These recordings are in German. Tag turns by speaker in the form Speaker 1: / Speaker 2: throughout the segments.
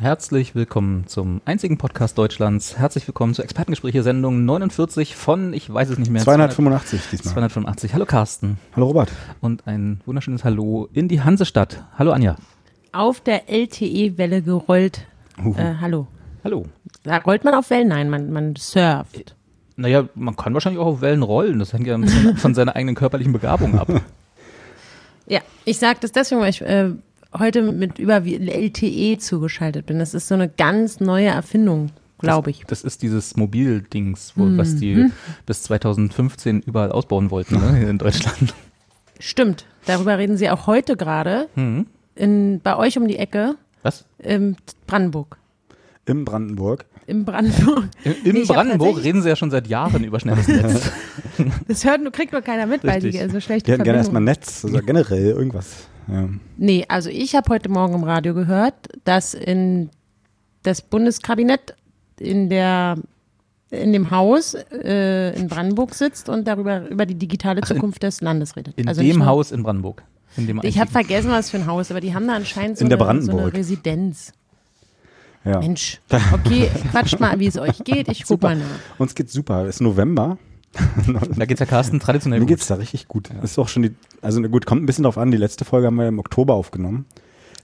Speaker 1: Herzlich willkommen zum einzigen Podcast Deutschlands. Herzlich willkommen zur Expertengespräche Sendung 49 von, ich weiß es nicht mehr,
Speaker 2: 285
Speaker 3: ne?
Speaker 2: diesmal.
Speaker 1: 285. Hallo Carsten
Speaker 2: Hallo Robert.
Speaker 1: und ein wunderschönes Hallo in die Hansestadt. Hallo Anja.
Speaker 3: auf der LTE-Welle gerollt.
Speaker 2: Uhu.
Speaker 3: Äh, hallo.
Speaker 1: Hallo.
Speaker 3: Da rollt man auf Wellen? Nein, man, man surft.
Speaker 1: Naja, man kann wahrscheinlich auch auf Wellen rollen. Das hängt ja ein bisschen von seiner eigenen körperlichen Begabung ab.
Speaker 3: Ja, ich sage das deswegen, weil ich äh, heute mit über LTE E zugeschaltet bin. Das ist so eine ganz neue Erfindung, glaube ich. Mhm.
Speaker 1: Das ist dieses Mobildings, wo, was die bis 2015 überall ausbauen wollten ne, hier in Deutschland.
Speaker 3: Stimmt. Darüber reden Sie auch heute gerade
Speaker 1: Mhm.
Speaker 3: in bei euch um die Ecke
Speaker 1: Was?
Speaker 3: im Brandenburg.
Speaker 2: Im Brandenburg.
Speaker 3: Im Brandenburg.
Speaker 1: Im
Speaker 3: Nee, ich hab
Speaker 1: Brandenburg
Speaker 3: tatsächlich-
Speaker 1: reden sie ja schon seit Jahren über schnelles Netz.
Speaker 3: Das hört nur, kriegt nur keiner mit, weil
Speaker 1: Richtig.
Speaker 3: die äh, so schlechte
Speaker 2: Wir hätten gerne
Speaker 3: Verbindung
Speaker 2: erstmal Netz, also generell irgendwas. Ja.
Speaker 3: Nee, also ich habe heute Morgen im Radio gehört, dass in das Bundeskabinett in der in dem Haus äh, in Brandenburg sitzt und darüber über die digitale
Speaker 2: Also
Speaker 3: Zukunft des Landes redet.
Speaker 1: In
Speaker 3: Also nicht
Speaker 1: dem
Speaker 3: nur-
Speaker 1: Haus in Brandenburg. In dem
Speaker 3: Ich habe
Speaker 1: einzigen.
Speaker 3: vergessen, was für ein Haus, aber die haben da anscheinend so,
Speaker 2: In der
Speaker 3: eine, so eine
Speaker 2: Brandenburg.
Speaker 3: Residenz.
Speaker 2: Ja.
Speaker 3: Mensch, okay, quatscht mal, wie es euch geht. Ich guck mal nach.
Speaker 2: Uns geht's super. Es ist November.
Speaker 1: Da geht's ja Carsten traditionell
Speaker 2: Mir
Speaker 1: gut.
Speaker 2: geht's da richtig gut. Ist auch schon die, also na gut, kommt ein bisschen drauf an. Die letzte Folge haben wir im Oktober aufgenommen.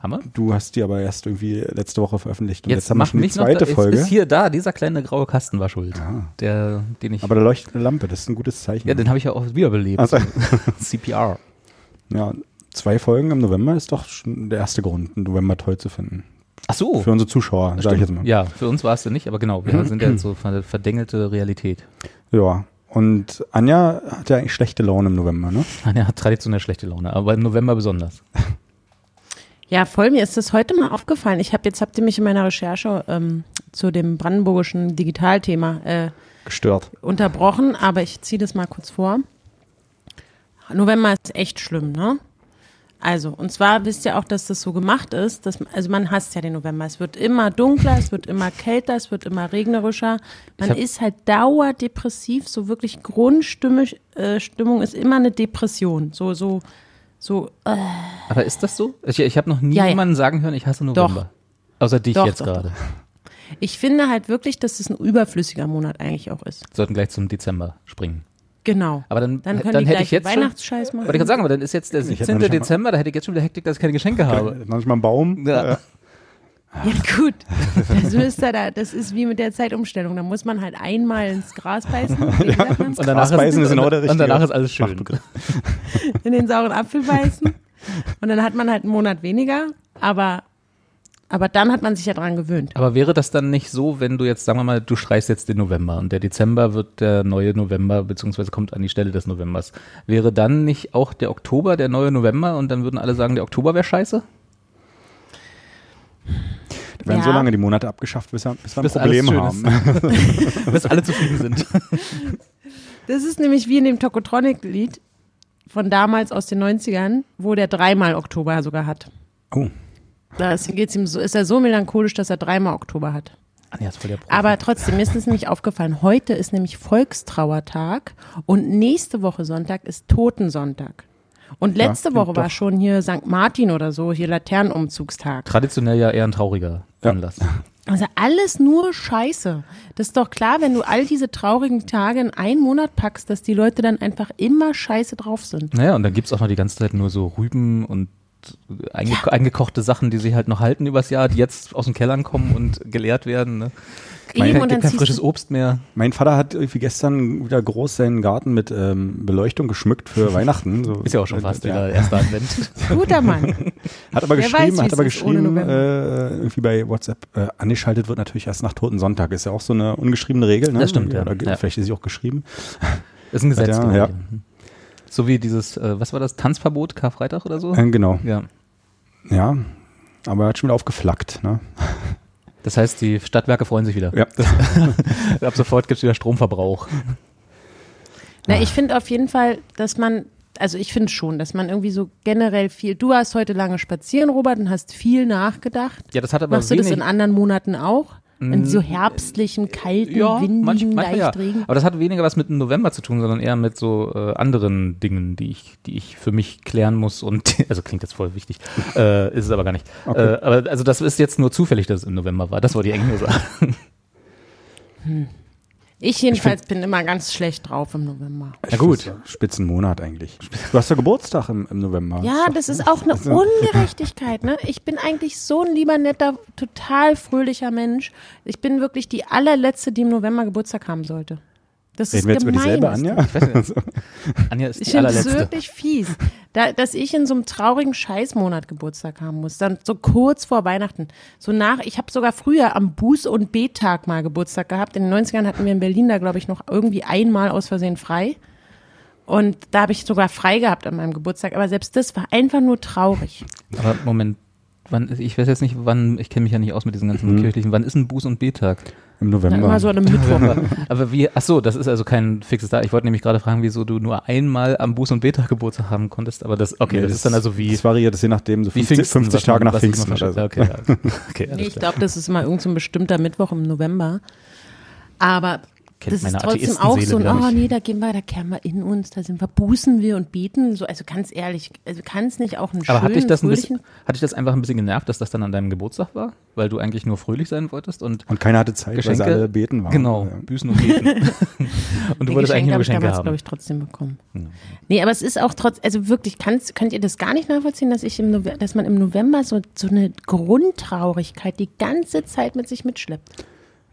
Speaker 1: Haben wir?
Speaker 2: Du hast die aber erst irgendwie letzte Woche veröffentlicht. Und jetzt, haben wir
Speaker 1: macht
Speaker 2: schon die
Speaker 1: mich noch-
Speaker 2: zweite
Speaker 1: jetzt
Speaker 2: Folge. Ah.
Speaker 1: Ist hier da, dieser kleine graue Kasten war schuld. Der, den ich.
Speaker 2: aber da leuchtet eine Lampe. Das ist ein gutes Zeichen.
Speaker 1: ja, den habe ich ja auch wiederbelebt.
Speaker 2: also,
Speaker 1: CPR.
Speaker 2: ja, zwei Folgen im November ist doch schon der erste Grund, einen November toll zu finden.
Speaker 1: Ach so.
Speaker 2: Für unsere Zuschauer, sage ich jetzt mal. Mhm.
Speaker 1: Ja, für uns war es ja nicht, aber genau, wir sind ja jetzt so ver- verdengelte Realität.
Speaker 2: ja. Und Anja hat ja eigentlich schlechte Laune im November, ne?
Speaker 1: Anja hat traditionell schlechte Laune, aber im November besonders.
Speaker 3: Ja, voll, mir ist das heute mal aufgefallen. Ich habe jetzt habt ihr mich in meiner Recherche ähm, zu dem brandenburgischen Digitalthema äh,
Speaker 2: Gestört.
Speaker 3: unterbrochen, aber ich ziehe das mal kurz vor. November ist echt schlimm, ne? Also, und zwar wisst ihr auch, dass das so gemacht ist, dass, also man hasst ja den November. Es wird immer dunkler, es wird immer kälter, es wird immer regnerischer. Man
Speaker 1: hab-
Speaker 3: ist halt dauerdepressiv, so wirklich Grundstimmung äh, Stimmung ist immer eine Depression. So, so, so, äh,
Speaker 1: Aber ist das so? Ich, ich habe noch nie
Speaker 3: Ja, ja.
Speaker 1: jemanden sagen hören, ich hasse November. Außer dich
Speaker 3: Doch,
Speaker 1: jetzt
Speaker 3: doch,
Speaker 1: gerade.
Speaker 3: ich finde halt wirklich, dass es ein überflüssiger Monat eigentlich auch ist.
Speaker 1: Sollten gleich zum Dezember springen.
Speaker 3: Genau.
Speaker 1: Aber dann, äh,
Speaker 3: dann können
Speaker 1: dann
Speaker 3: die
Speaker 1: hätte
Speaker 3: gleich
Speaker 1: ich jetzt schon,
Speaker 3: Weihnachtsscheiß machen.
Speaker 1: Wollte ich gerade sagen, aber dann ist jetzt der
Speaker 2: hätte noch
Speaker 1: 17.
Speaker 2: nicht einmal-
Speaker 1: Dezember, da hätte ich jetzt schon wieder Hektik, dass ich keine Geschenke habe.
Speaker 2: Manchmal ein Baum. Äh,
Speaker 1: Ja.
Speaker 3: Ja, gut. Das, müsst ihr da, das ist wie mit der Zeitumstellung. Da muss man halt einmal ins Gras beißen, wie sagt man?
Speaker 1: Und danach ist,
Speaker 2: Grasbeißen ist genau der
Speaker 1: und danach
Speaker 2: richtige
Speaker 1: ist alles schön.
Speaker 2: Fachbegriff.
Speaker 3: in den sauren Apfel beißen. Und dann hat man halt einen Monat weniger. Aber, aber dann hat man sich ja dran gewöhnt.
Speaker 1: Aber wäre das dann nicht so, wenn du jetzt, sagen wir mal, du streichst jetzt den November und der Dezember wird der neue November, beziehungsweise kommt an die Stelle des Novembers. Wäre dann nicht auch der Oktober der neue November und dann würden alle sagen, der Oktober wäre scheiße?
Speaker 2: Da werden
Speaker 3: Ja.
Speaker 2: so lange die Monate abgeschafft, bis wir, bis wir ein
Speaker 1: Bis alles
Speaker 2: Problem
Speaker 1: schön
Speaker 2: haben.
Speaker 1: Bis alle zufrieden sind.
Speaker 3: Das ist nämlich wie in dem Tokotronic-Lied von damals aus den 90ern, wo der dreimal Oktober sogar hat.
Speaker 2: Oh,
Speaker 3: Da ist, geht's ihm so, ist er so melancholisch, dass er dreimal Oktober hat.
Speaker 1: Anja Ah, ist voll der Profi.
Speaker 3: Aber trotzdem, mir ist es nämlich aufgefallen, heute ist nämlich Volkstrauertag und nächste Woche Sonntag ist Totensonntag. Und letzte
Speaker 2: stimmt
Speaker 3: Woche war
Speaker 2: doch.
Speaker 3: schon hier St. Martin oder so, hier Laternenumzugstag.
Speaker 1: Traditionell ja eher ein trauriger
Speaker 2: Ja.
Speaker 1: Anlass.
Speaker 3: Also alles nur Scheiße. Das ist doch klar, wenn du all diese traurigen Tage in einen Monat packst, dass die Leute dann einfach immer Scheiße drauf sind.
Speaker 1: Naja, und dann gibt's auch noch die ganze Zeit nur so Rüben und einge eingekochte Sachen, die sich halt noch halten übers Jahr, die jetzt aus den Kellern kommen und geleert werden. Ne?
Speaker 3: Eben,
Speaker 1: Kein,
Speaker 3: und
Speaker 1: gibt
Speaker 3: dann
Speaker 1: kein
Speaker 3: ziehst
Speaker 1: frisches
Speaker 3: du-
Speaker 1: Obst mehr.
Speaker 2: mein Vater hat irgendwie gestern wieder groß seinen Garten mit ähm, Beleuchtung geschmückt für Weihnachten. So.
Speaker 1: Ist ja auch schon fast
Speaker 2: Äh, Ja.
Speaker 1: wieder erster Advent.
Speaker 3: Guter Mann.
Speaker 2: Hat aber
Speaker 3: Wer
Speaker 2: geschrieben,
Speaker 3: weiß, wie
Speaker 2: hat
Speaker 3: es
Speaker 2: aber
Speaker 3: ist ohne
Speaker 2: geschrieben,
Speaker 3: November.
Speaker 2: äh, irgendwie bei WhatsApp äh, angeschaltet wird natürlich erst nach Toten Sonntag. Ist ja auch so eine ungeschriebene Regel. Ne?
Speaker 1: Das stimmt, ja.
Speaker 2: Oder ge-
Speaker 1: Ja.
Speaker 2: Vielleicht ist sie auch geschrieben.
Speaker 1: Ist ein Gesetz, genau.
Speaker 2: Ja,
Speaker 1: glaube ich.
Speaker 2: ja.
Speaker 1: So wie dieses, äh, was war das, Tanzverbot, Karfreitag oder so?
Speaker 2: Äh, genau.
Speaker 1: Ja.
Speaker 2: Ja, aber er hat schon wieder aufgeflackt. Ne?
Speaker 1: Das heißt, die Stadtwerke freuen sich wieder.
Speaker 2: Ja.
Speaker 1: Ab sofort gibt es wieder Stromverbrauch.
Speaker 3: Na, ich finde auf jeden Fall, dass man, also ich finde schon, dass man irgendwie so generell viel, du hast heute lange spazieren, Robert, und hast viel nachgedacht.
Speaker 1: Ja, das hat aber
Speaker 3: Machst du das
Speaker 1: wenig-
Speaker 3: in anderen Monaten auch? In so herbstlichen, kalten, windigen,
Speaker 1: manch- manchmal
Speaker 3: leicht
Speaker 1: ja.
Speaker 3: Regen?
Speaker 1: Aber das hat weniger was mit dem November zu tun, sondern eher mit so äh, anderen Dingen, die ich, die ich für mich klären muss und also klingt jetzt voll wichtig, äh, ist es aber gar nicht. Äh, aber also das ist jetzt nur zufällig, dass es im November war. Das wollte ich eigentlich nur sagen.
Speaker 3: Ich jedenfalls bin immer ganz schlecht drauf im November.
Speaker 2: Na gut. Spitzenmonat eigentlich. Du hast ja Geburtstag im, im November.
Speaker 3: Ja, das ist auch eine Ungerechtigkeit. Ne? Ich bin eigentlich so ein lieber, netter, total fröhlicher Mensch. Ich bin wirklich die allerletzte, die im November Geburtstag haben sollte. Das
Speaker 2: Reden
Speaker 3: ist
Speaker 2: wir jetzt über
Speaker 3: gemein,
Speaker 2: dieselbe,
Speaker 3: ist das.
Speaker 2: Anja?
Speaker 1: Anja ist
Speaker 3: Ich
Speaker 1: die
Speaker 3: finde es
Speaker 1: allerletzte.
Speaker 3: wirklich fies, da, dass ich in so einem traurigen Scheißmonat Geburtstag haben muss, dann so kurz vor Weihnachten. So nach, ich habe sogar früher am Buß- und Bettag mal Geburtstag gehabt. In den 90ern hatten wir in Berlin da, glaube ich, noch irgendwie einmal aus Versehen frei. Und da habe ich sogar frei gehabt an meinem Geburtstag. Aber selbst das war einfach nur traurig.
Speaker 1: Aber Moment, wann, ich weiß jetzt nicht, wann, ich kenne mich ja nicht aus mit diesen
Speaker 2: Mhm.
Speaker 1: ganzen kirchlichen, wann ist ein Buß- und Betag?
Speaker 2: Im
Speaker 3: Dann
Speaker 2: November.
Speaker 3: immer so an einem Mittwoch.
Speaker 1: Aber, aber wie, ach so, das ist also kein fixes Datum. Ich wollte nämlich gerade fragen, wieso du nur einmal am Buß- und Betag Geburtstag haben konntest, aber das, okay,
Speaker 2: Nee,
Speaker 1: das, ist dann also wie,
Speaker 2: Das variiert es je nachdem, so
Speaker 1: wie
Speaker 2: 50,
Speaker 1: Pfingsten,
Speaker 2: 50
Speaker 1: was
Speaker 2: Tage
Speaker 1: man-
Speaker 2: nach
Speaker 1: was man
Speaker 2: Pfingsten.
Speaker 1: verschafft.
Speaker 2: Oder so.
Speaker 1: Okay, ja. okay
Speaker 3: Nee,
Speaker 1: alles
Speaker 3: ich
Speaker 1: klar.
Speaker 3: glaube, das ist mal irgendein so ein bestimmter Mittwoch im November. Aber
Speaker 1: Kennt
Speaker 3: das ist
Speaker 1: meine
Speaker 3: trotzdem auch so ein,
Speaker 1: Atheistenseele wieder
Speaker 3: oh
Speaker 1: nicht.
Speaker 3: nee, da gehen wir, da kehren wir in uns, da sind wir, bußen wir und beten. So, also ganz ehrlich, also kann es nicht auch einen
Speaker 1: Aber
Speaker 3: schönen,
Speaker 1: hat dich, das ein bisschen,
Speaker 3: fröhlichen,
Speaker 1: hat dich das einfach ein bisschen genervt, dass das dann an deinem Geburtstag war? Weil du eigentlich nur fröhlich sein wolltest und
Speaker 2: Und keiner hatte Zeit,
Speaker 1: Geschenke.
Speaker 2: weil sie alle beten waren.
Speaker 1: Genau,
Speaker 2: Ja.
Speaker 1: büßen und beten. und du wolltest eigentlich nur
Speaker 3: habe ich
Speaker 1: Geschenke
Speaker 3: damals,
Speaker 1: haben.
Speaker 3: glaube ich, trotzdem bekommen. Nee, aber es ist auch trotz, also wirklich, kannst, könnt ihr das gar nicht nachvollziehen, dass ich im Nove dass man im November so, so eine Grundtraurigkeit die ganze Zeit mit sich mitschleppt.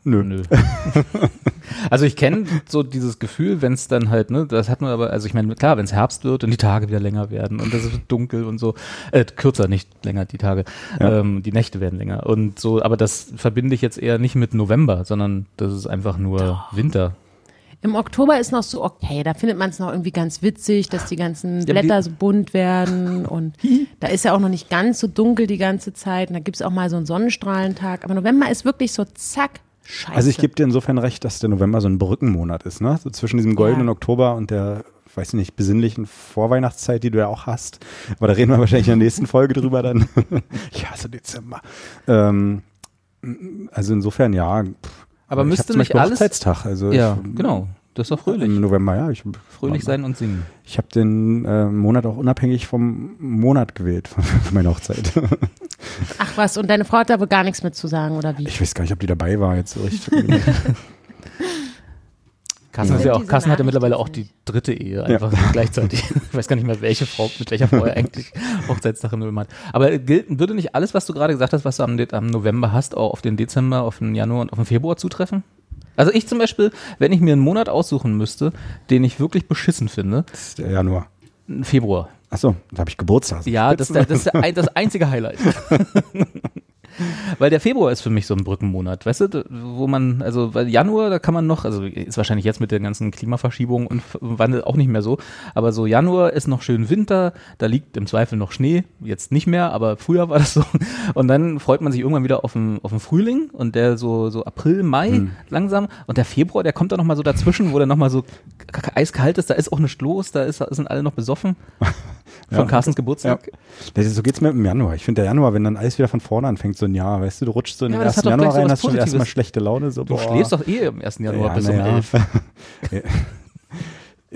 Speaker 2: Nö.
Speaker 1: Nö. also ich kenne so dieses Gefühl, wenn es dann halt, ne, das hat man aber, also ich meine, klar, wenn es Herbst wird und die Tage wieder länger werden und es wird dunkel und so, äh, kürzer, nicht länger die Tage, ähm, die Nächte werden länger und so, aber das verbinde ich jetzt eher nicht mit November, sondern das ist einfach nur Winter.
Speaker 3: Im Oktober ist noch so, okay, da findet man es noch irgendwie ganz witzig, dass die ganzen
Speaker 1: aber die-
Speaker 3: Blätter so bunt werden und da ist ja auch noch nicht ganz so dunkel die ganze Zeit und da gibt es auch mal so einen Sonnenstrahlentag. Aber November ist wirklich so zack, scheiße.
Speaker 2: Also ich gebe dir insofern recht, dass der November so ein Brückenmonat ist, ne? So zwischen diesem goldenen
Speaker 3: Ja.
Speaker 2: Oktober und der, weiß ich nicht, besinnlichen Vorweihnachtszeit, die du ja auch hast. Aber da reden wir wahrscheinlich in der nächsten Folge drüber dann. ich hasse Dezember. Ähm, also insofern ja. pff.
Speaker 1: Aber
Speaker 2: ich hab
Speaker 1: müsste
Speaker 2: zum
Speaker 1: nicht
Speaker 2: Beispiel
Speaker 1: alles-
Speaker 2: Hochzeitstag, also
Speaker 1: Ja,
Speaker 2: ich,
Speaker 1: genau. Das ist doch fröhlich.
Speaker 2: im November, ja. Ich,
Speaker 1: Fröhlich sein und singen.
Speaker 2: Ich habe den äh, Monat auch unabhängig vom Monat gewählt, von meiner Hochzeit.
Speaker 3: Ach was, und deine Frau hat da wohl gar nichts mit zu sagen, oder wie?
Speaker 2: Ich weiß gar nicht, ob die dabei war jetzt so richtig.
Speaker 1: Carsten, ist ja
Speaker 3: Sind
Speaker 1: auch,
Speaker 3: diese
Speaker 1: Carsten hat ja
Speaker 3: Nachrichten
Speaker 1: mittlerweile auch
Speaker 3: jetzt
Speaker 1: die dritte Ehe einfach gleichzeitig. Ich weiß gar nicht mehr, welche Frau, mit welcher Frau er eigentlich Hochzeitstag im November hat. Aber gilt, würde nicht alles, was du gerade gesagt hast, was du am, De- am November hast, auch auf den Dezember, auf den Januar und auf den Februar zutreffen? Also ich zum Beispiel, wenn ich mir einen Monat aussuchen müsste, den ich wirklich beschissen finde,
Speaker 2: Das ist der äh, Januar.
Speaker 1: einen Februar.
Speaker 2: Achso, da habe ich Geburtstag.
Speaker 1: Ja, das, ist der- das ist der ein- das einzige Highlight. Weil der Februar ist für mich so ein Brückenmonat, weißt du, d- wo man, also weil Januar, da kann man noch, also ist wahrscheinlich jetzt mit den ganzen Klimaverschiebungen und F- Wandel auch nicht mehr so, aber so Januar ist noch schön Winter, da liegt im Zweifel noch Schnee, jetzt nicht mehr, aber früher war das so. Und dann freut man sich irgendwann wieder auf den, auf den Frühling und der so, so April, Mai langsam und der Februar, der kommt da nochmal so dazwischen, wo der nochmal so k- k- eiskalt ist, da ist auch nichts los, da ist, sind alle noch besoffen von Carstens
Speaker 2: Ja.
Speaker 1: Geburtstag.
Speaker 2: Das ist, so geht's mir im Januar. Ich finde, der Januar, wenn dann alles wieder von vorne anfängt, so ein Jahr, weißt du, du rutschst so in
Speaker 1: Ja,
Speaker 2: den
Speaker 1: aber das
Speaker 2: ersten
Speaker 1: hat doch gleich
Speaker 2: Januar
Speaker 1: so
Speaker 2: rein,
Speaker 1: was
Speaker 2: hast schon erstmal
Speaker 1: Positives.
Speaker 2: schlechte Laune. So,
Speaker 1: Du schläfst doch eh im 1. Januar bis um
Speaker 2: na
Speaker 1: 11.
Speaker 2: ja.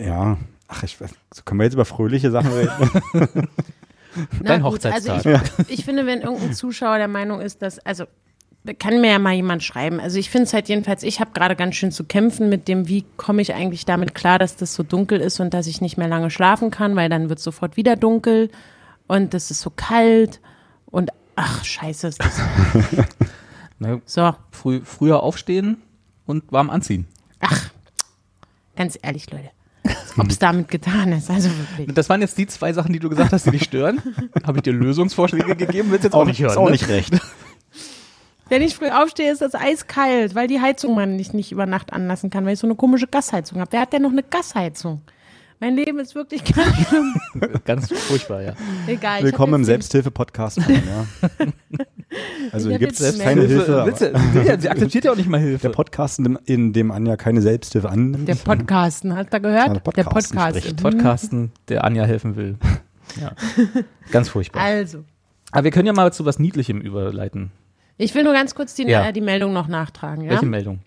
Speaker 2: ja, ach, ich weiß, so können wir jetzt über fröhliche Sachen reden.
Speaker 3: Na
Speaker 1: Dein
Speaker 3: gut,
Speaker 1: Hochzeitstag.
Speaker 3: Also ich, ich finde, wenn irgendein Zuschauer der Meinung ist, dass, also kann mir ja mal jemand schreiben. Also ich finde es halt jedenfalls, ich habe gerade ganz schön zu kämpfen mit dem, wie komme ich eigentlich damit klar, dass das so dunkel ist und dass ich nicht mehr lange schlafen kann, weil dann wird sofort wieder dunkel und es ist so kalt und ach scheiße ist das.
Speaker 1: Na,
Speaker 3: So,
Speaker 1: früh, früher aufstehen und warm anziehen.
Speaker 3: ganz ehrlich, Leute. Ob es damit getan ist, also wirklich.
Speaker 1: Das waren jetzt die zwei Sachen, die du gesagt hast, die dich stören. Habe ich dir Lösungsvorschläge gegeben? Willst jetzt auch, nicht hören?
Speaker 2: Ist auch
Speaker 1: ne?
Speaker 2: nicht recht.
Speaker 3: Wenn ich früh aufstehe, ist das eiskalt, weil die Heizung man nicht, nicht über Nacht anlassen kann, weil ich so eine komische Gasheizung habe. Wer hat denn noch eine Gasheizung? Mein Leben ist wirklich ganz schlimm.
Speaker 1: Ganz furchtbar, ja.
Speaker 3: Egal. ich hab
Speaker 2: Willkommen im
Speaker 3: jetzt den-
Speaker 2: Selbsthilfe-Podcast. Ja. Also
Speaker 3: Ich
Speaker 2: hier
Speaker 3: hab
Speaker 2: gibt es
Speaker 3: jetzt
Speaker 2: keine Hilfe. aber
Speaker 1: Witze. Witze. Sie akzeptiert ja auch nicht mal
Speaker 2: Der
Speaker 1: Hilfe.
Speaker 2: Podcast, in dem- in dem Anja keine Selbsthilfe annimmt.
Speaker 3: Der Podcasten, hast du gehört?
Speaker 2: Ja, der
Speaker 3: der
Speaker 2: Podcasten
Speaker 3: Podcast. Mhm.
Speaker 2: spricht.
Speaker 1: Podcasten, der Anja helfen will. Ja. Ganz furchtbar.
Speaker 3: Also,
Speaker 1: Aber wir können ja mal zu was Niedlichem überleiten.
Speaker 3: ich will nur ganz kurz die,
Speaker 1: Ja.
Speaker 3: äh, die Meldung noch nachtragen. Ja?
Speaker 1: Welche Meldung?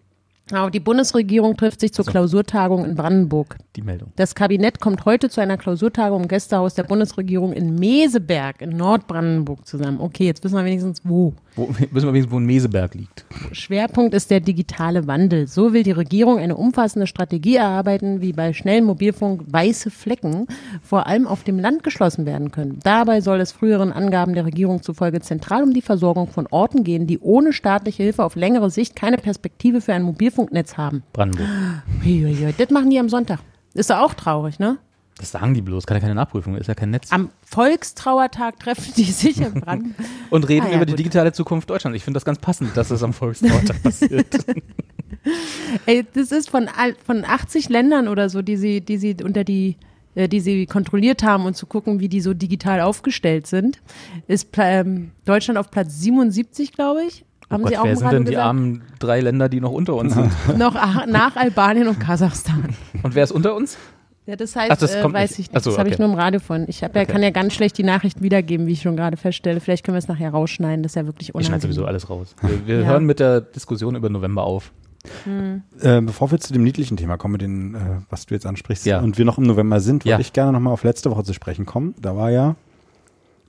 Speaker 3: Genau, die Bundesregierung trifft sich zur Klausurtagung in Brandenburg.
Speaker 1: Die Meldung.
Speaker 3: Das Kabinett kommt heute zu einer Klausurtagung im Gästehaus der Bundesregierung in Meseberg in Nordbrandenburg zusammen. Okay, jetzt wissen wir wenigstens wo.
Speaker 1: Wo, wissen wir wenigstens, wo ein Meseberg liegt.
Speaker 3: Schwerpunkt ist der digitale Wandel. So will die Regierung eine umfassende Strategie erarbeiten, wie bei schnellem Mobilfunk weiße Flecken vor allem auf dem Land geschlossen werden können. Dabei soll es früheren Angaben der Regierung zufolge zentral um die Versorgung von Orten gehen, die ohne staatliche Hilfe auf längere Sicht keine Perspektive für ein Mobilfunknetz haben.
Speaker 1: Brandenburg.
Speaker 3: Huiuiui, Das machen die am Sonntag. Ist doch auch traurig, ne?
Speaker 1: Das sagen die bloß, kann ja keine Nachprüfung, ist ja kein Netz.
Speaker 3: Am Volkstrauertag treffen die sich in Brandenburg.
Speaker 1: Und reden
Speaker 3: Ah, ja,
Speaker 1: über die
Speaker 3: gut.
Speaker 1: digitale Zukunft Deutschlands. Ich finde das ganz passend, dass das am Volkstrauertag passiert.
Speaker 3: Ey, das ist von, all- von 80 Ländern oder so, die sie, die sie unter die äh, die sie kontrolliert haben und zu gucken, wie die so digital aufgestellt sind, ist Pla- ähm, Deutschland auf Platz 77, glaube ich. Haben
Speaker 1: oh
Speaker 3: sie
Speaker 1: Gott,
Speaker 3: auch
Speaker 1: wer
Speaker 3: im
Speaker 1: sind
Speaker 3: Radio
Speaker 1: denn die
Speaker 3: gesagt?
Speaker 1: armen drei Länder, die noch unter uns sind?
Speaker 3: Noch a- nach Albanien und Kasachstan.
Speaker 1: Und wer ist unter uns?
Speaker 3: Ja, das heißt,
Speaker 1: Ach, das
Speaker 3: äh,
Speaker 1: kommt
Speaker 3: weiß
Speaker 1: nicht.
Speaker 3: ich
Speaker 1: Ach
Speaker 3: nicht.
Speaker 1: so,
Speaker 3: das habe ich
Speaker 1: okay.
Speaker 3: nur im Radio von. Ich hab, ja, kann ja ganz schlecht die Nachrichten wiedergeben, wie ich schon gerade feststelle. Vielleicht können wir es nachher rausschneiden. Das ist ja wirklich
Speaker 1: Ich
Speaker 3: unangenehm.
Speaker 1: schneide sowieso alles raus. Wir, wir
Speaker 3: Ja.
Speaker 1: hören mit der Diskussion über November auf.
Speaker 2: Äh, bevor wir zu dem niedlichen Thema kommen, mit den, äh, was du jetzt ansprichst,
Speaker 1: Ja.
Speaker 2: und wir noch im November sind, würde
Speaker 1: Ja.
Speaker 2: ich gerne nochmal auf letzte Woche zu sprechen kommen. Da war ja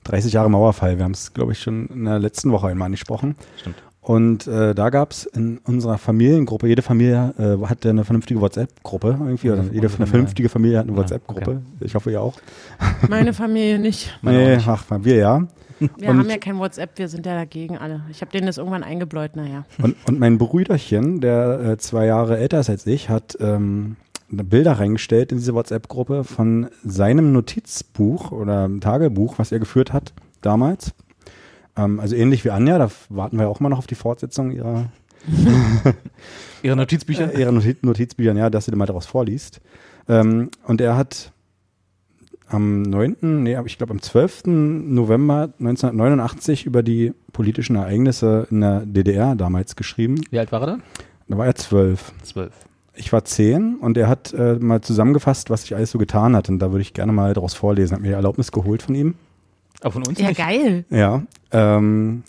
Speaker 2: 30 Jahre Mauerfall. Wir haben es, glaube ich, schon in der letzten Woche einmal angesprochen.
Speaker 1: Stimmt.
Speaker 2: Und äh, da gab es in unserer Familiengruppe, jede Familie äh, hatte eine vernünftige WhatsApp-Gruppe irgendwie, oder jede eine vernünftige Familie hat eine WhatsApp-Gruppe. Ich hoffe, ihr auch.
Speaker 3: Meine Familie nicht.
Speaker 1: Meine auch
Speaker 2: Nee,
Speaker 1: nicht.
Speaker 2: ach, wir ja.
Speaker 3: Wir haben ja kein WhatsApp, wir sind ja dagegen alle. Ich habe denen das irgendwann eingebläut, naja.
Speaker 2: Und, und mein Brüderchen, der äh, zwei Jahre älter ist als ich, hat ähm, Bilder reingestellt in diese WhatsApp-Gruppe von seinem Notizbuch oder Tagebuch, was er geführt hat damals. Ähm, also ähnlich wie Anja, da f- warten wir auch immer noch auf die Fortsetzung ihrer,
Speaker 1: Ihre Notizbücher?
Speaker 3: Äh,
Speaker 2: ihrer Noti- Notizbücher, ja, dass sie dir mal daraus vorliest. Ähm, und er hat am 9., nee, aber ich glaube am 12. November 1989 über die politischen Ereignisse in der DDR damals geschrieben.
Speaker 1: Wie alt war er da?
Speaker 2: Da war er zwölf.
Speaker 1: Zwölf.
Speaker 2: Ich war zehn und er hat äh, mal zusammengefasst, was ich alles so getan hatte. Und da würde ich gerne mal daraus vorlesen. Hat mir die Erlaubnis geholt von ihm.
Speaker 1: Aber von uns
Speaker 3: Ja,
Speaker 1: nicht.
Speaker 3: geil.
Speaker 2: Ja. Ähm,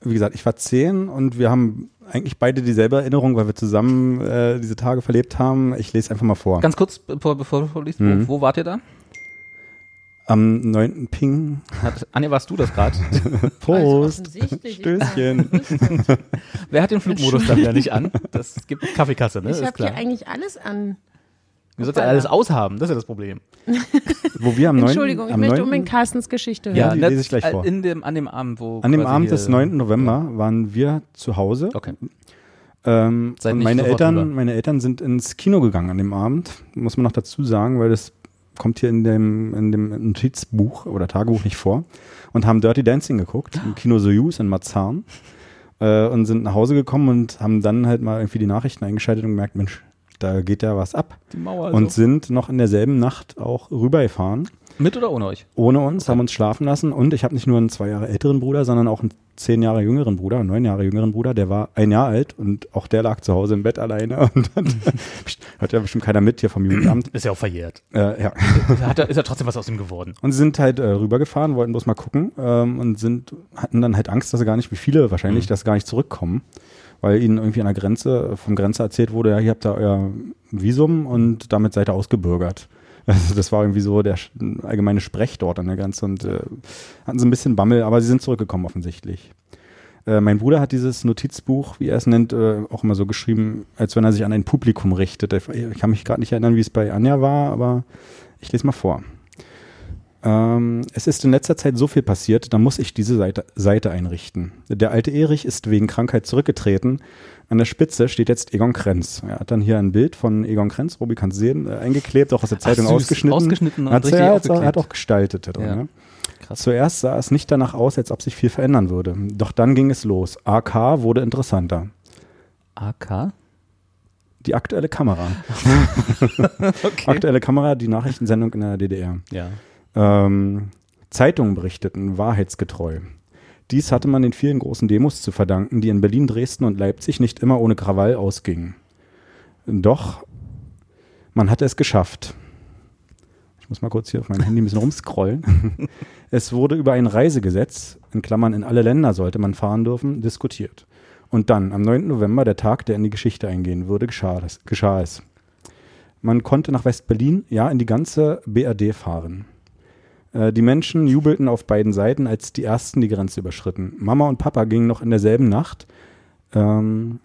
Speaker 2: wie gesagt, ich war zehn und wir haben eigentlich beide dieselbe Erinnerung, weil wir zusammen äh, diese Tage verlebt haben. Ich lese einfach mal vor.
Speaker 1: Ganz kurz, bevor, bevor du vorliest,
Speaker 2: Mhm.
Speaker 1: wo, wo wart ihr da?
Speaker 2: Am 9. Ping.
Speaker 1: Hat, Anja, warst du das gerade?
Speaker 3: Also,
Speaker 2: Prost.
Speaker 3: offensichtlich.
Speaker 2: Stößchen. ne,
Speaker 1: Wer hat den Flugmodus dann ja nicht an? Das gibt Kaffeekasse, ne?
Speaker 3: Ich
Speaker 1: ist
Speaker 3: habe hier
Speaker 1: klar.
Speaker 3: eigentlich alles an.
Speaker 1: Du sollst ja alles aushaben, das ist ja das Problem.
Speaker 2: Wo wir am 9.
Speaker 3: Entschuldigung, ich
Speaker 2: am
Speaker 3: möchte
Speaker 2: 9.
Speaker 3: unbedingt Carstens Geschichte hören.
Speaker 2: Ja, die
Speaker 1: das-
Speaker 2: lese ich gleich
Speaker 1: äh,
Speaker 2: vor.
Speaker 1: In dem, an dem Abend, wo.
Speaker 2: An dem
Speaker 1: quasi
Speaker 2: Abend
Speaker 1: hier-
Speaker 2: des 9. November waren wir zu Hause.
Speaker 1: Okay.
Speaker 2: Ähm,
Speaker 1: Seid
Speaker 2: und
Speaker 1: nicht
Speaker 2: meine
Speaker 1: sofort
Speaker 2: Eltern,
Speaker 1: rüber.
Speaker 2: meine Eltern sind ins Kino gegangen an dem Abend, muss man noch dazu sagen, weil das kommt hier in dem, in dem Notizbuch oder Tagebuch nicht vor. Und haben Dirty Dancing geguckt im Kino Soyuz in Marzahn äh, und sind nach Hause gekommen und haben dann halt mal irgendwie die Nachrichten eingeschaltet und gemerkt, Mensch, da geht ja was ab.
Speaker 1: Die Mauer. also.
Speaker 2: Und
Speaker 1: so.
Speaker 2: sind noch in derselben Nacht auch rübergefahren,
Speaker 1: Mit oder ohne euch?
Speaker 2: ohne uns, haben uns schlafen lassen. Und ich habe nicht nur einen zwei Jahre älteren Bruder, sondern auch einen zehn Jahre jüngeren Bruder, einen neun Jahre jüngeren Bruder, der war ein Jahr alt und auch der lag zu Hause im Bett alleine und hat, hört ja bestimmt keiner mit hier vom Jugendamt.
Speaker 1: Ist ja auch verjährt.
Speaker 2: äh, ja.
Speaker 1: Hat er, ist ja trotzdem was aus ihm geworden.
Speaker 2: Und sie sind halt äh, rübergefahren, wollten bloß mal gucken ähm, und sind, hatten dann halt Angst, dass sie gar nicht, wie viele wahrscheinlich, dass sie gar nicht zurückkommen, weil ihnen irgendwie an der Grenze, vom Grenzer erzählt wurde, ja, ihr habt da euer Visum und damit seid ihr ausgebürgert. Also das war irgendwie so der sch- allgemeine Sprech dort an der Grenze und äh, hatten sie ein bisschen Bammel, aber sie sind zurückgekommen offensichtlich. Äh, mein Bruder hat dieses Notizbuch, wie er es nennt, äh, auch immer so geschrieben, als wenn er sich an ein Publikum richtet. Ich kann mich gerade nicht erinnern, wie es bei Anja war, aber ich lese mal vor. Ähm, es ist in letzter Zeit so viel passiert, da muss ich diese Seite, Seite einrichten. Der alte Erich ist wegen Krankheit zurückgetreten. An der Spitze steht jetzt Egon Krenz. Er hat dann hier ein Bild von Egon Krenz, Robi kann sehen, äh, eingeklebt, auch aus der Zeitung
Speaker 1: süß,
Speaker 2: ausgeschnitten.
Speaker 1: ausgeschnitten und
Speaker 2: hat,
Speaker 1: richtig
Speaker 2: er, hat, er
Speaker 1: aufgeklebt.
Speaker 2: hat auch gestaltet. da drin,
Speaker 1: Ja.
Speaker 2: ne?
Speaker 1: Krass.
Speaker 2: Zuerst sah es nicht danach aus, als ob sich viel verändern würde. Doch dann ging es los. AK wurde interessanter.
Speaker 1: AK?
Speaker 2: Die aktuelle Kamera. Aktuelle Kamera, die Nachrichtensendung in der DDR.
Speaker 1: Ja.
Speaker 2: Ähm, Zeitungen berichteten wahrheitsgetreu. Dies hatte man den vielen großen Demos zu verdanken, die in Berlin, Dresden und Leipzig nicht immer ohne Krawall ausgingen. Doch man hatte es geschafft. Ich muss mal kurz hier auf meinem Handy ein bisschen rumscrollen. es wurde über ein Reisegesetz, in Klammern in alle Länder sollte man fahren dürfen, diskutiert. Und dann, am 9. November, der Tag, der in die Geschichte eingehen würde, geschah, das, geschah es. Man konnte nach West-Berlin, ja, in die ganze BRD fahren. Äh, Die Menschen jubelten auf beiden Seiten, als die ersten die Grenze überschritten. Mama und Papa gingen noch in derselben Nacht, ähm,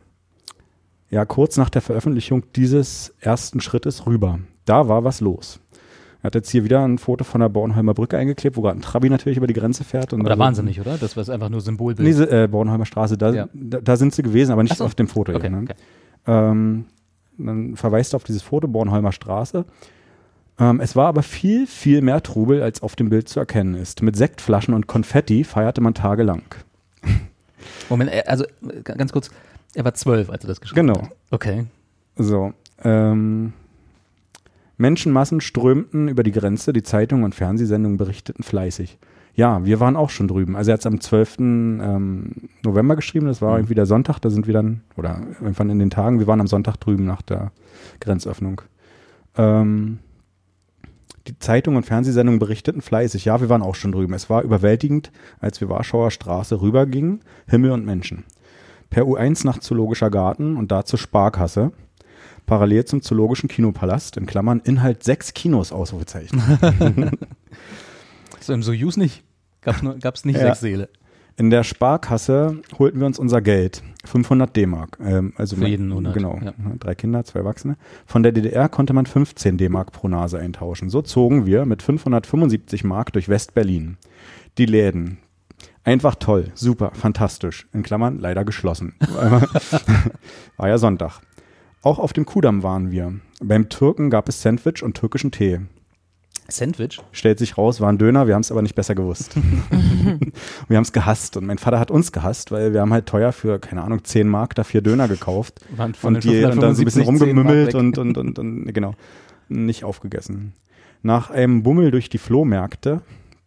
Speaker 2: ja, kurz nach der Veröffentlichung dieses ersten Schrittes rüber. Da war was los. Er hat jetzt hier wieder ein Foto von der Bornholmer Brücke eingeklebt, wo gerade ein Trabi natürlich über die Grenze fährt. Und
Speaker 1: Aber da
Speaker 2: dann
Speaker 1: waren
Speaker 2: so-
Speaker 1: sie nicht, oder? Das war einfach nur Symbolbild.
Speaker 2: Nee, se- äh, Bornholmer Straße, da,
Speaker 1: Ja.
Speaker 2: da, da sind sie gewesen, aber nicht
Speaker 1: Ach so.
Speaker 2: auf dem Foto.
Speaker 1: okay,
Speaker 2: hier, ne?
Speaker 1: okay.
Speaker 2: ähm, dann verweist er auf dieses Foto Bornholmer Straße. Ähm, es war aber viel, viel mehr Trubel, als auf dem Bild zu erkennen ist. Mit Sektflaschen und Konfetti feierte man tagelang.
Speaker 1: Moment, äh, also äh, ganz kurz, er war zwölf, als er das geschrieben
Speaker 2: Genau.
Speaker 1: hat. Okay.
Speaker 2: So. Ähm, Menschenmassen strömten über die Grenze, die Zeitungen und Fernsehsendungen berichteten fleißig. Ja, wir waren auch schon drüben. Also er hat es am 12. Ähm, November geschrieben, das war irgendwie der Sonntag, da sind wir dann, oder irgendwann in den Tagen, wir waren am Sonntag drüben nach der Grenzöffnung. Ähm, die Zeitungen und Fernsehsendungen berichteten fleißig. Ja, wir waren auch schon drüben. Es war überwältigend, als wir Warschauer Straße rübergingen, Himmel und Menschen. Per U1 nach Zoologischer Garten und da zur Sparkasse parallel zum Zoologischen Kinopalast, in Klammern Inhalt sechs Kinos, Ausrufezeichen.
Speaker 1: So im Soyuz nicht. Gab es nicht
Speaker 2: Ja.
Speaker 1: sechs Seele.
Speaker 2: In der Sparkasse holten wir uns unser Geld, 500 D-Mark. Ähm, also
Speaker 1: Für
Speaker 2: man-
Speaker 1: jeden Monat,
Speaker 2: Genau,
Speaker 1: ja.
Speaker 2: drei Kinder, zwei Erwachsene. Von der DDR konnte man 15 D-Mark pro Nase eintauschen. So zogen wir mit 575 Mark durch West-Berlin. Die Läden. Einfach toll, super, fantastisch. In Klammern leider geschlossen. War ja Sonntag. Auch auf dem Kudamm waren wir. Beim Türken gab es Sandwich und türkischen Tee.
Speaker 1: Sandwich?
Speaker 2: Stellt sich raus, war ein Döner, wir haben es aber nicht besser gewusst. wir haben es gehasst und mein Vater hat uns gehasst, weil wir haben halt teuer für, keine Ahnung, 10 Mark da vier Döner gekauft
Speaker 1: Waren von
Speaker 2: und,
Speaker 1: den
Speaker 2: die, und dann so ein bisschen
Speaker 1: 575 10 Mark
Speaker 2: rumgemümmelt
Speaker 1: weg.
Speaker 2: und, und, und, und genau, nicht aufgegessen. Nach einem Bummel durch die Flohmärkte,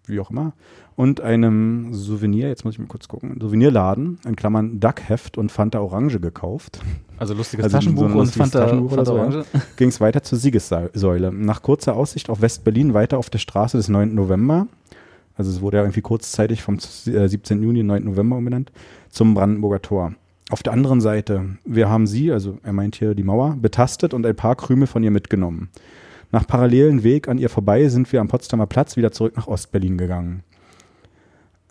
Speaker 2: wie auch immer, und einem Souvenir, jetzt muss ich mal kurz gucken, Souvenirladen, in Klammern Duckheft und Fanta Orange gekauft,
Speaker 1: Also lustiges
Speaker 2: Also so ein
Speaker 1: Taschenbuch und
Speaker 2: lustiges
Speaker 1: Fanta,
Speaker 2: Taschenbuch
Speaker 1: Fanta
Speaker 2: oder so, ja.
Speaker 1: Orange.
Speaker 2: ging es weiter zur Siegessäule. Nach kurzer Aussicht auf West-Berlin weiter auf der Straße des 9. November, also es wurde ja irgendwie kurzzeitig vom z- äh, 17. Juni, 9. November umbenannt, zum Brandenburger Tor. Auf der anderen Seite, wir haben sie, also er meint hier die Mauer, betastet und ein paar Krümel von ihr mitgenommen. Nach parallelen Weg an ihr vorbei sind wir am Potsdamer Platz wieder zurück nach Ostberlin gegangen.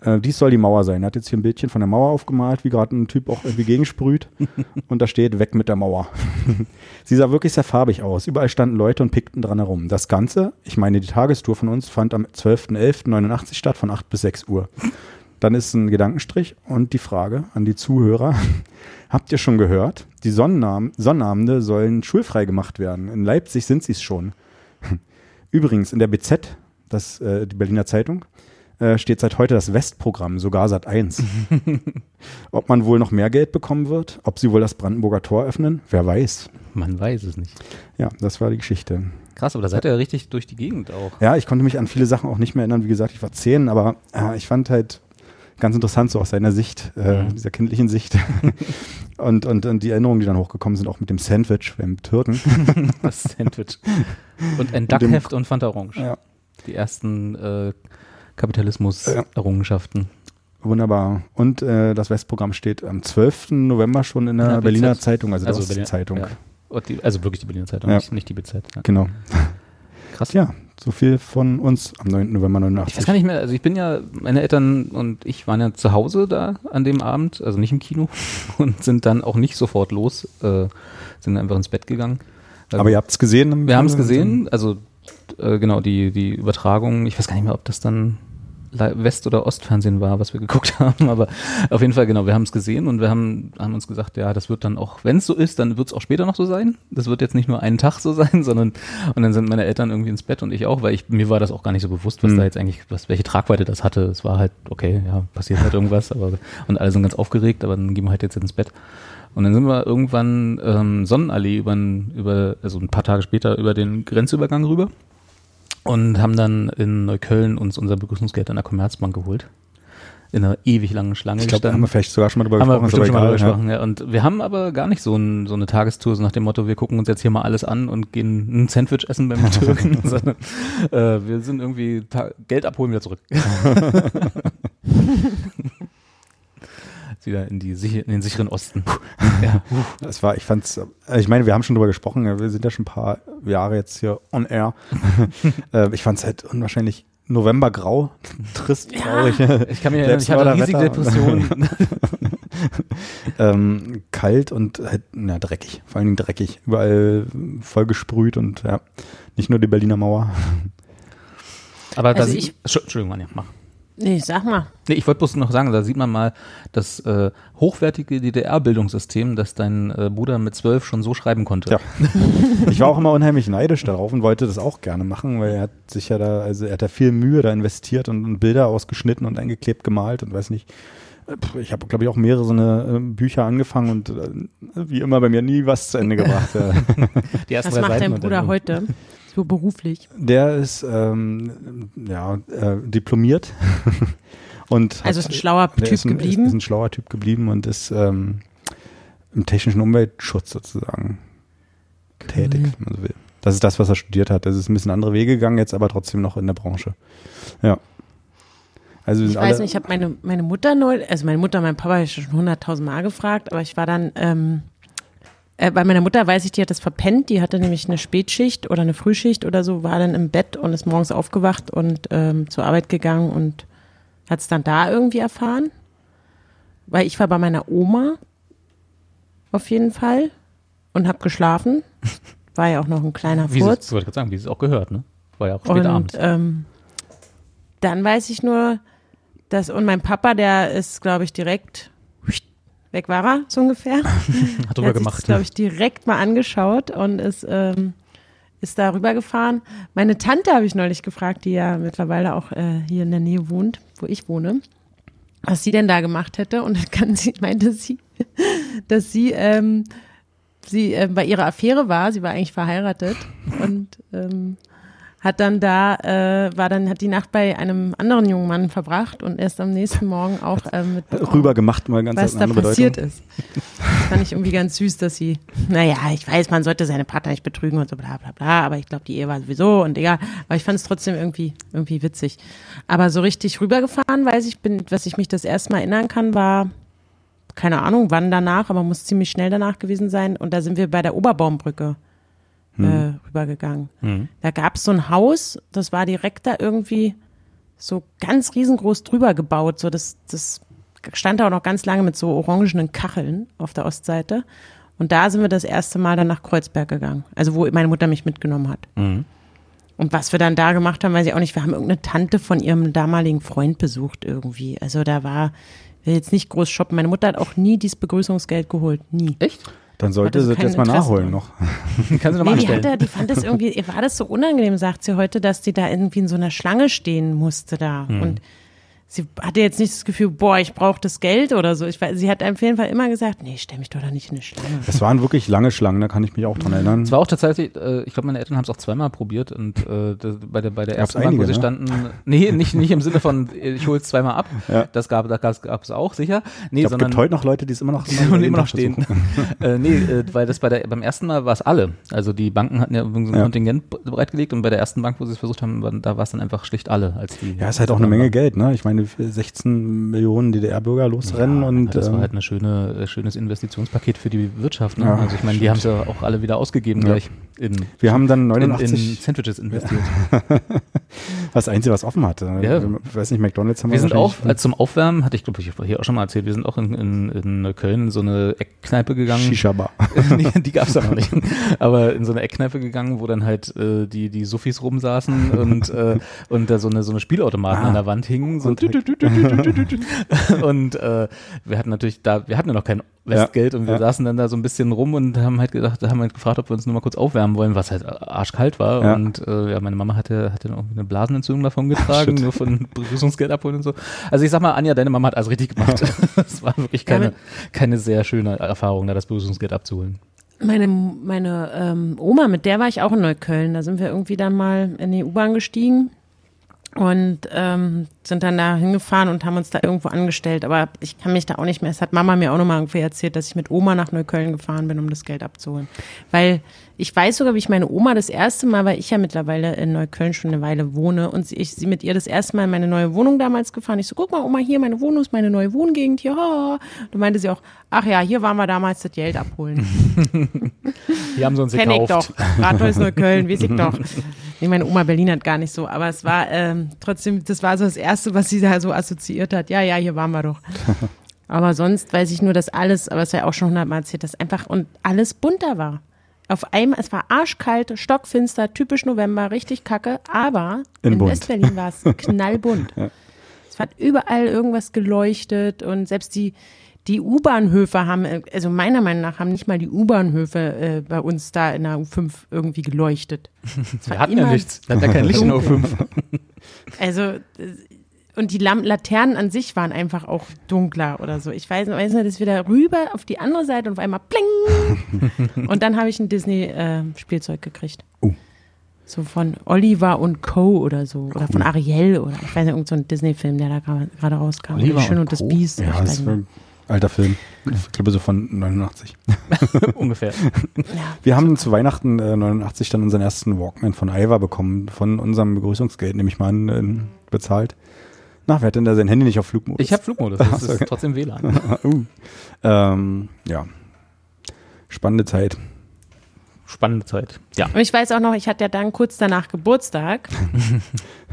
Speaker 2: Äh, dies soll die Mauer sein. Er hat jetzt hier ein Bildchen von der Mauer aufgemalt, wie gerade ein Typ auch irgendwie gegensprüht. und da steht, weg mit der Mauer. Sie sah wirklich sehr farbig aus. Überall standen Leute und pickten dran herum. Das Ganze, ich meine, die Tagestour von uns fand am 12.11.89 statt, von 8 bis 6 Uhr. Dann ist ein Gedankenstrich und die Frage an die Zuhörer. Habt ihr schon gehört? Die Sonnenab Sonnenabende sollen schulfrei gemacht werden. In Leipzig sind sie es schon. Übrigens, in der BZ, das, äh, die Berliner Zeitung, äh, steht seit heute das Westprogramm, sogar Sat 1. Ob man wohl noch mehr Geld bekommen wird? Ob sie wohl das Brandenburger Tor öffnen? Wer weiß.
Speaker 1: Man weiß es nicht.
Speaker 2: Ja, das war die Geschichte.
Speaker 1: Krass, aber da seid ihr ja richtig durch die Gegend auch.
Speaker 2: Ja, ich konnte mich an viele Sachen auch nicht mehr erinnern. Wie gesagt, ich war zehn, aber äh, ich fand halt ganz interessant, so aus seiner Sicht, äh,
Speaker 1: Mhm.
Speaker 2: dieser kindlichen Sicht. und, und, und die Erinnerungen, die dann hochgekommen sind, auch mit dem Sandwich beim Türken.
Speaker 1: Das Sandwich. Und ein
Speaker 2: dem-
Speaker 1: Duckheft und Fanta Orange.
Speaker 2: Ja.
Speaker 1: Die ersten äh, Kapitalismus-Errungenschaften.
Speaker 2: Wunderbar. Und äh, das Westprogramm steht am 12. November schon in der
Speaker 1: Ja, BZ.
Speaker 2: Berliner Zeitung, also, der
Speaker 1: Berlin-
Speaker 2: Ostzeitung.
Speaker 1: ja. Und die, also wirklich die Berliner Zeitung,
Speaker 2: Ja.
Speaker 1: nicht, nicht die BZ. Ja.
Speaker 2: Genau.
Speaker 1: Krass.
Speaker 2: Ja, so viel von uns am 9. November
Speaker 1: Ich weiß gar
Speaker 2: 89.
Speaker 1: nicht mehr, also ich bin ja, meine Eltern und ich waren ja zu Hause da an dem Abend, also nicht im Kino und sind dann auch nicht sofort los, äh, sind einfach ins Bett gegangen.
Speaker 2: Aber ihr habt es gesehen? im
Speaker 1: also Wir haben es
Speaker 2: Fernsehen?
Speaker 1: gesehen, also äh, genau, die, die Übertragung, ich weiß gar nicht mehr, ob das dann Li- West- oder Ostfernsehen war, was wir geguckt haben, aber auf jeden Fall, genau, wir haben es gesehen und wir haben, haben uns gesagt, ja, das wird dann auch, wenn es so ist, dann wird es auch später noch so sein. Das wird jetzt nicht nur einen Tag so sein, sondern und dann sind meine Eltern irgendwie ins Bett und ich auch, weil ich, mir war das auch gar nicht so bewusst, was da jetzt eigentlich, was, welche Tragweite das hatte. Es war halt, okay, ja, passiert halt irgendwas, aber und alle sind ganz aufgeregt, aber dann gehen wir halt jetzt ins Bett. Und dann sind wir irgendwann ähm, Sonnenallee über, über, also ein paar Tage später über den Grenzübergang rüber und haben dann in Neukölln uns unser Begrüßungsgeld an der Commerzbank geholt. In einer ewig langen Schlange
Speaker 2: Ich glaube, da haben
Speaker 1: gestanden.
Speaker 2: wir vielleicht sogar schon mal drüber
Speaker 1: Haben wir
Speaker 2: gesprochen. ist
Speaker 1: bestimmt schon mal
Speaker 2: aber
Speaker 1: drüber
Speaker 2: egal,
Speaker 1: gesprochen, ja. Und wir haben aber gar nicht so, ein, so eine Tagestour, so nach dem Motto, wir gucken uns jetzt hier mal alles an und gehen ein Sandwich essen beim Türken, sondern äh, wir sind irgendwie ta- Geld abholen wieder zurück. Ist wieder in, die, sicher- in den sicheren Osten. ja.
Speaker 2: ja. Es war, ich fand's, äh, ich meine, wir haben schon drüber gesprochen, ja, wir sind ja schon ein paar Jahre jetzt hier on air. Äh, ich fand's halt unwahrscheinlich Novembergrau, trist, traurig,
Speaker 1: Ich kann mich erinnern,
Speaker 2: Selbst
Speaker 1: ich hatte
Speaker 2: war da
Speaker 1: eine riesige
Speaker 2: Wetter.
Speaker 1: Depression.
Speaker 2: ähm, kalt und halt, na, dreckig, vor allen Dingen dreckig, überall äh, voll gesprüht und ja, nicht nur die Berliner Mauer.
Speaker 1: Aber da
Speaker 3: Also
Speaker 1: sieht,
Speaker 3: ich-
Speaker 1: Entschu- Entschuldigung, Anja, mach.
Speaker 3: Nee, sag mal.
Speaker 1: Nee, ich wollte bloß noch sagen, da sieht man mal das äh, hochwertige DDR-Bildungssystem, das dein äh, Bruder mit zwölf schon so schreiben konnte.
Speaker 2: Ja. Ich war auch immer unheimlich neidisch darauf und wollte das auch gerne machen, weil er hat sich ja da, also er hat da viel Mühe da investiert und, und Bilder ausgeschnitten und eingeklebt gemalt und weiß nicht. Äh, pf, Ich habe, glaube ich, auch mehrere so eine äh, Bücher angefangen und äh, wie immer bei mir nie was zu Ende gebracht. Ja.
Speaker 1: Die ersten
Speaker 3: Was
Speaker 1: drei
Speaker 3: macht
Speaker 1: Seiten
Speaker 3: dein
Speaker 1: und
Speaker 3: Bruder
Speaker 1: dann-
Speaker 3: heute? So beruflich.
Speaker 2: Der ist ähm, ja äh, diplomiert und hat-
Speaker 3: Also ist ein schlauer
Speaker 2: der
Speaker 3: Typ
Speaker 2: ist ein, Ist, ist
Speaker 3: geblieben.
Speaker 2: ein schlauer Typ geblieben und ist ähm, im technischen Umweltschutz sozusagen tätig, wenn man so will. Das ist das, was er studiert hat. Das ist ein bisschen andere Wege gegangen, jetzt aber trotzdem noch in der Branche. Ja. Also wir
Speaker 3: Ich
Speaker 2: sind alle,
Speaker 3: weiß nicht, ich habe meine, meine Mutter neu, also meine Mutter, mein Papa habe ich schon hunderttausend Mal gefragt, aber ich war dann, ähm, äh, bei meiner Mutter weiß ich, die hat das verpennt, die hatte nämlich eine Spätschicht oder eine Frühschicht oder so, war dann im Bett und ist morgens aufgewacht und ähm, zur Arbeit gegangen und hat es dann da irgendwie erfahren. Weil ich war bei meiner Oma auf jeden Fall und habe geschlafen. War ja auch noch ein kleiner
Speaker 1: Wie
Speaker 3: Furz.
Speaker 1: Sie, wollte ich gerade sagen, wie Sie es auch gehört, ne? War ja auch spät
Speaker 3: Und
Speaker 1: abends.
Speaker 3: ähm, dann weiß ich nur, dass, und mein Papa, der ist, glaube ich, direkt weg war er, so ungefähr.
Speaker 1: Hat
Speaker 3: Der
Speaker 1: drüber
Speaker 3: hat sich
Speaker 1: gemacht. ne?
Speaker 3: glaube ich, direkt mal angeschaut und ist, ähm, ist da rübergefahren. Meine Tante habe ich neulich gefragt, die ja mittlerweile auch äh, hier in der Nähe wohnt, wo ich wohne, was sie denn da gemacht hätte. Und dann kann sie, meinte sie, dass sie, ähm, sie äh, bei ihrer Affäre war, sie war eigentlich verheiratet und ähm, hat dann da, äh, war dann, hat die Nacht bei einem anderen jungen Mann verbracht und erst am nächsten Morgen auch ähm, mit
Speaker 2: rüber gemacht, mal ganz
Speaker 3: was
Speaker 2: eine
Speaker 3: da
Speaker 2: andere
Speaker 3: passiert
Speaker 2: Bedeutung.
Speaker 3: ist. Das fand ich irgendwie ganz süß, dass sie, naja, ich weiß, man sollte seine Partner nicht betrügen und so bla bla bla, aber ich glaube, die Ehe war sowieso und egal. Aber ich fand es trotzdem irgendwie, irgendwie witzig. Aber so richtig rübergefahren, weiß ich, bin, was ich mich das erste Mal erinnern kann, war, keine Ahnung, wann danach, aber muss ziemlich schnell danach gewesen sein. Und da sind wir bei der Oberbaumbrücke
Speaker 2: Hm.
Speaker 3: äh, rübergegangen. Da gab es so ein Haus, das war direkt da irgendwie so ganz riesengroß drüber gebaut. So das, das stand da auch noch ganz lange mit so orangenen Kacheln auf der Ostseite. Und da sind wir das erste Mal dann nach Kreuzberg gegangen. Also wo meine Mutter mich mitgenommen hat. Und was wir dann da gemacht haben, weiß ich auch nicht. Wir haben irgendeine Tante von ihrem damaligen Freund besucht irgendwie. Also da war ich will jetzt nicht groß shoppen. Meine Mutter hat auch nie dieses Begrüßungsgeld geholt. Nie.
Speaker 1: Echt?
Speaker 2: Dann sollte
Speaker 3: Hatte
Speaker 2: sie
Speaker 3: so
Speaker 2: das jetzt mal
Speaker 3: kein Interesse
Speaker 2: nachholen
Speaker 3: dran.
Speaker 2: noch.
Speaker 1: Kann sie nochmal
Speaker 3: Nee, die,
Speaker 1: anstellen.
Speaker 3: hatte, die fand das irgendwie, ihr war das so unangenehm, sagt sie heute, dass die da irgendwie in so einer Schlange stehen musste da. Und sie hatte jetzt nicht das Gefühl, boah, ich brauche das Geld oder so. Ich, weiß- sie hat auf jeden Fall immer gesagt, nee, stell mich doch da nicht in eine Schlange.
Speaker 2: Das waren wirklich lange Schlangen, da kann ich mich auch dran erinnern.
Speaker 1: Es war auch tatsächlich, äh, ich glaube, meine Eltern haben es auch zweimal probiert und äh, das, bei der, bei der
Speaker 2: Gab's
Speaker 1: ersten Bank, wo
Speaker 2: einige,
Speaker 1: sie
Speaker 2: ne?
Speaker 1: standen, nee, nicht, nicht im Sinne von, äh, ich hole es zweimal ab, das gab es das gab's auch sicher, nee,
Speaker 2: Ich glaube, es
Speaker 1: sondern
Speaker 2: gibt heute noch Leute, die es immer noch,
Speaker 1: Die sollen immer noch
Speaker 2: versuchen.
Speaker 1: stehen. äh, nee, äh, weil das bei der, beim ersten Mal war es alle. Also die Banken hatten ja irgendwie so ein
Speaker 2: Ja.
Speaker 1: Kontingent b- bereitgelegt und bei der ersten Bank, wo sie es versucht haben, waren, da war es dann einfach schlicht alle. Als die
Speaker 2: Ja, ist halt auch eine Menge Geld, ne? Ich meine, 16 Millionen DDR-Bürger losrennen
Speaker 1: Ja,
Speaker 2: und
Speaker 1: das war
Speaker 2: ähm,
Speaker 1: halt ein schöne, äh, schönes Investitionspaket für die Wirtschaft. Ne?
Speaker 2: Ja,
Speaker 1: also ich meine, die haben es ja auch alle wieder ausgegeben
Speaker 2: Ja.
Speaker 1: gleich in,
Speaker 2: ähm, wir haben dann
Speaker 1: in, in
Speaker 2: 89
Speaker 1: Sandwiches investiert.
Speaker 2: Das Einzige, was offen hatte. Also,
Speaker 1: Ja.
Speaker 2: Ich weiß nicht, McDonalds haben
Speaker 1: Wir sind auch,
Speaker 2: wahrscheinlich-
Speaker 1: als zum Aufwärmen, hatte ich glaube ich hier auch schon mal erzählt, wir sind auch in, in, in Köln in so eine Eckkneipe gegangen.
Speaker 2: Shisha-Bar.
Speaker 3: Oh,
Speaker 1: Nee, die gab's da noch nicht. Aber in so eine Eckkneipe gegangen, wo dann halt äh, die, die Suffis rumsaßen und, äh, und da so eine, so eine Spielautomaten an der Wand hingen. So
Speaker 2: Und
Speaker 1: tüt, tüt, tüt, tüt, tüt, tüt, tüt. und äh, wir hatten natürlich da, wir hatten ja noch kein Westgeld und wir
Speaker 2: ja.
Speaker 1: saßen dann da so ein bisschen rum und haben halt gedacht, haben halt gefragt, ob wir uns nur mal kurz aufwärmen wollen, was halt arschkalt war.
Speaker 2: Ja.
Speaker 1: Und äh, ja, meine Mama hatte, hatte dann irgendwie eine Entzündung davon getragen, nur von Begrüßungsgeld abholen und so. Also ich sag mal, Anja, deine Mama hat alles richtig gemacht. Es war wirklich keine, keine sehr schöne Erfahrung, da das Begrüßungsgeld abzuholen.
Speaker 3: Meine, meine ähm, Oma, mit der war ich auch in Neukölln. Da sind wir irgendwie dann mal in die U-Bahn gestiegen und ähm, sind dann da hingefahren und haben uns da irgendwo angestellt. Aber ich kann mich da auch nicht mehr. Es hat Mama mir auch nochmal irgendwie erzählt, dass ich mit Oma nach Neukölln gefahren bin, um das Geld abzuholen. Weil ich weiß sogar, wie ich meine Oma das erste Mal, weil ich ja mittlerweile in Neukölln schon eine Weile wohne und sie- ich sie mit ihr das erste Mal in meine neue Wohnung damals gefahren. Ich so, guck mal, Oma, hier meine Wohnung ist meine neue Wohngegend hier. Ha. Und da meinte sie auch, ach ja, hier waren wir damals das Geld abholen.
Speaker 1: Die haben sie uns
Speaker 3: Kenn ich
Speaker 1: gekauft.
Speaker 3: doch. Rathaus Neukölln, weiß ich doch. Nee, meine Oma Berlin hat gar nicht so, aber es war ähm, trotzdem, das war so das Erste, was sie da so assoziiert hat. Ja, ja, hier waren wir doch. Aber sonst weiß ich nur, dass alles, aber es war ja auch schon hundertmal erzählt, dass einfach und alles bunter war. Auf einmal, es war arschkalt, stockfinster, typisch November, richtig kacke, aber
Speaker 2: In
Speaker 3: in,
Speaker 2: bunt.
Speaker 3: Westberlin war es knallbunt. Es hat überall irgendwas geleuchtet und selbst die, die U-Bahnhöfe haben, äh, also meiner Meinung nach haben nicht mal die U-Bahnhöfe äh, bei uns da in der U5 irgendwie geleuchtet.
Speaker 1: Wir hatten ja
Speaker 3: immer
Speaker 1: nichts. Wir hatten ja kein Licht in der U5.
Speaker 3: Also äh, und die Lam Laternen an sich waren einfach auch dunkler oder so. Ich weiß, weiß nur, dass wir da rüber auf die andere Seite und auf einmal pling. und dann habe ich ein Disney-Spielzeug gekriegt.
Speaker 2: Oh.
Speaker 3: So von Oliver und Co. oder so. Oder von Ariel oder ich weiß nicht, irgend so ein Disney-Film, der da gra- gerade rauskam.
Speaker 1: Oliver
Speaker 3: Schön
Speaker 1: und
Speaker 3: und, das
Speaker 1: Co.?
Speaker 3: Biest. ich
Speaker 2: Ja,
Speaker 3: weiß
Speaker 2: das
Speaker 3: nicht.
Speaker 2: war ein alter Film. Ich glaube so von 89.
Speaker 1: Ungefähr.
Speaker 2: Wir haben zu Weihnachten äh, 89 dann unseren ersten Walkman von Iva bekommen, von unserem Begrüßungsgeld, nehme ich mal an, äh, bezahlt. Na, wer hat denn da sein Handy nicht auf Flugmodus?
Speaker 1: Ich habe Flugmodus. Das
Speaker 2: Ach so, okay.
Speaker 1: ist trotzdem WLAN.
Speaker 2: uh, ähm, ja. Spannende Zeit.
Speaker 1: Spannende Zeit. Ja.
Speaker 3: Und ich weiß auch noch, ich hatte ja dann kurz danach Geburtstag,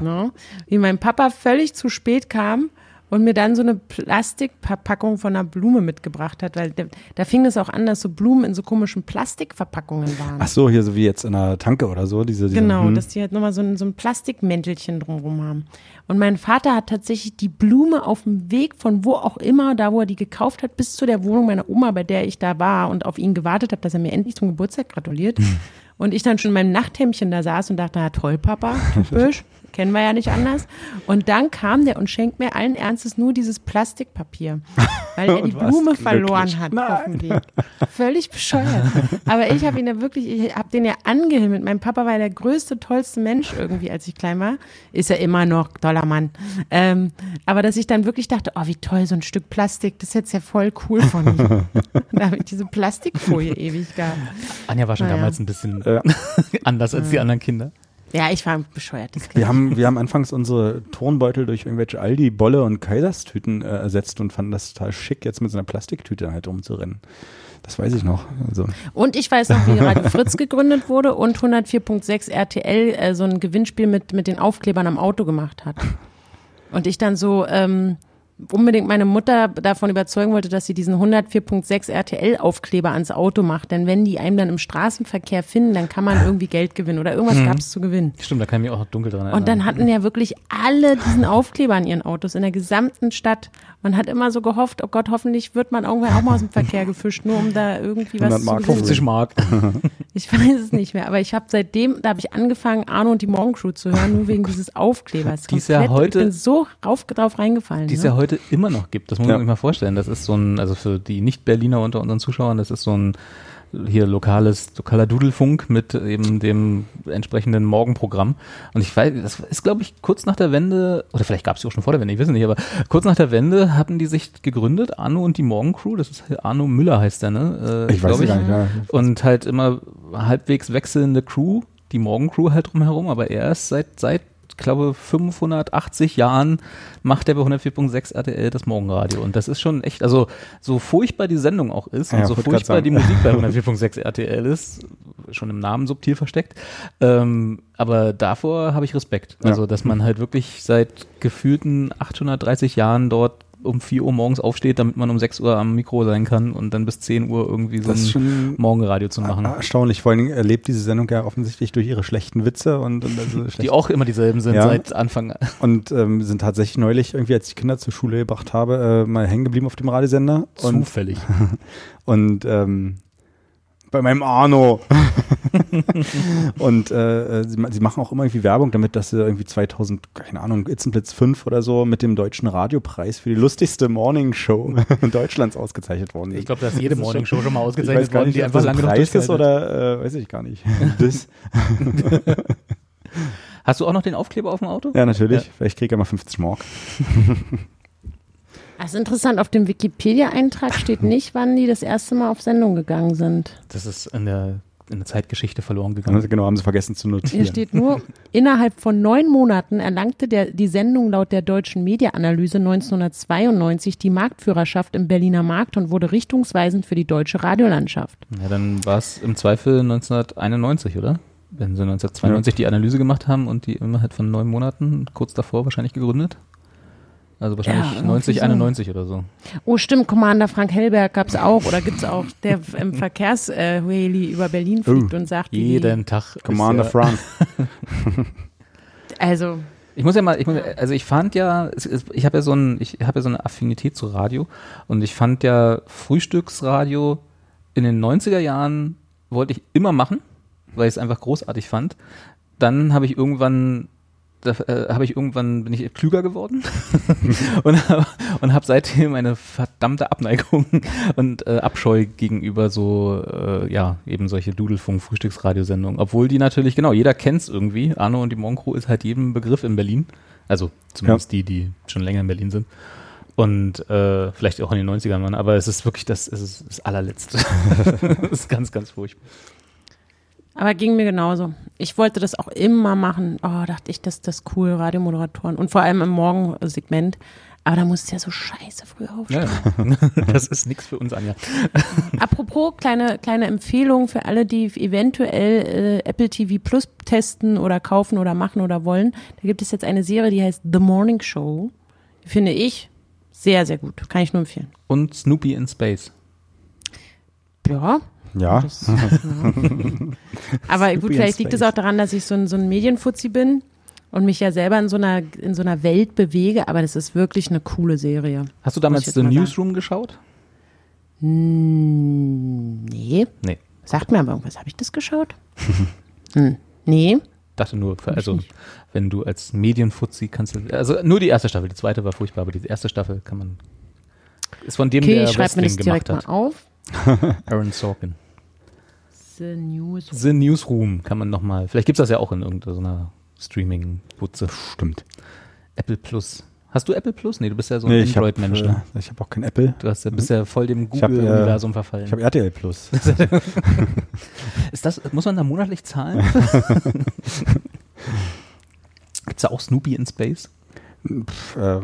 Speaker 3: ne, wie mein Papa völlig zu spät kam und mir dann so eine Plastikverpackung von einer Blume mitgebracht hat, weil da, da fing es auch an, dass so Blumen in so komischen Plastikverpackungen waren.
Speaker 2: Ach so, hier so wie jetzt in einer Tanke oder so. Diese, diese,
Speaker 3: Genau,
Speaker 2: hm.
Speaker 3: dass die halt nochmal so ein, so ein Plastikmäntelchen drumrum haben. Und mein Vater hat tatsächlich die Blume auf dem Weg von wo auch immer, da wo er die gekauft hat, bis zu der Wohnung meiner Oma, bei der ich da war und auf ihn gewartet habe, dass er mir endlich zum Geburtstag gratuliert. Und ich dann schon in meinem Nachthemdchen da saß und dachte, na toll, Papa, typisch, kennen wir ja nicht anders. Und dann kam der und schenkt mir allen Ernstes nur dieses Plastikpapier, weil er
Speaker 2: Und
Speaker 3: die
Speaker 2: warst
Speaker 3: Blume verloren
Speaker 2: glücklich.
Speaker 3: hat
Speaker 2: Nein.
Speaker 3: auf dem Weg. Völlig bescheuert. Aber ich habe ihn ja wirklich, ich habe den ja angehimmelt. Mein Papa war der größte, tollste Mensch irgendwie, als ich klein war. Ist er immer noch, toller Mann. Ähm, aber dass ich dann wirklich dachte, oh, wie toll, so ein Stück Plastik, das ist jetzt ja voll cool von ihm. da habe ich diese Plastikfolie ewig gehabt.
Speaker 1: Anja war schon
Speaker 3: Naja.
Speaker 1: damals ein bisschen
Speaker 2: Ja.
Speaker 1: anders als die anderen Kinder.
Speaker 3: Ja, ich war ein bescheuertes Kind.
Speaker 2: Wir haben, wir haben anfangs unsere Turnbeutel durch irgendwelche Aldi, Bolle und Kaiserstüten äh, ersetzt und fanden das total schick, jetzt mit so einer Plastiktüte halt rumzurennen. Das weiß ich noch. Also,
Speaker 3: Und ich weiß noch, wie Radio Fritz gegründet wurde und 104.6 RTL äh, so ein Gewinnspiel mit, mit den Aufklebern am Auto gemacht hat. Und ich dann so ähm, unbedingt meine Mutter davon überzeugen wollte, dass sie diesen 104.6 RTL-Aufkleber ans Auto macht. Denn wenn die einem dann im Straßenverkehr finden, dann kann man irgendwie Geld gewinnen oder irgendwas gab's zu gewinnen.
Speaker 1: Stimmt, da kann ich mich auch noch dunkel dran erinnern.
Speaker 3: Und dann hatten ja wirklich alle diesen Aufkleber an ihren Autos in der gesamten Stadt. Man hat immer so gehofft, oh Gott, hoffentlich wird man irgendwann auch mal aus dem Verkehr gefischt, nur um da irgendwie was
Speaker 2: 100
Speaker 3: zu
Speaker 2: Mark.
Speaker 3: gewinnen.
Speaker 1: 50 Mark.
Speaker 3: Ich weiß es nicht mehr, aber ich habe seitdem, da habe ich angefangen, Arno und die Morgencrew zu hören, nur wegen dieses Aufklebers.
Speaker 1: Die ist ja
Speaker 3: Komplett-
Speaker 1: heute-
Speaker 3: Ich bin so rauf, drauf reingefallen.
Speaker 1: die es
Speaker 3: ne?
Speaker 1: ja heute immer noch gibt. Das muss
Speaker 2: Ja.
Speaker 1: man sich mal vorstellen. Das ist so ein, also für die Nicht-Berliner unter unseren Zuschauern, das ist so ein hier lokales, lokaler Dudelfunk mit eben dem entsprechenden Morgenprogramm. Und ich weiß, das ist, glaube ich, kurz nach der Wende, oder vielleicht gab es auch schon vor der Wende, ich weiß es nicht, aber kurz nach der Wende hatten die sich gegründet, Arno und die Morgencrew, das ist Arno Müller heißt der, ne? Äh,
Speaker 2: ich weiß
Speaker 1: glaub
Speaker 2: es gar nicht. Ja.
Speaker 1: und halt immer halbwegs wechselnde Crew, die Morgencrew halt drumherum, aber er ist seit, seit glaube 580 Jahren macht er bei 104.6 RTL das Morgenradio und das ist schon echt, also so furchtbar die Sendung auch ist
Speaker 2: Ja,
Speaker 1: und so
Speaker 2: wollte grad
Speaker 1: furchtbar
Speaker 2: sagen.
Speaker 1: die Musik bei 104.6 RTL ist, schon im Namen subtil versteckt, ähm, aber davor habe ich Respekt, also
Speaker 2: Ja.
Speaker 1: dass man halt wirklich seit gefühlten 830 Jahren dort um 4 Uhr morgens aufsteht, damit man um 6 Uhr am Mikro sein kann und dann bis 10 Uhr irgendwie so
Speaker 2: Das ist
Speaker 1: ein
Speaker 2: schon
Speaker 1: Morgenradio zu machen.
Speaker 2: Erstaunlich. Vor allen Dingen erlebt diese Sendung ja offensichtlich durch ihre schlechten Witze und, und, also schlechte-
Speaker 1: Die auch immer dieselben sind
Speaker 2: Ja.
Speaker 1: seit Anfang.
Speaker 2: und ähm, sind tatsächlich neulich irgendwie, als ich Kinder zur Schule gebracht habe, äh, mal hängen geblieben auf dem Radiosender. Und,
Speaker 1: Zufällig.
Speaker 2: und ähm, bei meinem Arno. und äh, sie, ma- sie machen auch immer irgendwie Werbung damit, dass sie irgendwie 2000, keine Ahnung, Itzenblitz 5 oder so mit dem deutschen Radiopreis für die lustigste Morningshow Deutschlands ausgezeichnet worden sind.
Speaker 1: Ich glaube, dass jede
Speaker 2: ist
Speaker 1: Morning Show schon mal
Speaker 2: Ich
Speaker 1: ausgezeichnet
Speaker 2: weiß gar
Speaker 1: worden,
Speaker 2: nicht,
Speaker 1: die
Speaker 2: ob
Speaker 1: einfach
Speaker 2: das ein
Speaker 1: lange
Speaker 2: Preis ist
Speaker 1: genug oder
Speaker 2: oder äh, weiß ich gar nicht. Das,
Speaker 1: Hast du auch noch den Aufkleber auf dem Auto?
Speaker 2: ja, natürlich. Vielleicht kriege ich ja mal 50 Mark.
Speaker 3: Das ist interessant, auf dem Wikipedia-Eintrag steht nicht, wann die das erste Mal auf Sendung gegangen sind.
Speaker 1: Das ist in der, in der Zeitgeschichte verloren
Speaker 2: Haben sie-
Speaker 1: gegangen.
Speaker 2: Genau, haben sie vergessen zu notieren.
Speaker 3: Hier steht nur, innerhalb von neun Monaten erlangte der, die Sendung laut der deutschen Mediaanalyse 1992 die Marktführerschaft im Berliner Markt und wurde richtungsweisend für die deutsche Radiolandschaft.
Speaker 1: Ja, dann war es im Zweifel 1991, oder? Wenn sie 1992 die Analyse gemacht haben und die innerhalb von neun Monaten, kurz davor wahrscheinlich gegründet. Also wahrscheinlich
Speaker 3: irgendwie
Speaker 1: 90,
Speaker 3: so.
Speaker 1: 91 oder so.
Speaker 3: Oh, stimmt, Commander Frank Hellberg gab's auch oder gibt's auch, der im Verkehrs-Heli über Berlin fliegt und sagt, wie-
Speaker 1: Jeden Tag. ist äh,
Speaker 2: Commander
Speaker 1: ja-
Speaker 2: Frank.
Speaker 3: also
Speaker 1: Ich muss ja mal, ich muss, also ich fand ja, es, es, ich habe ja so ein, ich habe ja so eine Affinität zu Radio und ich fand ja Frühstücksradio in den 90er Jahren wollte ich immer machen, weil ich es einfach großartig fand. Dann habe ich irgendwann da, äh, habe ich irgendwann bin ich klüger geworden und hab- und habe seitdem eine verdammte Abneigung und äh, Abscheu gegenüber so äh, ja eben solche Dudelfunk Frühstücksradiosendungen obwohl die natürlich genau jeder kennt's irgendwie Arno und die Monkro ist halt jedem Begriff in Berlin also zumindest die die schon länger in Berlin sind und äh, vielleicht auch in den 90ern waren aber es ist wirklich das es ist das allerletzte das ist ganz ganz furchtbar
Speaker 3: Aber ging mir genauso. Ich wollte das auch immer machen. Oh, dachte ich, das ist das cool, Radiomoderatoren. Und vor allem im Morgensegment. Aber da musst du ja so scheiße früh aufstehen.
Speaker 1: ja, das ist nichts für uns Anja
Speaker 3: Apropos, kleine, kleine Empfehlung für alle, die eventuell äh, Apple TV Plus testen oder kaufen oder machen oder wollen. Da gibt es jetzt eine Serie, die heißt The Morning Show. Die Finde ich sehr, sehr gut. Kann ich nur empfehlen.
Speaker 1: und Snoopy in Space
Speaker 3: Ja,
Speaker 2: Ja.
Speaker 3: Das, ja. Aber gut,
Speaker 2: in
Speaker 3: vielleicht liegt es
Speaker 2: Space.
Speaker 3: auch daran, dass ich so ein, so ein Medienfuzzi bin und mich ja selber in so, einer, in so einer Welt bewege, aber das ist wirklich eine coole Serie.
Speaker 1: Hast du damals
Speaker 3: Muss ich jetzt
Speaker 1: The
Speaker 3: mal sagen.
Speaker 1: Newsroom geschaut?
Speaker 3: Nee,
Speaker 1: Nee.
Speaker 3: sagt mir aber irgendwas. Habe ich das geschaut? hm. Nee,
Speaker 1: Dachte nur, also wenn du als Medienfuzzi kannst du, also nur die erste Staffel, die zweite war furchtbar, aber die erste Staffel kann man, ist von dem,
Speaker 3: okay,
Speaker 1: der
Speaker 3: ich schreibe mir das
Speaker 1: Wrestling
Speaker 3: direkt
Speaker 1: gemacht
Speaker 3: mal
Speaker 1: hat,
Speaker 3: auf.
Speaker 1: Aaron Sorkin.
Speaker 3: The News.
Speaker 1: The Newsroom kann man nochmal, vielleicht gibt's das ja auch in irgendeiner Streaming-Butze.
Speaker 2: Stimmt.
Speaker 1: Apple Plus. Hast du Apple Plus? Nee, du bist ja so ein
Speaker 2: Nee, ich habe
Speaker 1: Android-Mensch. Ne?
Speaker 2: äh, ich hab auch kein Apple.
Speaker 1: Du hast ja, bist ja voll dem
Speaker 2: hab, äh,
Speaker 1: Google-Universum verfallen.
Speaker 2: Ich habe RTL Plus.
Speaker 1: Ist das, muss man da monatlich zahlen? Gibt's da auch Snoopy in Space?
Speaker 2: Pff, äh,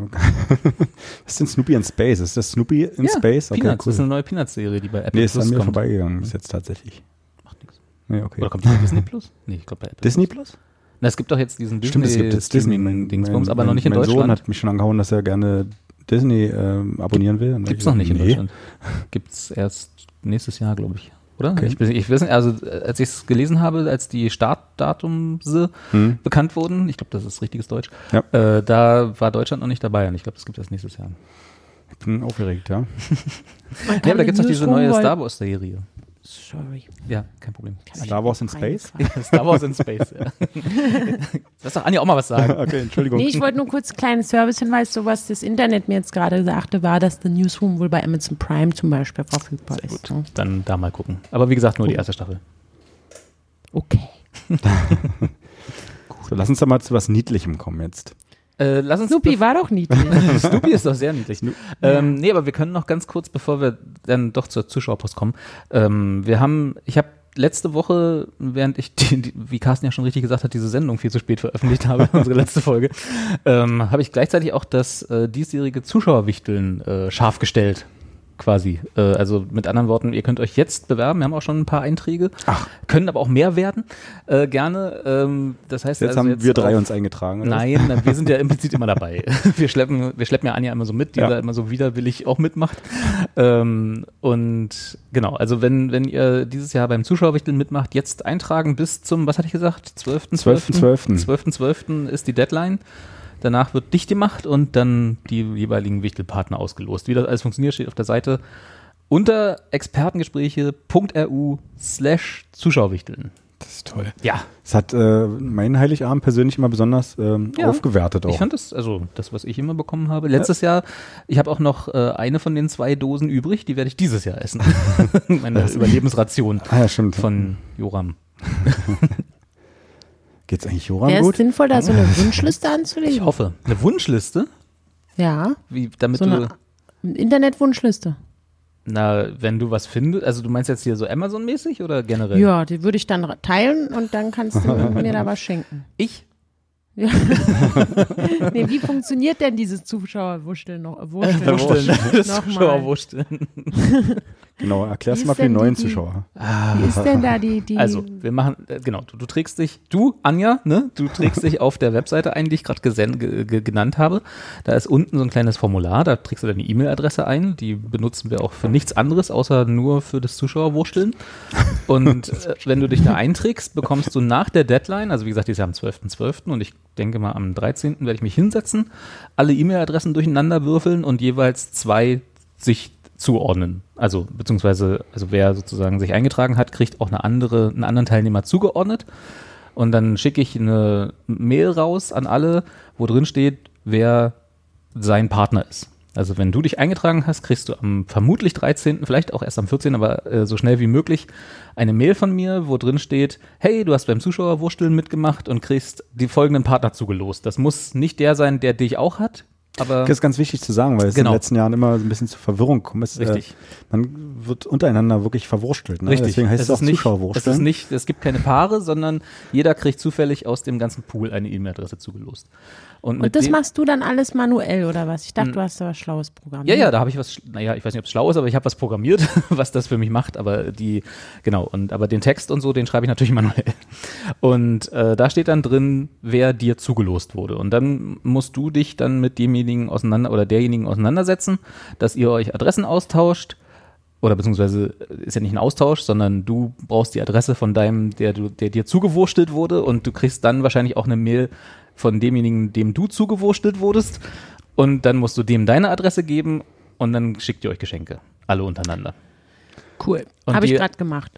Speaker 2: was ist denn Snoopy in Space? Ist das Snoopy in Space?
Speaker 1: Peanuts. Das ist eine neue Peanuts-Serie, die bei Apple
Speaker 2: Nee, ist an
Speaker 1: Plus
Speaker 2: mir
Speaker 1: kommt.
Speaker 2: vorbeigegangen bis jetzt tatsächlich.
Speaker 1: Macht nix.
Speaker 2: Nee, okay.
Speaker 1: Oder kommt die bei Disney Plus? Nee, ich glaube bei Apple.
Speaker 2: Disney Plus?
Speaker 1: Na, es gibt doch jetzt diesen
Speaker 2: Stimmt, es gibt jetzt Disney. Mein-
Speaker 1: Disney-Dingsbums,
Speaker 2: mein-
Speaker 1: aber noch nicht in
Speaker 2: mein Sohn
Speaker 1: Deutschland.
Speaker 2: hat mich schon angehauen, dass er gerne Disney ähm, abonnieren will. Und
Speaker 1: Gibt's
Speaker 2: ich-
Speaker 1: noch nicht in
Speaker 2: nee.
Speaker 1: Deutschland. Gibt's erst nächstes Jahr, glaube ich. Oder?
Speaker 2: Okay.
Speaker 1: Ich, bin- ich weiß nicht, also äh, als ich es gelesen habe, als die Startdatum
Speaker 2: Hm.
Speaker 1: bekannt wurden, ich glaube, das ist richtiges Deutsch,
Speaker 2: Ja.
Speaker 1: äh, da war Deutschland noch nicht dabei und ich glaube, das gibt erst nächstes Jahr.
Speaker 2: Ich bin aufgeregt, ja.
Speaker 3: Man
Speaker 1: Ja,
Speaker 3: kann
Speaker 1: aber da
Speaker 3: den
Speaker 1: gibt's noch diese
Speaker 3: Newsroom
Speaker 1: neue
Speaker 3: wollen-
Speaker 1: Star Wars-Serie.
Speaker 3: Sorry.
Speaker 1: Ja, kein Problem.
Speaker 2: Star Wars in Space?
Speaker 3: Reingefallen.
Speaker 1: Star Wars in Space, ja. Lass doch Anja auch mal was sagen.
Speaker 2: okay, Entschuldigung.
Speaker 3: Nee, ich wollte nur kurz einen kleinen Servicehinweis, so was das Internet mir jetzt gerade sagte, war, dass The Newsroom wohl bei Amazon Prime zum Beispiel verfügbar ist. ne?
Speaker 1: Dann da mal gucken. Aber wie gesagt, nur die erste Staffel.
Speaker 3: Okay.
Speaker 2: so, lass uns doch mal zu was Niedlichem kommen jetzt.
Speaker 1: Äh, lass uns
Speaker 3: Snoopy war doch niedlich.
Speaker 1: Snoopy ist doch sehr niedlich. Ähm, nee, aber wir können noch ganz kurz, bevor wir dann doch zur Zuschauerpost kommen. Ähm, wir haben, ich habe letzte Woche, während ich, die, die, wie Carsten ja schon richtig gesagt hat, diese Sendung viel zu spät veröffentlicht habe, unsere letzte Folge, ähm, habe ich gleichzeitig auch das äh, diesjährige Zuschauerwichteln äh, scharf gestellt. Quasi. Äh, also mit anderen Worten, ihr könnt euch jetzt bewerben. Wir haben auch schon ein paar Einträge. Ach. Können aber auch mehr werden. Äh, gerne. Ähm, das heißt,
Speaker 2: Jetzt
Speaker 1: also
Speaker 2: haben wir drei
Speaker 1: auf-
Speaker 2: uns eingetragen. oder?
Speaker 1: Nein, na, wir sind ja implizit immer dabei. Wir schleppen, wir schleppen ja Anja immer so mit, die
Speaker 2: Ja.
Speaker 1: da immer so widerwillig auch mitmacht. Ähm, und genau, also wenn, wenn ihr dieses Jahr beim Zuschauerwichteln mitmacht, jetzt eintragen bis zum, was hatte ich gesagt, 12.12.
Speaker 2: 12.12.
Speaker 1: 12.12. ist die Deadline. Danach wird dicht gemacht und dann die jeweiligen Wichtelpartner ausgelost. Wie das alles funktioniert, steht auf der Seite. unter expertengespräche.ru slash Zuschauerwichteln.
Speaker 2: Das ist toll.
Speaker 1: Ja,
Speaker 2: Das hat äh, meinen Heiligabend persönlich immer besonders ähm,
Speaker 1: Ja.
Speaker 2: aufgewertet auch.
Speaker 1: ich fand das, also das, was ich immer bekommen habe. Letztes Jahr, ich habe auch noch äh, eine von den zwei Dosen übrig, die werde ich dieses Jahr essen. Meine Überlebensration
Speaker 2: ah ja, stimmt.
Speaker 1: von Joram.
Speaker 2: Geht's eigentlich Joram
Speaker 3: Wäre es
Speaker 2: gut?
Speaker 3: sinnvoll, da so eine Wunschliste
Speaker 1: Ich
Speaker 3: anzulegen?
Speaker 1: hoffe. Eine Wunschliste?
Speaker 3: Ja,
Speaker 1: Wie, damit
Speaker 3: so
Speaker 1: du,
Speaker 3: eine Internet-Wunschliste.
Speaker 1: na, wenn du was findest, also du meinst jetzt hier so Amazon-mäßig oder generell?
Speaker 3: Ja, die würde ich dann ra- teilen und dann kannst du mir da was schenken.
Speaker 1: Ich?
Speaker 3: Ja. nee, wie funktioniert denn dieses Zuschauerwurschteln noch? äh, Wurschteln?
Speaker 1: Das
Speaker 3: Nochmal.
Speaker 1: Zuschauerwursteln.
Speaker 2: Genau, erklär's
Speaker 3: Wie
Speaker 2: mal
Speaker 3: ist
Speaker 2: für die
Speaker 3: denn die-
Speaker 2: neuen
Speaker 3: die-
Speaker 2: Zuschauer.
Speaker 3: Wie ist denn da die, die
Speaker 1: Also, wir machen, äh, genau, du, du trägst dich, du, Anja, ne, du trägst dich auf der Webseite ein, die ich gerade gesen- ge, ge, genannt habe. Da ist unten so ein kleines Formular, da trägst du deine E-Mail-Adresse ein. Die benutzen wir auch für nichts anderes, außer nur für das Zuschauerwurschteln. Und äh, wenn du dich da einträgst, bekommst du nach der Deadline, also wie gesagt, die ist ja am 12.12. und ich denke mal am 13. werde ich mich hinsetzen, alle E-Mail-Adressen durcheinander würfeln und jeweils zwei sich zuordnen. Also beziehungsweise, also wer sozusagen sich eingetragen hat, kriegt auch eine andere, einen anderen Teilnehmer zugeordnet. Und dann schicke ich eine Mail raus an alle, wo drin steht, wer sein Partner ist. Also wenn du dich eingetragen hast, kriegst du am vermutlich 13., vielleicht auch erst am 14., aber äh, so schnell wie möglich eine Mail von mir, wo drin steht, hey, du hast beim Zuschauerwursteln mitgemacht und kriegst die folgenden Partner zugelost. Das muss nicht der sein, der dich auch hat, aber
Speaker 2: Das ist ganz wichtig zu sagen, weil es in
Speaker 1: Genau.
Speaker 2: den letzten Jahren immer so ein bisschen zu Verwirrung gekommen ist.
Speaker 1: Richtig.
Speaker 2: Äh, man wird untereinander wirklich verwurstelt. Ne? Deswegen heißt
Speaker 1: Es
Speaker 2: es auch
Speaker 1: ist nicht, es
Speaker 2: Zuschauerwursteln.
Speaker 1: ist nicht, es gibt keine Paare, sondern jeder kriegt zufällig aus dem ganzen Pool eine E-Mail-Adresse zugelost. mit
Speaker 3: Und das
Speaker 1: dem- Mm.
Speaker 3: machst du dann alles manuell oder was? Ich dachte, du hast da was Schlaues Programm.
Speaker 1: Ja, ja, da habe ich was, sch- naja, ich weiß nicht, ob es schlau ist, aber ich habe was programmiert, was das für mich macht, aber die, genau, und aber den Text und so, den schreibe ich natürlich manuell. Und äh, da steht dann drin, wer dir zugelost wurde. Und dann musst du dich dann mit demjenigen auseinander oder derjenigen auseinandersetzen, dass ihr euch Adressen austauscht. Oder beziehungsweise äh, ist ja nicht ein Austausch, sondern du brauchst die Adresse von deinem, der, du, der dir zugewurstelt wurde und du kriegst dann wahrscheinlich auch eine Mail von demjenigen, dem du zugewurstelt wurdest. Und dann musst du dem deine Adresse geben und dann schickt ihr euch Geschenke. Alle untereinander.
Speaker 3: Cool.
Speaker 1: Und
Speaker 3: Habe ich
Speaker 1: die-
Speaker 3: gerade gemacht.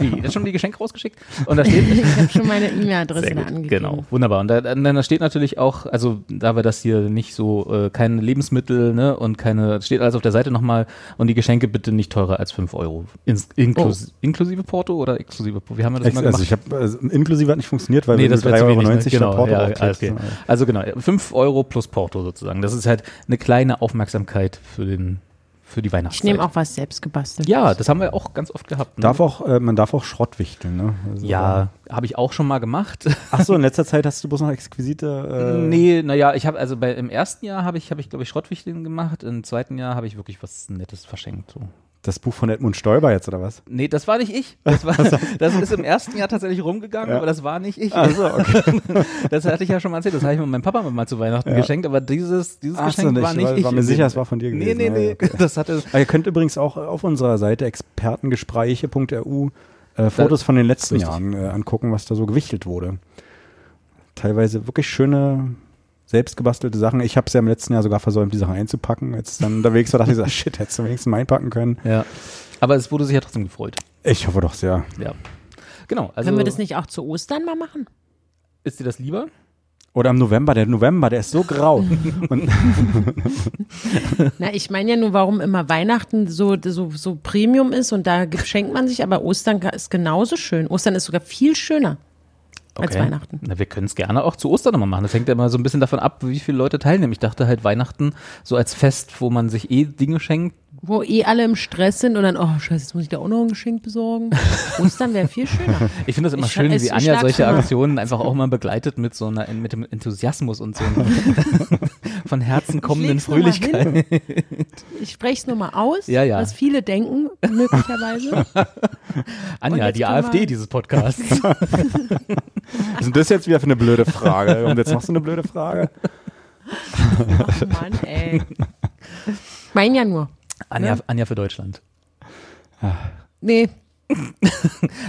Speaker 1: Wie? Jetzt schon die Geschenke rausgeschickt? Und da steht,
Speaker 3: Ich habe schon meine E-Mail-Adresse
Speaker 1: Sehr
Speaker 3: da
Speaker 1: gut,
Speaker 3: angegeben.
Speaker 1: Genau, wunderbar. Und da, dann dann steht natürlich auch, also da wir das hier nicht so, äh, keine Lebensmittel ne, und keine, steht alles auf der Seite nochmal und die Geschenke bitte nicht teurer als 5 Euro. Ins, inklus,
Speaker 3: Oh.
Speaker 1: Inklusive Porto oder exklusive Porto? Wie haben wir das
Speaker 2: Ex-
Speaker 1: mal
Speaker 2: also
Speaker 1: gemacht?
Speaker 2: ich habe also inklusive hat nicht funktioniert, weil
Speaker 1: Nee,
Speaker 2: wenn du
Speaker 1: das wäre zu wenig.
Speaker 2: 3,90 Euro
Speaker 1: Ne?
Speaker 2: statt Porto
Speaker 1: ja,
Speaker 2: draufkriegst,
Speaker 1: okay.
Speaker 2: ne?
Speaker 1: Also genau, 5 Euro plus Porto sozusagen. Das ist halt eine kleine Aufmerksamkeit für, den, für die Weihnachtszeit.
Speaker 3: Ich nehme auch was selbst gebastelt.
Speaker 1: Ja, das haben wir auch ganz oft gehabt. Ne?
Speaker 2: Darf auch, äh, man darf auch Schrott wichteln, ne? Also,
Speaker 1: ja, habe ich auch schon mal gemacht.
Speaker 2: Ach so, in letzter Zeit hast du bloß noch exquisite. Äh,
Speaker 1: Nee, naja, ich habe also bei, im ersten Jahr habe ich, hab ich glaube ich, Schrottwichteln gemacht. Im zweiten Jahr habe ich wirklich was Nettes verschenkt. So.
Speaker 2: Das Buch von Edmund Stoiber jetzt, oder was?
Speaker 1: Nee, das war nicht ich. Das, war, das ist im ersten Jahr tatsächlich rumgegangen, aber das war nicht ich. Also, okay. das hatte ich ja schon mal erzählt. Das habe ich meinem Papa mal zu Weihnachten geschenkt, aber dieses, dieses
Speaker 2: Ach so,
Speaker 1: Geschenk
Speaker 2: nicht.
Speaker 1: war nicht
Speaker 2: War-
Speaker 1: ich.
Speaker 2: war mir sicher, es war von dir
Speaker 1: Nee,
Speaker 2: gewesen.
Speaker 1: nee,
Speaker 2: Ja,
Speaker 1: nee.
Speaker 2: ja, okay.
Speaker 1: Das hatte.
Speaker 2: Ah, ihr könnt übrigens auch auf unserer Seite expertengespräche.ru äh, Fotos von den letzten
Speaker 1: Richtig.
Speaker 2: Jahren äh, angucken, was da so gewichtelt wurde. Teilweise wirklich schöne selbstgebastelte Sachen. Ich habe es ja im letzten Jahr sogar versäumt, die Sachen einzupacken. Als es dann unterwegs war, dachte ich so, shit, hättest du wenigstens mal einpacken können.
Speaker 1: Ja. Aber es wurde sich ja trotzdem gefreut.
Speaker 2: Ich hoffe doch sehr.
Speaker 1: Ja. Genau. Also
Speaker 3: Können wir das nicht auch zu Ostern mal machen?
Speaker 1: Ist dir das lieber?
Speaker 2: Oder im November, der November, der ist so grau. Und
Speaker 3: Na, ich meine ja nur, warum immer Weihnachten so, so, so Premium ist und da ge- schenkt man sich, aber Ostern ga- ist genauso schön. Ostern ist sogar viel schöner als Weihnachten.
Speaker 1: Na, wir können es gerne auch zu Ostern nochmal machen. Das hängt ja immer so ein bisschen davon ab, wie viele Leute teilnehmen. Ich dachte halt Weihnachten so als Fest, wo man sich eh Dinge schenkt.
Speaker 3: Wo eh alle im Stress sind und dann, oh scheiße, jetzt muss ich da auch noch ein Geschenk besorgen. Ostern wäre viel schöner.
Speaker 1: Ich finde das immer
Speaker 3: Ich-
Speaker 1: schön,
Speaker 3: es-
Speaker 1: wie
Speaker 3: ich
Speaker 1: Anja
Speaker 3: schlag
Speaker 1: solche
Speaker 3: schon mal.
Speaker 1: Aktionen einfach auch mal begleitet mit so einer, mit dem Enthusiasmus und so einer von Herzen kommenden
Speaker 3: leg's noch mal hin.
Speaker 1: Fröhlichkeit.
Speaker 3: Ich spreche es nur mal aus,
Speaker 1: Ja, ja.
Speaker 3: was viele denken, möglicherweise. Und
Speaker 1: Anja,
Speaker 3: jetzt
Speaker 1: die
Speaker 3: können wir-
Speaker 1: AfD dieses Podcasts.
Speaker 2: was ist das jetzt wieder für eine blöde Frage? Und jetzt noch so eine blöde Frage?
Speaker 3: Ach Mann, ey. Ich meine ja nur.
Speaker 1: Anja, Anja für Deutschland.
Speaker 3: Nee,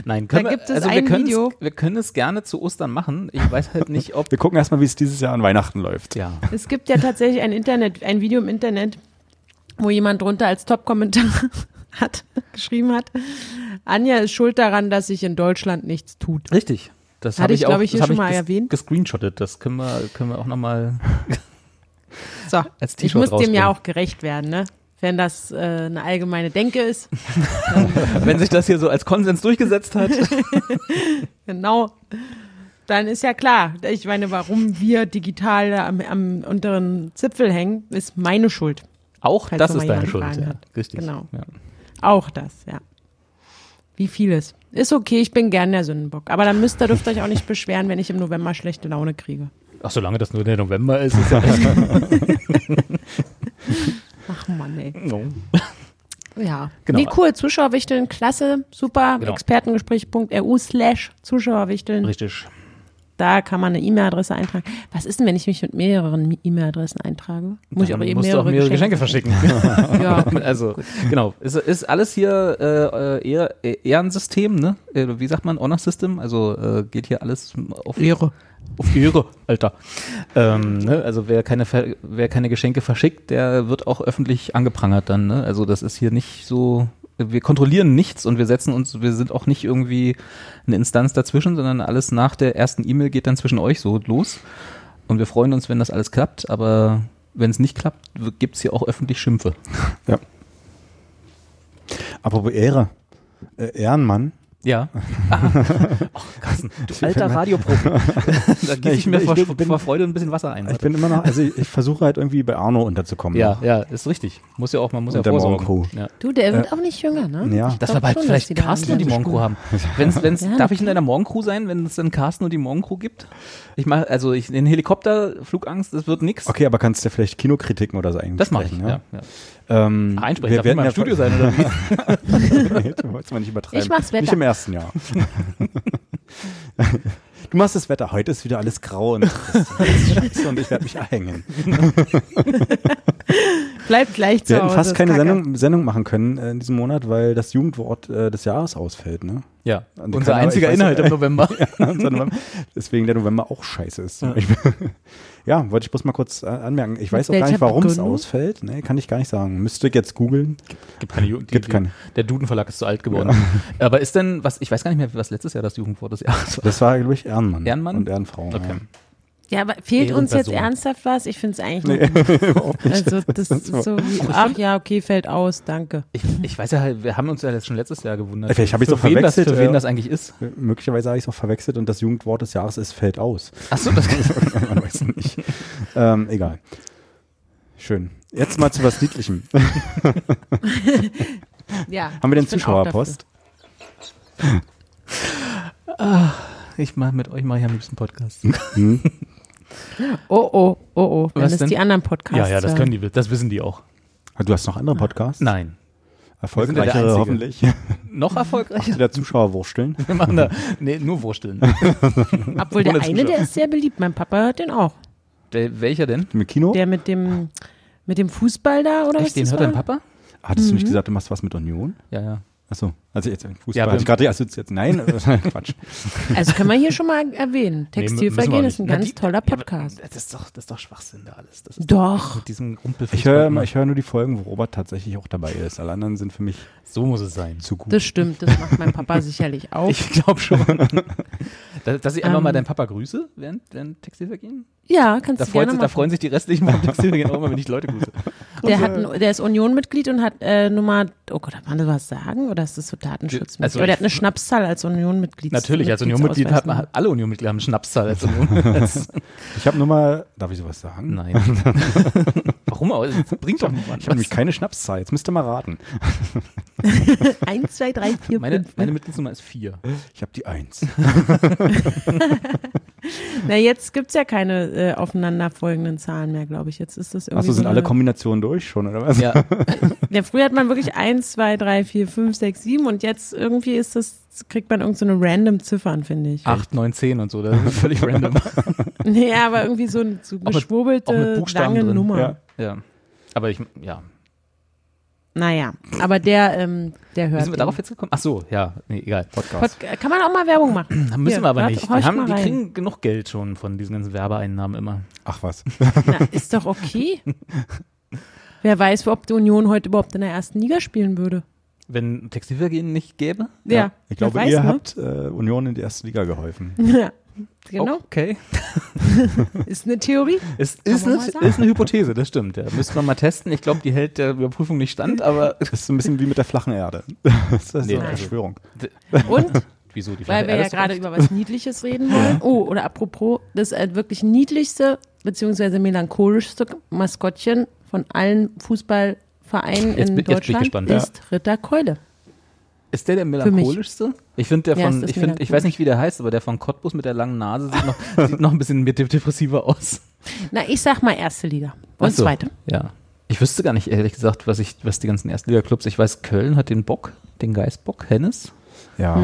Speaker 1: Nein, können
Speaker 3: Da
Speaker 1: wir,
Speaker 3: gibt es
Speaker 1: also wir
Speaker 3: ein
Speaker 1: können
Speaker 3: Video.
Speaker 1: wir können es gerne zu Ostern machen. Ich weiß halt nicht, ob
Speaker 2: Wir gucken erstmal, wie es dieses Jahr an Weihnachten läuft.
Speaker 1: ja.
Speaker 3: es gibt ja tatsächlich ein Internet, ein Video im Internet, wo jemand drunter als Top-Kommentar hat, geschrieben hat, Anja ist schuld daran, dass sich in Deutschland nichts tut.
Speaker 1: Richtig. Das
Speaker 3: Hatte
Speaker 1: habe
Speaker 3: ich,
Speaker 1: ich auch
Speaker 3: glaub ich, hier
Speaker 1: das hab
Speaker 3: schon mal
Speaker 1: ges-
Speaker 3: erwähnt.
Speaker 1: gescreenshottet. Das können wir, können wir auch nochmal.
Speaker 3: So,
Speaker 1: Als T-Shirt
Speaker 3: ich muss dem
Speaker 1: rausbringen.
Speaker 3: ja auch gerecht werden, ne? Wenn das äh, eine allgemeine Denke ist.
Speaker 1: Wenn sich das hier so als Konsens durchgesetzt hat.
Speaker 3: Genau. Dann ist ja klar. Ich meine, warum wir digital da am, am unteren Zipfel hängen, ist meine Schuld.
Speaker 1: Auch
Speaker 3: Falls
Speaker 1: das
Speaker 3: noch mal
Speaker 1: ist deine
Speaker 3: jemand
Speaker 1: Schuld.
Speaker 3: Fragen
Speaker 1: Ja.
Speaker 3: hat.
Speaker 1: Richtig.
Speaker 3: Genau.
Speaker 1: Ja.
Speaker 3: Auch das, ja. Wie vieles. Ist okay, ich bin gern der Sündenbock. Aber dann müsst ihr, dürft ihr euch auch nicht beschweren, wenn ich im November schlechte Laune kriege.
Speaker 1: Ach, solange das nur der November ist, ist ja alles
Speaker 3: Ach Mann, ey.
Speaker 1: genau.
Speaker 3: Ja.
Speaker 1: Genau.
Speaker 3: Wie cool. Zuschauerwichteln, klasse, super.
Speaker 1: Genau.
Speaker 3: Expertengespräch.ru slash Zuschauerwichteln.
Speaker 1: Richtig.
Speaker 3: Da kann man eine E-Mail-Adresse eintragen. Was ist denn, wenn ich mich mit mehreren E-Mail-Adressen eintrage? Muss ich auch
Speaker 1: Dann
Speaker 3: eben
Speaker 1: musst du
Speaker 3: mehrere,
Speaker 1: auch mehrere Geschenke, verschicken.
Speaker 3: Ja,
Speaker 1: also, genau. Ist, ist alles hier äh, äh, eher, eher Ehrensystem, ne? Äh, Wie sagt man? Honor System? Also äh, geht hier alles auf
Speaker 3: Ehre.
Speaker 1: Auf Ehre, Alter. Ähm, ne? Also wer keine, Ver- wer keine Geschenke verschickt, der wird auch öffentlich angeprangert dann. Ne? Also das ist hier nicht so. Wir kontrollieren nichts und wir setzen uns, wir sind auch nicht irgendwie eine Instanz dazwischen, sondern alles nach der ersten E-Mail geht dann zwischen euch so los. Und wir freuen uns, wenn das alles klappt, aber wenn es nicht klappt, gibt es hier auch öffentlich Schimpfe.
Speaker 2: Ja. Apropos Ehre. Äh, Ehrenmann.
Speaker 1: Ja. Ah. Och, Carsten, du alter Radioprofi. da gieße ich
Speaker 2: Ich
Speaker 1: mir
Speaker 2: bin-
Speaker 1: vor,
Speaker 2: ich bin-
Speaker 1: vor Freude ein bisschen Wasser ein.
Speaker 2: Ich bin immer noch, also ich, ich versuche halt irgendwie bei Arno unterzukommen. ne?
Speaker 1: Ja, ja, ist richtig. Muss ja auch, man muss
Speaker 2: Und
Speaker 1: ja
Speaker 2: der
Speaker 1: vorsorgen.
Speaker 2: Morgenkuh.
Speaker 1: Ja.
Speaker 3: Du, der wird
Speaker 1: Äh,
Speaker 3: auch nicht jünger, ne?
Speaker 2: Ja.
Speaker 1: Dass
Speaker 3: glaub
Speaker 1: wir bald
Speaker 3: schon, dass
Speaker 1: vielleicht
Speaker 3: die da
Speaker 1: Carsten und
Speaker 3: eine
Speaker 1: die
Speaker 3: kleine
Speaker 1: Morgencrew haben. Wenn's, wenn's,
Speaker 3: Ja,
Speaker 1: darf ich in einer Morgencrew sein, wenn es dann Carsten und die Morgencrew gibt? Ich mache, also ich, den Helikopter, Flugangst, das wird nix.
Speaker 2: Okay, aber kannst du vielleicht Kinokritiken oder so eigentlich ne?
Speaker 1: Das mache ich, ja. ja.
Speaker 2: Ähm,
Speaker 1: Ah, Einsprechen,
Speaker 2: wir
Speaker 1: darf ich
Speaker 2: werden
Speaker 1: mal im
Speaker 2: ja
Speaker 1: Studio sein oder wie?
Speaker 2: Nee, du wolltest mal nicht übertreiben.
Speaker 3: Ich mach's Wetter.
Speaker 2: Nicht im ersten Jahr. Du machst das Wetter. Heute ist wieder alles grau und trist. Scheiße, und ich werde mich erhängen.
Speaker 3: Bleibt gleich zu
Speaker 2: Wir hätten
Speaker 3: Hause,
Speaker 2: fast
Speaker 3: ist
Speaker 2: keine
Speaker 3: kacke.
Speaker 2: Sendung, Sendung machen können äh, in diesem Monat, weil das Jugendwort äh, des Jahres ausfällt. Ne?
Speaker 1: Ja,
Speaker 2: Und
Speaker 1: unser
Speaker 2: keiner-
Speaker 1: einziger
Speaker 2: ich weiß
Speaker 1: Inhalt
Speaker 2: nicht,
Speaker 1: im November.
Speaker 2: Sondern Deswegen der November auch scheiße ist. zum Beispiel. Ja, wollte ich bloß mal kurz äh, anmerken. Ich weiß auch gar
Speaker 3: welcher
Speaker 2: nicht, warum es
Speaker 3: Begründung?
Speaker 2: ausfällt. Nee, kann ich gar nicht sagen. Müsste ich jetzt googeln.
Speaker 1: Gibt keine Jugend, die,
Speaker 2: Gibt
Speaker 1: die-
Speaker 2: keine.
Speaker 1: Der Duden-Verlag ist zu alt geworden. Aber ist denn, was, ich weiß gar nicht mehr, was letztes Jahr das Jugendwort des Jahres war.
Speaker 2: Das war, glaube ich, Ehrenmann.
Speaker 1: Ehrenmann?
Speaker 2: Und Ehrenfrau.
Speaker 1: Okay.
Speaker 3: Ja, aber fehlt uns jetzt
Speaker 1: Ehrenperson.
Speaker 3: ernsthaft was? Ich finde es eigentlich nicht. Also das ist so wie, ach ja, okay, fällt aus, danke.
Speaker 1: Ich, ich weiß ja halt, wir haben uns ja jetzt schon letztes Jahr gewundert.
Speaker 2: Vielleicht hab ich's
Speaker 1: für
Speaker 2: doch
Speaker 1: wen das,
Speaker 2: verwechselt,
Speaker 1: Für wen
Speaker 2: ja.
Speaker 1: das eigentlich ist.
Speaker 2: Ja. Möglicherweise habe ich es auch verwechselt und das Jugendwort des Jahres ist fällt aus.
Speaker 1: Achso, das
Speaker 2: Man weiß es nicht. ähm, egal. Schön. Jetzt mal zu was Niedlichem. Haben
Speaker 3: Ja,
Speaker 2: wir den
Speaker 3: ich bin auch dafür.
Speaker 2: Zuschauerpost?
Speaker 1: Ich mache mit euch mache ich am liebsten Podcast.
Speaker 3: Oh, oh, oh, oh. Wenn
Speaker 1: Was
Speaker 3: das
Speaker 1: denn?
Speaker 3: die anderen Podcasts
Speaker 1: Ja, ja, das
Speaker 3: hören.
Speaker 1: können die, das wissen die auch.
Speaker 2: Du hast noch andere Podcasts?
Speaker 1: Nein. Wir sind ja
Speaker 2: Erfolgreichere
Speaker 1: der
Speaker 2: hoffentlich. Die
Speaker 1: Noch erfolgreicher?
Speaker 2: der Zuschauer wursteln.
Speaker 1: Wir machen da, nee, nur Wursteln.
Speaker 3: Obwohl der
Speaker 1: Ohne
Speaker 3: eine,
Speaker 1: Zuschauer.
Speaker 3: der ist sehr beliebt. Mein Papa hört den auch.
Speaker 1: Der, welcher denn?
Speaker 2: Im Kino?
Speaker 3: Der mit dem, mit dem Fußball da oder was?
Speaker 1: Echt, den
Speaker 3: das
Speaker 1: hört
Speaker 3: war?
Speaker 1: dein Papa?
Speaker 2: Hattest
Speaker 3: Mhm.
Speaker 2: du nicht gesagt, du machst was mit Union?
Speaker 1: Ja, ja.
Speaker 2: Achso, also jetzt Fußball.
Speaker 1: Ja,
Speaker 2: Ja,
Speaker 1: wir-
Speaker 2: hatte ich gerade die Assoziation. Nein, äh, Quatsch.
Speaker 3: Also können wir hier schon mal erwähnen.
Speaker 1: Nee, mü- müssen
Speaker 3: Textilvergehen
Speaker 1: wir
Speaker 3: ist ein
Speaker 1: nicht. Na,
Speaker 3: ganz
Speaker 1: die-
Speaker 3: toller
Speaker 1: ja, aber
Speaker 3: Podcast.
Speaker 1: Das ist doch, das ist doch Schwachsinn da alles. Das ist
Speaker 3: Doch.
Speaker 1: Mit diesem Rumpel.
Speaker 2: Ich höre immer- ich höre nur die Folgen, wo Robert tatsächlich auch dabei ist. Alle anderen sind für mich
Speaker 1: So muss es sein.
Speaker 2: zu gut.
Speaker 3: Das stimmt, das macht mein Papa sicherlich auch.
Speaker 1: Ich glaube schon. dass, dass ich einfach
Speaker 3: Ähm.
Speaker 1: mal deinen Papa grüße, während, während Textilvergehen.
Speaker 3: ja, kannst
Speaker 1: Da, freut
Speaker 3: du gerne
Speaker 1: sich,
Speaker 3: mal.
Speaker 1: da freuen sich die restlichen vom Textilvergehen auch immer, wenn ich Leute grüße.
Speaker 3: der, hat, ein- der ist Union-Mitglied und hat äh, Nummer, oh Gott, darf man das was sagen? Oder ist das so Datenschutz?
Speaker 1: Also
Speaker 3: Oder der
Speaker 1: ich-
Speaker 3: hat eine Schnapszahl als Union-Mitglied.
Speaker 1: Natürlich, als Union-Mitglied hat man, alle Union-Mitglieder haben einen Schnapszahl also als Union. Als-
Speaker 2: Ich habe nur mal, darf ich sowas sagen?
Speaker 1: Nein. Warum auch? Das bringt doch niemand.
Speaker 2: Ich habe nämlich keine Schnapszahl. Jetzt müsst ihr mal raten.
Speaker 3: Eins, zwei, drei, vier,
Speaker 1: halt Meine,
Speaker 3: fünf.
Speaker 1: meine Mitgliedsnummer ist vier.
Speaker 2: Ich habe die Eins.
Speaker 3: Na, jetzt gibt's ja keine äh, aufeinanderfolgenden Zahlen mehr, glaube ich. Jetzt ist das irgendwie.
Speaker 2: Achso, sind
Speaker 3: so
Speaker 2: alle
Speaker 3: eine-
Speaker 2: Kombinationen durch schon, oder was?
Speaker 1: Ja,
Speaker 3: Ja, früher hat man wirklich eins, zwei, drei, vier, fünf, sechs, sieben und jetzt irgendwie ist das, kriegt man irgend so eine random Ziffern, finde ich.
Speaker 1: 8, 9, 10 und so, das ist völlig random.
Speaker 3: Nee, aber irgendwie so eine so
Speaker 1: mit- auch mit
Speaker 3: geschwurbelte,
Speaker 1: Buchstaben
Speaker 3: lange
Speaker 1: drin,
Speaker 3: Nummer.
Speaker 2: Ja.
Speaker 1: ja. Aber ich, ja.
Speaker 3: Naja, aber der, ähm, der
Speaker 1: Wie
Speaker 3: hört.
Speaker 1: sind wir
Speaker 3: ihn.
Speaker 1: darauf jetzt gekommen? Ach so, ja, nee, egal.
Speaker 2: Podcast.
Speaker 3: Pod kann man auch mal Werbung machen.
Speaker 1: Da müssen
Speaker 3: Hier,
Speaker 1: wir aber
Speaker 3: warte,
Speaker 1: nicht. Die,
Speaker 3: horch mal
Speaker 1: haben, die
Speaker 3: rein.
Speaker 1: kriegen genug Geld schon von diesen ganzen Werbeeinnahmen immer.
Speaker 2: Ach was.
Speaker 3: Na, ist doch okay. Wer weiß, ob die Union heute überhaupt in der ersten Liga spielen würde.
Speaker 1: Wenn Textilvergehen nicht gäbe?
Speaker 3: Ja,
Speaker 2: Ich glaube,
Speaker 3: wer weiß,
Speaker 2: ihr
Speaker 3: ne?
Speaker 2: habt äh, Union in die erste Liga geholfen.
Speaker 3: Ja, genau.
Speaker 1: Okay. Oh.
Speaker 3: Ist eine Theorie.
Speaker 1: Es ist, eine,
Speaker 3: man mal sagen.
Speaker 1: ist eine Hypothese, das stimmt. Ja. Müsste man mal testen. Ich glaube, die hält der Überprüfung nicht stand, aber
Speaker 2: Das ist so ein bisschen wie mit der flachen Erde. Das ist
Speaker 1: Nee,
Speaker 2: so eine
Speaker 1: also-
Speaker 2: Verschwörung.
Speaker 3: Und
Speaker 1: wieso die Flache
Speaker 3: weil wir
Speaker 1: Erde
Speaker 3: ja
Speaker 1: ist doch
Speaker 3: gerade
Speaker 1: echt-
Speaker 3: über was Niedliches reden wollen. Oh, oder apropos, das äh, wirklich niedlichste bzw. melancholischste Maskottchen von allen
Speaker 1: Jetzt bin-
Speaker 3: Fußballvereinen
Speaker 1: jetzt
Speaker 3: in
Speaker 1: bin ich
Speaker 3: Deutschland
Speaker 1: gespannt, ja.
Speaker 3: ist Ritter Keule.
Speaker 1: Ist der der
Speaker 3: mich.
Speaker 1: melancholischste? Ich finde der
Speaker 3: Ja,
Speaker 1: von,
Speaker 3: es ist
Speaker 1: ich finde, ich weiß nicht, wie der heißt, aber der von Cottbus mit der langen Nase sieht noch, sieht noch ein bisschen mit depressiver aus.
Speaker 3: Na, ich sag mal erste Liga und
Speaker 1: Ach so,
Speaker 3: zweite.
Speaker 1: Ja. Ich wüsste gar nicht, ehrlich gesagt, was ich, was die ganzen Erstliga-Clubs, ich weiß, Köln hat den Bock, den Geistbock, Hennes.
Speaker 2: Ja.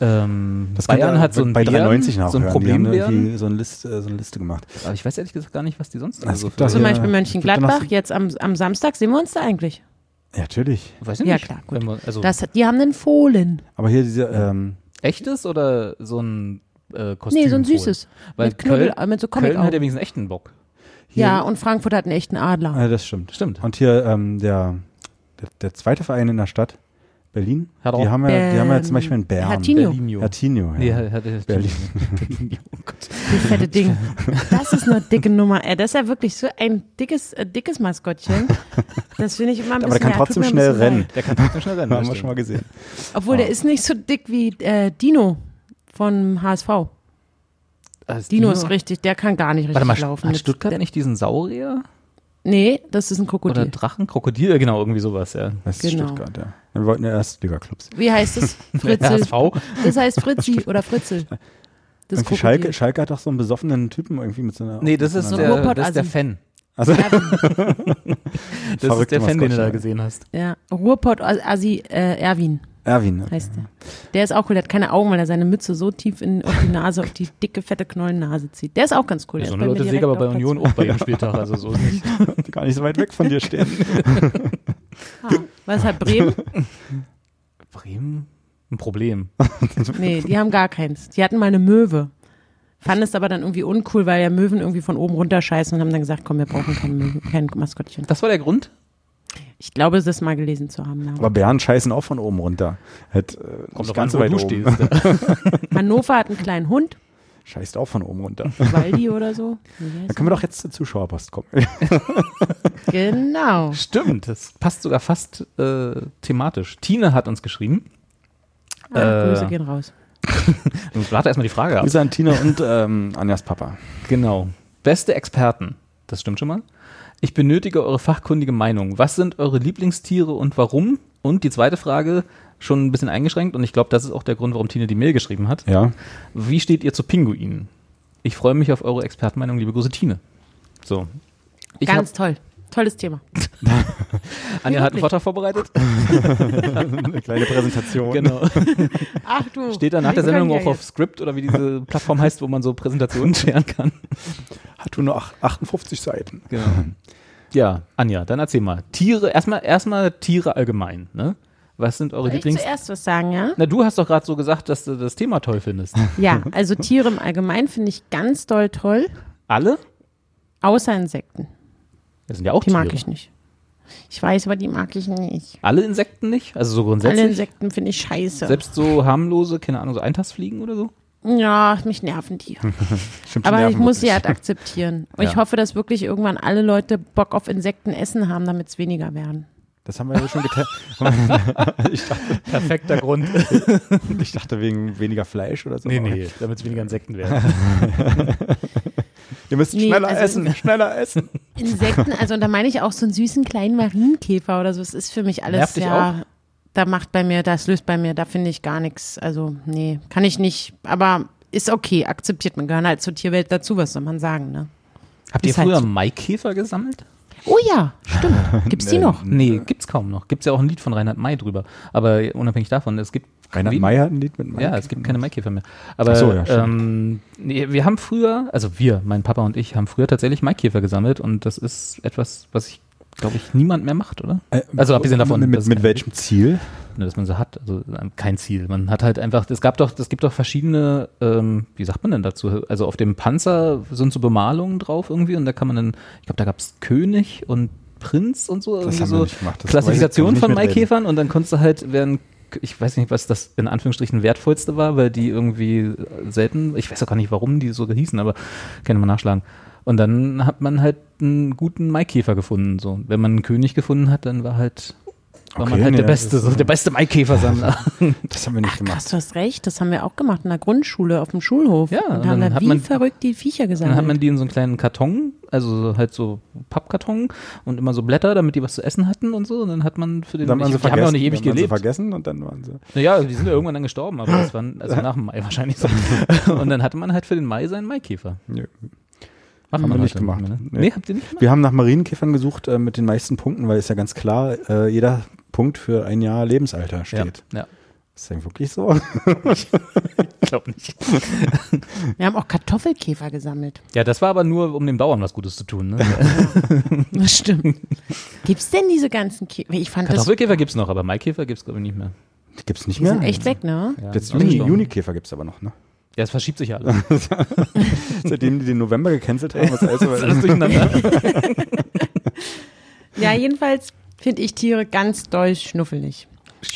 Speaker 1: Ähm, Mhm.
Speaker 2: Das
Speaker 1: Bayern
Speaker 2: könnt ihr
Speaker 1: hat so ein
Speaker 2: bei
Speaker 1: Bären,
Speaker 2: 93 nachhören.
Speaker 1: so ein
Speaker 2: Die haben
Speaker 1: Problembären.
Speaker 2: irgendwie so, eine Liste, äh, so eine Liste gemacht.
Speaker 1: Aber ich weiß ehrlich gesagt gar nicht, was die sonst
Speaker 2: Es
Speaker 1: so
Speaker 2: gibt doch
Speaker 3: Zum
Speaker 2: Ja,
Speaker 3: Beispiel
Speaker 2: es gibt da
Speaker 3: Mönchengladbach,
Speaker 2: noch-
Speaker 3: jetzt am, am Samstag sehen wir uns da eigentlich.
Speaker 2: Ja, natürlich.
Speaker 1: Weiß ich
Speaker 3: Ja,
Speaker 1: nicht.
Speaker 3: klar, gut.
Speaker 1: Wenn man, also
Speaker 3: Das, hat- die haben den Fohlen.
Speaker 2: Aber hier diese, ähm,
Speaker 1: echtes oder so ein äh, Kostüm?
Speaker 3: Nee, so ein süßes.
Speaker 1: Weil
Speaker 3: mit Knubbel,
Speaker 1: Köln,
Speaker 3: äh, mit so
Speaker 1: Köln hat ja
Speaker 3: Comic-Augen.
Speaker 1: wenigstens einen echten Bock.
Speaker 2: hier,
Speaker 3: Ja, und Frankfurt hat einen echten Adler.
Speaker 2: äh, das stimmt.
Speaker 1: Stimmt.
Speaker 2: Und hier ähm, der, der, der zweite Verein in der Stadt, Berlin,
Speaker 1: Hat auch
Speaker 2: die haben, ja, die haben ja zum Beispiel einen Bären.
Speaker 3: Hertinio.
Speaker 1: Berlinio.
Speaker 2: Hertinio, ja.
Speaker 1: Nee, hat, hat,
Speaker 2: Berlin.
Speaker 1: Oh Gott.
Speaker 3: Das fette Ding. Das ist eine dicke Nummer. Ey, das ist ja wirklich so ein dickes, äh, dickes Maskottchen. Das finde ich immer ein bisschen.
Speaker 2: Aber der kann
Speaker 3: ja, tut
Speaker 2: trotzdem
Speaker 3: mir ein
Speaker 2: schnell
Speaker 3: bisschen
Speaker 2: rennen. Ah.
Speaker 3: leid.
Speaker 1: Der kann trotzdem schnell rennen.
Speaker 2: Haben wir
Speaker 1: das
Speaker 2: schon mal
Speaker 1: stimmt.
Speaker 2: gesehen.
Speaker 3: Obwohl, der ist nicht so dick wie äh, Dino vom HSV.
Speaker 1: Ah, ist
Speaker 3: Dino ist richtig, der kann gar nicht richtig
Speaker 1: Warte mal,
Speaker 3: laufen.
Speaker 1: hat
Speaker 3: Mit-
Speaker 1: Stuttgart
Speaker 3: der,
Speaker 1: nicht diesen Saurier?
Speaker 3: Nee, das ist ein
Speaker 1: Oder
Speaker 3: Krokodil.
Speaker 1: Drachenkrokodil? Genau, irgendwie sowas, ja.
Speaker 2: Das ist
Speaker 3: Genau.
Speaker 2: Stuttgart, ja. Wir wollten ja Erstliga-Clubs.
Speaker 3: Wie heißt es? Fritzel.
Speaker 1: HSV?
Speaker 3: Das heißt Fritzi oder Fritzel. Das
Speaker 2: Irgendwie
Speaker 3: Krokodil.
Speaker 2: Schalke, Schalke hat doch so einen besoffenen Typen irgendwie mit so einer.
Speaker 1: Nee, das ist,
Speaker 2: mit so
Speaker 3: der-
Speaker 2: einer-
Speaker 1: der,
Speaker 3: Ruhrpott-
Speaker 1: das ist der
Speaker 3: also-
Speaker 1: Fan.
Speaker 2: Also,
Speaker 1: Das ist
Speaker 2: Verrückte
Speaker 1: der Fan, den du da
Speaker 2: Maskottchen.
Speaker 1: gesehen hast.
Speaker 3: Ja, Ruhrpott Asi äh, Erwin
Speaker 2: Erwin. okay.
Speaker 3: heißt der. Der ist auch cool, der hat keine Augen, weil er seine Mütze so tief in auf die Nase, auf die dicke, fette Knollennase zieht. Der ist auch ganz cool.
Speaker 1: Ja, so
Speaker 3: der
Speaker 1: eine
Speaker 3: ist
Speaker 1: Leute
Speaker 3: bei mir
Speaker 1: sehe
Speaker 3: direkt
Speaker 1: aber bei
Speaker 3: auf Platz
Speaker 1: Union auch bei jedem Spieltag. Also so ist nicht.
Speaker 2: Gar nicht so weit weg von dir stehen.
Speaker 3: Ah, was hat Bremen?
Speaker 1: Bremen? Ein Problem.
Speaker 3: Nee, die haben gar keins. Die hatten mal eine Möwe. Fanden es aber dann irgendwie uncool, weil ja Möwen irgendwie von oben runterscheißen und haben dann gesagt, komm, wir brauchen kein, Möwen, kein Maskottchen.
Speaker 1: Das war der Grund?
Speaker 3: Ich glaube, das mal gelesen zu haben. Ja.
Speaker 2: Aber Bären scheißen auch von oben runter. Halt, äh,
Speaker 1: Also
Speaker 2: nicht ganz so weit oben.
Speaker 3: Hannover hat einen kleinen Hund,
Speaker 2: Scheißt auch von oben runter.
Speaker 3: Waldi oder so. Wie
Speaker 2: Dann
Speaker 3: heißt
Speaker 2: können wir doch jetzt zur Zuschauerpost kommen.
Speaker 3: er? Genau.
Speaker 1: Stimmt, das passt sogar fast äh, thematisch. Tine hat uns geschrieben.
Speaker 3: Ah,
Speaker 1: Äh.
Speaker 3: Grüße gehen raus.
Speaker 1: Und warte erstmal die Frage ab.
Speaker 2: Grüße an Tina und ähm, Anjas Papa.
Speaker 1: Genau. Beste Experten. Das stimmt schon mal. Ich benötige eure fachkundige Meinung. Was sind eure Lieblingstiere und warum? Und die zweite Frage, schon ein bisschen eingeschränkt, und ich glaube, das ist auch der Grund, warum Tine die Mail geschrieben hat.
Speaker 2: Ja.
Speaker 1: Wie steht ihr zu Pinguinen? Ich freue mich auf eure Expertenmeinung, liebe Grüße Tine. So. Ich habe
Speaker 3: Ganz toll. Tolles Thema.
Speaker 1: Anja hat einen
Speaker 3: wirklich.
Speaker 1: Vortrag vorbereitet.
Speaker 2: Eine kleine Präsentation.
Speaker 1: Genau.
Speaker 3: Ach du.
Speaker 1: Steht dann nach der
Speaker 3: wir können
Speaker 1: Sendung
Speaker 3: ja
Speaker 1: auch auf
Speaker 3: jetzt.
Speaker 1: Script oder wie diese Plattform heißt, wo man so Präsentationen scheren kann.
Speaker 2: Hat nur noch 58 Seiten.
Speaker 1: Genau. Ja, Anja, dann erzähl mal. Tiere, erstmal erstmal Tiere allgemein, ne? Was sind eure
Speaker 3: Soll ich
Speaker 1: Lieblings
Speaker 3: zuerst was sagen, ja?
Speaker 1: Na, du hast doch gerade so gesagt, dass du das Thema toll findest.
Speaker 3: Ja, also Tiere im Allgemeinen finde ich ganz doll toll,
Speaker 1: Alle?
Speaker 3: außer Insekten.
Speaker 1: Das sind ja auch
Speaker 3: Die mag
Speaker 1: Tiere.
Speaker 3: ich nicht. Ich weiß, aber die mag ich nicht.
Speaker 1: Alle Insekten nicht? Also so grundsätzlich?
Speaker 3: Alle Insekten finde ich scheiße.
Speaker 1: Selbst so harmlose, keine Ahnung, so Eintagsfliegen oder so?
Speaker 3: ja, mich nerven die.
Speaker 2: Stimmt,
Speaker 3: Aber ich muss sie
Speaker 2: ja.
Speaker 3: halt akzeptieren. Und ich
Speaker 1: Ja.
Speaker 3: hoffe, dass wirklich irgendwann alle Leute Bock auf Insekten essen haben, damit es weniger werden.
Speaker 2: Das haben wir ja schon getestet.
Speaker 1: Perfekter Grund.
Speaker 2: Ich dachte wegen weniger Fleisch oder so.
Speaker 1: nee, nee, damit es weniger Insekten werden.
Speaker 2: Ihr müsst
Speaker 3: Nee,
Speaker 2: schneller
Speaker 3: also-
Speaker 2: essen, schneller essen.
Speaker 3: Insekten, also und da meine ich auch so einen süßen kleinen Marienkäfer oder so. Es ist für mich alles
Speaker 1: Nervt dich
Speaker 3: ja. Da macht bei mir, das löst bei mir, da finde ich gar nichts. Also, nee, kann ich nicht. Aber ist okay, akzeptiert. Man gehört halt zur Tierwelt dazu, was soll man sagen, ne?
Speaker 1: Habt ihr
Speaker 3: Ist halt
Speaker 1: früher
Speaker 3: so.
Speaker 1: Maikäfer gesammelt?
Speaker 3: Oh ja, stimmt. Gibt's die noch?
Speaker 1: Nee, gibt's kaum noch. Gibt's ja auch ein Lied von Reinhard May drüber. Aber unabhängig davon, es gibt.
Speaker 2: Reinhard
Speaker 1: Wie-
Speaker 2: May hat ein Lied mit Mike.
Speaker 1: Ja, es gibt keine Maikäfer mehr. Aber
Speaker 2: Ach so, ja, stimmt.
Speaker 1: ähm, nee, wir haben früher, also wir, mein Papa und ich, haben früher tatsächlich Maikäfer gesammelt und das ist etwas, was ich, glaube ich, niemand mehr macht, oder?
Speaker 2: Äh,
Speaker 1: Also abgesehen davon,
Speaker 2: Mit,
Speaker 1: dass es
Speaker 2: mit
Speaker 1: kein-
Speaker 2: welchem Ziel?
Speaker 1: Ne, dass man sie hat. Also ähm, kein Ziel. Man hat halt einfach, es gab doch, es gibt doch verschiedene, ähm, wie sagt man denn dazu? Also auf dem Panzer sind so Bemalungen drauf irgendwie und da kann man dann, ich glaube, da gab's König und Prinz und so. irgendwie
Speaker 2: haben wir
Speaker 1: so
Speaker 2: nicht gemacht. Das
Speaker 1: Klassifikation
Speaker 2: weiß ich,
Speaker 1: von
Speaker 2: kann ich nicht mitreden.
Speaker 1: Maikäfern und dann konntest du halt, während, ich weiß nicht, was das in Anführungsstrichen wertvollste war, weil die irgendwie selten, ich weiß auch gar nicht, warum die so hießen, aber kann man nachschlagen. Und dann hat man halt einen guten Maikäfer gefunden. So. Wenn man einen König gefunden hat, dann war halt, war
Speaker 2: Okay,
Speaker 1: man halt
Speaker 2: nee,
Speaker 1: der
Speaker 2: das
Speaker 1: Beste,
Speaker 2: ist,
Speaker 1: so,
Speaker 2: äh,
Speaker 1: der beste Maikäfersammler.
Speaker 2: Das haben wir nicht gemacht.
Speaker 3: Krass, du hast recht, das haben wir auch gemacht in der Grundschule, auf dem Schulhof.
Speaker 1: Ja,
Speaker 3: und
Speaker 1: dann
Speaker 3: haben da
Speaker 1: hat
Speaker 3: wie
Speaker 1: man-
Speaker 3: verrückt die Viecher
Speaker 1: Dann hat
Speaker 3: gesammelt.
Speaker 1: man die in so einen kleinen Karton, also so halt so Pappkarton und immer so Blätter, damit die was zu essen hatten und so. Und dann hat man für den.
Speaker 2: Dann waren
Speaker 1: ich,
Speaker 2: sie
Speaker 1: die haben
Speaker 2: vergessen.
Speaker 1: ja auch nicht ewig
Speaker 2: dann waren sie
Speaker 1: gelebt.
Speaker 2: vergessen und dann waren sie.
Speaker 1: Naja, die sind ja irgendwann dann gestorben, aber das waren also nach dem Mai wahrscheinlich so. Und dann hatte man halt für den Mai seinen Maikäfer.
Speaker 2: Nö.
Speaker 1: Machen
Speaker 2: Haben wir
Speaker 1: heute
Speaker 2: nicht Hm, gemacht.
Speaker 1: mehr, Ne?
Speaker 2: Nee.
Speaker 1: Nee, habt ihr nicht gemacht?
Speaker 2: Wir haben nach Marienkäfern gesucht äh, mit den meisten Punkten, weil es ja ganz klar, äh, jeder Punkt für ein Jahr Lebensalter steht.
Speaker 1: Ja, ja
Speaker 2: Ist denn wirklich so?
Speaker 1: glaub nicht.
Speaker 3: wir haben auch Kartoffelkäfer gesammelt.
Speaker 1: Ja, das war aber nur, um den Bauern was Gutes zu tun. Ne?
Speaker 3: Das stimmt. Gibt's denn diese ganzen Käfer? Ich fand das,
Speaker 1: Kartoffelkäfer gibt's noch, aber Maikäfer gibt's glaube ich nicht mehr.
Speaker 2: Gibt's nicht
Speaker 3: die
Speaker 2: mehr.
Speaker 3: sind echt weg, ne?
Speaker 1: Ja,
Speaker 2: Jetzt
Speaker 1: sind
Speaker 2: Juni,
Speaker 1: ausgestorben.
Speaker 2: Junikäfer gibt's aber noch, ne?
Speaker 1: Ja, es verschiebt sich ja alles.
Speaker 2: Seitdem die den November gecancelt haben, was alles,
Speaker 1: Das ist alles durcheinander.
Speaker 3: Ja, jedenfalls finde ich Tiere ganz doll schnuffelig.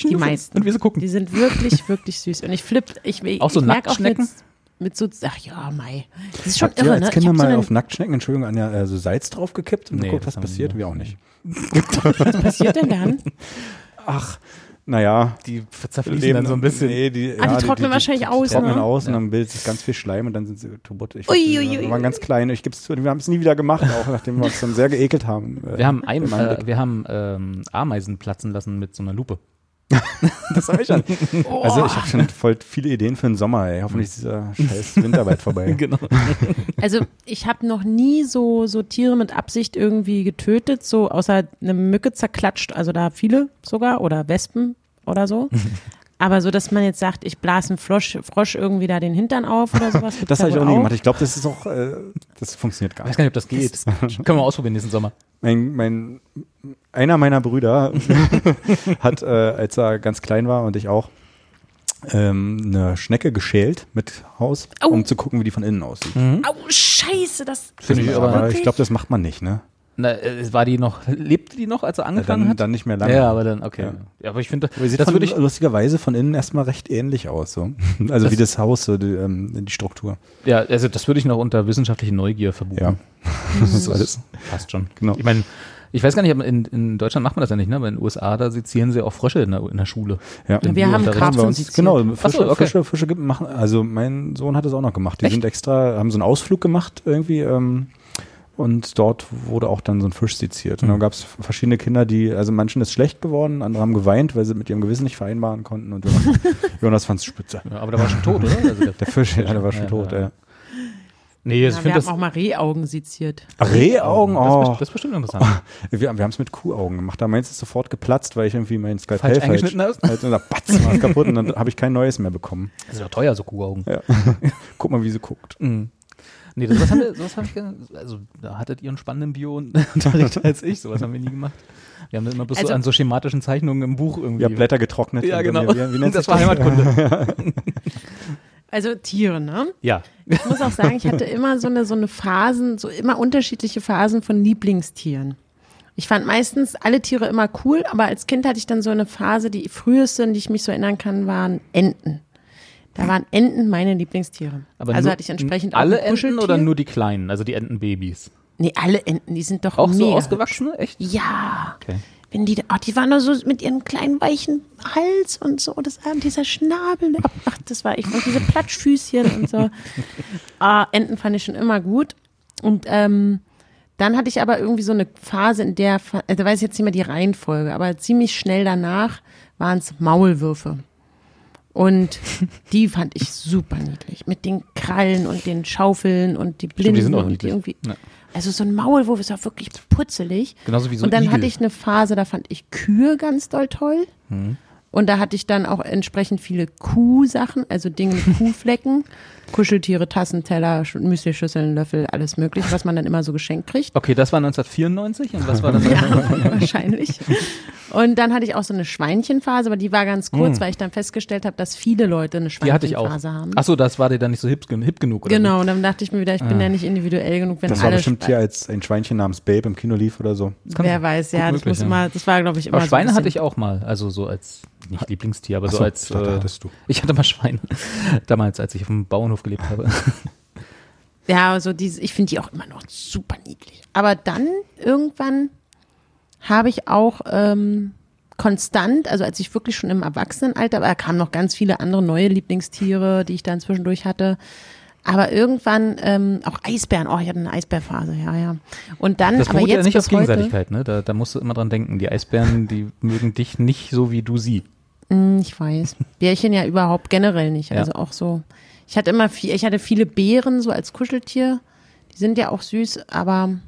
Speaker 3: Die meisten.
Speaker 1: Und wir so gucken.
Speaker 3: Die sind wirklich, wirklich süß. Und ich flipp, ich, ich,
Speaker 1: Auch so
Speaker 3: ich merk auch
Speaker 1: Nacktschnecken?
Speaker 3: jetzt mit so, ach ja, mei. Das ist schon
Speaker 2: Habt ihr
Speaker 3: irre,
Speaker 2: als
Speaker 3: ne?
Speaker 2: Kinder
Speaker 3: hab so
Speaker 2: mal
Speaker 3: einen-
Speaker 2: auf Nacktschnecken, Entschuldigung, an der äh, so Salz draufgekippt und
Speaker 1: Nee,
Speaker 2: geguckt,
Speaker 1: das
Speaker 2: was
Speaker 1: haben wir
Speaker 2: passiert?
Speaker 1: nicht.
Speaker 2: Wir auch nicht.
Speaker 3: was passiert denn dann? Ah,
Speaker 2: Naja.
Speaker 1: die zerfließen dann so ein bisschen.
Speaker 2: Nee, die,
Speaker 3: Ah, die trocknen wahrscheinlich aus,
Speaker 2: Die trocknen
Speaker 3: ne?
Speaker 2: aus und dann bildet sich ganz viel Schleim und dann sind sie Tobotte. Ich
Speaker 3: Ui,
Speaker 2: weiß nicht,
Speaker 3: ui,
Speaker 2: wir
Speaker 3: ui,
Speaker 2: waren ganz klein. Ich gib's zu, wir haben es nie wieder gemacht, auch nachdem wir uns dann sehr geekelt haben. Äh,
Speaker 1: Wir haben, ein,
Speaker 2: im Anblick.
Speaker 1: äh, wir haben ähm, Ameisen platzen lassen mit so einer Lupe.
Speaker 2: Das habe ich schon. Also ich habe schon voll viele Ideen für den Sommer, ey. Hoffentlich ist dieser scheiß Winter bald vorbei.
Speaker 1: Genau.
Speaker 3: Also ich habe noch nie so, so Tiere mit Absicht irgendwie getötet, so außer eine Mücke zerklatscht, also da viele sogar oder Wespen oder so. Aber so, dass man jetzt sagt, ich blase einen Frosch, Frosch irgendwie da den Hintern auf oder sowas. gibt's
Speaker 2: Das
Speaker 3: ja
Speaker 2: habe ich
Speaker 3: wohl
Speaker 2: auch nie gemacht. Ich glaube, das ist auch, äh, das funktioniert gar
Speaker 1: Ich weiß
Speaker 2: nicht.
Speaker 1: gar nicht, ob das geht. können wir ausprobieren nächsten Sommer.
Speaker 2: Mein, mein, einer meiner Brüder hat, äh, als er ganz klein war und ich auch, ähm, eine Schnecke geschält mit Haus,
Speaker 3: Au.
Speaker 2: um zu gucken, wie die von innen aussieht.
Speaker 3: Au, scheiße, das
Speaker 1: Hm. Finde ich aber-
Speaker 2: ich glaube, das macht man nicht, ne?
Speaker 1: Na, äh, war die noch, lebte die noch, als er angefangen
Speaker 2: Dann,
Speaker 1: hat?
Speaker 2: dann nicht mehr lange.
Speaker 1: Ja, aber dann, okay.
Speaker 2: Ja.
Speaker 1: Ja. aber ich finde,
Speaker 2: Aber sie sieht
Speaker 1: das
Speaker 2: von,
Speaker 1: würde ich,
Speaker 2: lustigerweise von innen erstmal recht ähnlich aus. So. Also wie das Haus, so die, ähm, die Struktur.
Speaker 1: ja, also das würde ich noch unter wissenschaftliche Neugier verbuchen.
Speaker 2: Ja. das ist alles.
Speaker 1: Passt schon.
Speaker 2: Genau.
Speaker 1: Ich meine, ich weiß gar nicht, aber in, in Deutschland macht man das ja nicht, ne? Aber in den USA, da sezieren sie auch Frösche in der, in der Schule.
Speaker 2: Ja.
Speaker 3: Wir haben
Speaker 2: unterrichten
Speaker 3: Karpfen
Speaker 2: bei uns-
Speaker 3: seziert.
Speaker 2: Genau,
Speaker 1: Ach
Speaker 2: Fische,
Speaker 1: so, okay.
Speaker 2: Fische, Fische gibt, machen, also mein Sohn hat das auch noch gemacht. Die
Speaker 1: Echt?
Speaker 2: sind extra, haben so einen Ausflug gemacht irgendwie ähm, und dort wurde auch dann so ein Fisch seziert.
Speaker 1: Mhm.
Speaker 2: Und dann gab es verschiedene Kinder, die, also manchen ist schlecht geworden, andere haben geweint, weil sie mit ihrem Gewissen nicht vereinbaren konnten und Jonas, Jonas fand es spitze.
Speaker 1: Ja, aber da war schon tot, oder? Also
Speaker 2: Der Fisch, ja, der war schon tot,
Speaker 1: ja.
Speaker 2: ja.
Speaker 1: Nee, also
Speaker 3: Ja,
Speaker 1: ich
Speaker 3: wir
Speaker 1: finde
Speaker 3: haben
Speaker 1: das,
Speaker 3: auch mal Rehaugen seziert.
Speaker 2: Rehaugen,
Speaker 1: das,
Speaker 2: oh.
Speaker 1: ist best- das ist bestimmt interessant.
Speaker 2: Wir, wir haben es mit Kuhaugen gemacht. Da meins ist sofort geplatzt, weil ich irgendwie mein Skalpell
Speaker 1: Falsch eingeschnitten hast?
Speaker 2: falsch und dann batz, war es kaputt und dann habe ich kein neues mehr bekommen.
Speaker 1: Das ist doch teuer, so Kuhaugen.
Speaker 2: Ja. Guck mal, wie sie guckt.
Speaker 1: Nee, das, was haben wir, sowas habe ich, ge- also da hattet ihr einen spannenden Bio-Unterricht als ich, sowas haben wir nie gemacht. Wir haben das immer bloß so
Speaker 3: Also-
Speaker 1: an so schematischen Zeichnungen im Buch irgendwie.
Speaker 2: Wir haben Blätter getrocknet.
Speaker 1: ja,
Speaker 2: und dann
Speaker 1: genau.
Speaker 2: hier- Wie, wie nennt
Speaker 1: das
Speaker 2: sich
Speaker 1: war Heimatkunde.
Speaker 3: Also Tiere, ne?
Speaker 1: Ja.
Speaker 3: Ich muss auch sagen, ich hatte immer so eine, so eine Phasen, so immer unterschiedliche Phasen von Lieblingstieren. Ich fand meistens alle Tiere immer cool, aber als Kind hatte ich dann so eine Phase, die früheste, an die ich mich so erinnern kann, waren Enten. Da waren Enten meine Lieblingstiere.
Speaker 1: Aber
Speaker 3: also
Speaker 1: nur-
Speaker 3: hatte ich entsprechend
Speaker 1: alle
Speaker 3: auch ein
Speaker 1: Enten
Speaker 3: Kuscheltier.
Speaker 1: oder nur die kleinen, also die Entenbabys.
Speaker 3: Nee, alle Enten, die sind doch
Speaker 1: Auch
Speaker 3: mega.
Speaker 1: so ausgewachsene, echt?
Speaker 3: Ja.
Speaker 1: Okay.
Speaker 3: Wenn die, oh, die waren doch so mit ihrem kleinen weichen Hals und so, das, ah, dieser Schnabel, der ab- ach, das war ich, und diese Platschfüßchen und so. Ah, Enten fand ich schon immer gut. Und ähm, dann hatte ich aber irgendwie so eine Phase, in der, fa- äh, da weiß ich jetzt nicht mehr die Reihenfolge, aber ziemlich schnell danach waren es Maulwürfe. Und die fand ich super niedlich. Mit den Krallen und den Schaufeln und die Blinden
Speaker 1: die sind auch
Speaker 3: und die
Speaker 1: niedlich.
Speaker 3: irgendwie.
Speaker 1: Ja.
Speaker 3: Also so ein Maulwurf ist auch wirklich putzelig.
Speaker 1: Genauso wie so ein
Speaker 3: Und dann
Speaker 1: Igel.
Speaker 3: hatte ich eine Phase, da fand ich Kühe ganz doll toll.
Speaker 1: Mhm.
Speaker 3: Und da hatte ich dann auch entsprechend viele Kuhsachen, also Dinge mit Kuhflecken, Kuscheltiere, Tassen, Teller, Sch- Müslischüsseln, Löffel, alles mögliche, was man dann immer so geschenkt kriegt.
Speaker 1: Okay, das war 1994 und was war dann?
Speaker 3: Ja, wahrscheinlich. Und dann hatte ich auch so eine Schweinchenphase, aber die war ganz kurz, weil ich dann festgestellt habe, dass viele Leute eine
Speaker 1: Mhm. Die hatte ich auch.
Speaker 3: Schweinchenphase haben.
Speaker 1: Achso, das war dir dann nicht so hip, hip genug, oder? Ah.
Speaker 3: Genau, und dann dachte ich mir wieder, ich bin ja nicht individuell genug, wenn
Speaker 2: Das war
Speaker 3: alle
Speaker 2: bestimmt hier, als ein Schweinchen namens Babe im Kino lief oder so.
Speaker 1: kann
Speaker 3: Wer
Speaker 1: sein.
Speaker 3: weiß,
Speaker 1: Gut
Speaker 3: ja, das
Speaker 1: möglich,
Speaker 3: muss
Speaker 1: ja.
Speaker 3: immer, das war, glaube ich, immer
Speaker 1: Aber Schweine
Speaker 3: so ein
Speaker 1: hatte
Speaker 3: bisschen-
Speaker 1: ich auch mal, also so als, nicht Lieblingstier, aber
Speaker 2: Ach
Speaker 1: so,
Speaker 2: so,
Speaker 1: als,
Speaker 2: ich dachte,
Speaker 1: äh,
Speaker 2: hattest du.
Speaker 1: ich hatte mal Schweine, damals, als ich auf dem Bauernhof gelebt habe.
Speaker 3: Ja, also diese, ich finde die auch immer noch super niedlich. Aber dann irgendwann habe ich auch ähm, konstant, also als ich wirklich schon im Erwachsenenalter, aber da kamen noch ganz viele andere neue Lieblingstiere, die ich dann zwischendurch hatte. Aber irgendwann ähm, auch Eisbären. Oh, ich hatte eine Eisbärphase, ja, ja. Und dann,
Speaker 1: Das
Speaker 3: aber
Speaker 1: beruht ja
Speaker 3: jetzt
Speaker 1: nicht auf
Speaker 3: bis heute,
Speaker 1: Gegenseitigkeit, ne? Da, da musst du immer dran denken. Die Eisbären, die mögen dich nicht so wie du sie.
Speaker 3: Hm, ich weiß. Bärchen ja überhaupt generell nicht.
Speaker 1: Ja.
Speaker 3: Also auch so. Ich hatte immer viel, ich hatte viele Beeren so als Kuscheltier. Die sind ja auch süß, aber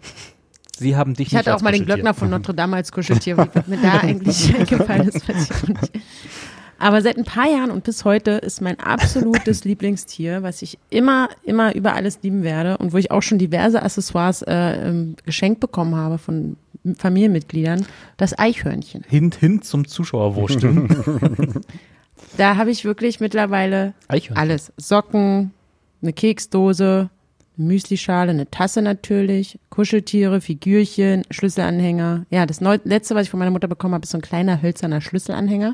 Speaker 1: Sie haben dich
Speaker 3: Ich
Speaker 1: nicht
Speaker 3: hatte auch
Speaker 1: als
Speaker 3: mal den
Speaker 1: Kuscheltier.
Speaker 3: Glöckner von Notre Dame als Kuscheltier, wie mir da eigentlich eingefallen ist, weiß ich auch nicht. Aber seit ein paar Jahren und bis heute ist mein absolutes Lieblingstier, was ich immer, immer über alles lieben werde und wo ich auch schon diverse Accessoires äh, ähm, geschenkt bekommen habe von Familienmitgliedern, das Eichhörnchen.
Speaker 1: Hint, hint zum Zuschauerwurschteln.
Speaker 3: Da habe ich wirklich mittlerweile
Speaker 1: Eichhörnchen.
Speaker 3: alles. Socken, eine Keksdose, eine Müslischale, eine Tasse natürlich, Kuscheltiere, Figürchen, Schlüsselanhänger. Ja, das neu letzte, was ich von meiner Mutter bekommen habe, ist so ein kleiner hölzerner Schlüsselanhänger.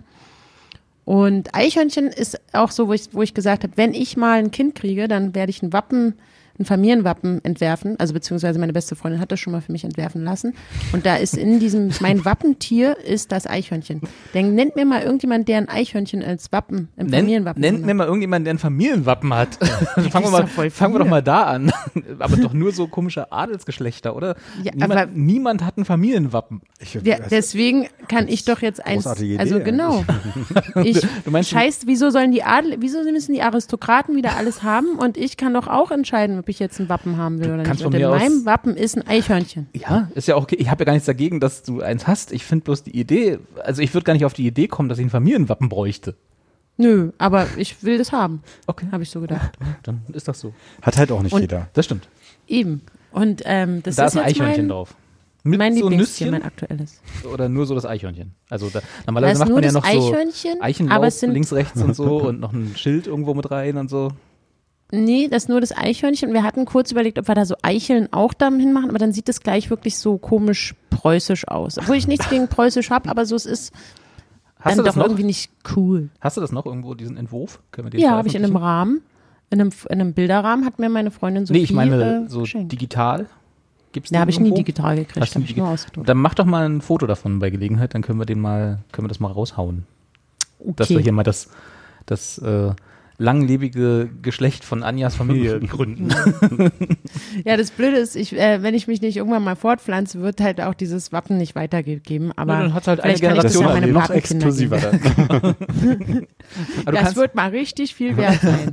Speaker 3: Und Eichhörnchen ist auch so, wo ich, wo ich gesagt habe, wenn ich mal ein Kind kriege, dann werde ich ein Wappen, ein Familienwappen entwerfen. Also beziehungsweise meine beste Freundin hat das schon mal für mich entwerfen lassen. Und da ist in diesem, mein Wappentier ist das Eichhörnchen. Denn nennt mir mal irgendjemand, der ein Eichhörnchen als Wappen, im
Speaker 1: Nennt,
Speaker 3: Familienwappen
Speaker 1: nennt mir mal irgendjemanden, der ein Familienwappen hat. fangen, wir
Speaker 3: doch
Speaker 1: mal,
Speaker 3: voll
Speaker 1: fangen wir
Speaker 3: viele.
Speaker 1: doch mal da an. Aber doch nur so komische Adelsgeschlechter, oder?
Speaker 3: Ja,
Speaker 1: niemand,
Speaker 3: aber-
Speaker 1: niemand hat ein Familienwappen.
Speaker 2: Ich,
Speaker 3: Ja,
Speaker 2: also,
Speaker 3: deswegen kann ich doch jetzt eins.
Speaker 2: großartige Idee
Speaker 3: also genau. Ich,
Speaker 1: Du meinst-
Speaker 3: scheiß, wieso sollen die Adel, wieso müssen die Aristokraten wieder alles haben? Und ich kann doch auch entscheiden, ob ich jetzt ein Wappen haben will oder
Speaker 1: kannst
Speaker 3: nicht.
Speaker 1: von
Speaker 3: Und in
Speaker 1: mir aus-
Speaker 3: meinem Wappen ist ein Eichhörnchen.
Speaker 1: Ja, ist ja auch okay. Ich habe ja gar nichts dagegen, dass du eins hast. Ich finde bloß die Idee, also ich würde gar nicht auf die Idee kommen, dass ich ein Familienwappen bräuchte.
Speaker 3: Nö, aber ich will das haben,
Speaker 1: Okay,
Speaker 3: habe ich so gedacht.
Speaker 1: dann ist das so.
Speaker 2: hat halt auch nicht
Speaker 3: Und-
Speaker 2: jeder.
Speaker 1: Das stimmt.
Speaker 3: Eben. Und ähm, das
Speaker 1: da
Speaker 3: ist
Speaker 1: ist ein
Speaker 3: jetzt
Speaker 1: Eichhörnchen
Speaker 3: mein,
Speaker 1: drauf. Mit
Speaker 3: mein
Speaker 1: so
Speaker 3: Lieblingstier,
Speaker 1: Nüsschen
Speaker 3: mein aktuelles.
Speaker 1: oder nur so das Eichhörnchen? Also da,
Speaker 3: Da
Speaker 1: normalerweise
Speaker 3: ist
Speaker 1: macht
Speaker 3: nur
Speaker 1: man ja
Speaker 3: das
Speaker 1: noch
Speaker 3: Eichhörnchen,
Speaker 1: so Eichenlaub
Speaker 3: aber es sind
Speaker 1: links, rechts und so und noch ein Schild irgendwo mit rein und so.
Speaker 3: Nee, das ist nur das Eichhörnchen. Wir hatten kurz überlegt, ob wir da so Eicheln auch da hinmachen, aber dann sieht das gleich wirklich so komisch preußisch aus. Obwohl ich nichts gegen preußisch habe, aber so es ist
Speaker 1: Hast du,
Speaker 3: dann
Speaker 1: das
Speaker 3: Ähm, doch
Speaker 1: noch?
Speaker 3: irgendwie nicht cool.
Speaker 1: Hast du das noch irgendwo, diesen Entwurf? Können wir den
Speaker 3: Ja, habe ich in einem
Speaker 1: veröffentlichen?
Speaker 3: Rahmen, in einem, in einem Bilderrahmen hat mir meine Freundin so
Speaker 1: Nee, ich meine
Speaker 3: äh,
Speaker 1: so
Speaker 3: geschenkt.
Speaker 1: digital. Gibt's
Speaker 3: Da
Speaker 1: den
Speaker 3: habe ich nie
Speaker 1: irgendwo?
Speaker 3: digital gekriegt,
Speaker 1: Hast du
Speaker 3: habe ich nur
Speaker 1: digi-
Speaker 3: ausgedruckt.
Speaker 1: Dann mach doch mal ein Foto davon bei Gelegenheit, dann können wir den mal, können wir das mal raushauen. Dass wir
Speaker 3: Okay.
Speaker 1: hier mal das, das äh, langlebige Geschlecht von Anjas Familie gründen.
Speaker 3: Ja, das Blöde ist, ich, äh, wenn ich mich nicht irgendwann mal fortpflanze, wird halt auch dieses Wappen nicht weitergegeben. Aber
Speaker 1: Ja, dann hat's halt eine
Speaker 3: vielleicht kann ich das
Speaker 1: Generation
Speaker 3: ja meinem
Speaker 2: noch
Speaker 3: Patenkinder
Speaker 2: exklusiver. dann.
Speaker 3: geben.
Speaker 1: Aber Ah, du
Speaker 3: Das
Speaker 1: kannst-
Speaker 3: wird mal richtig viel wert sein.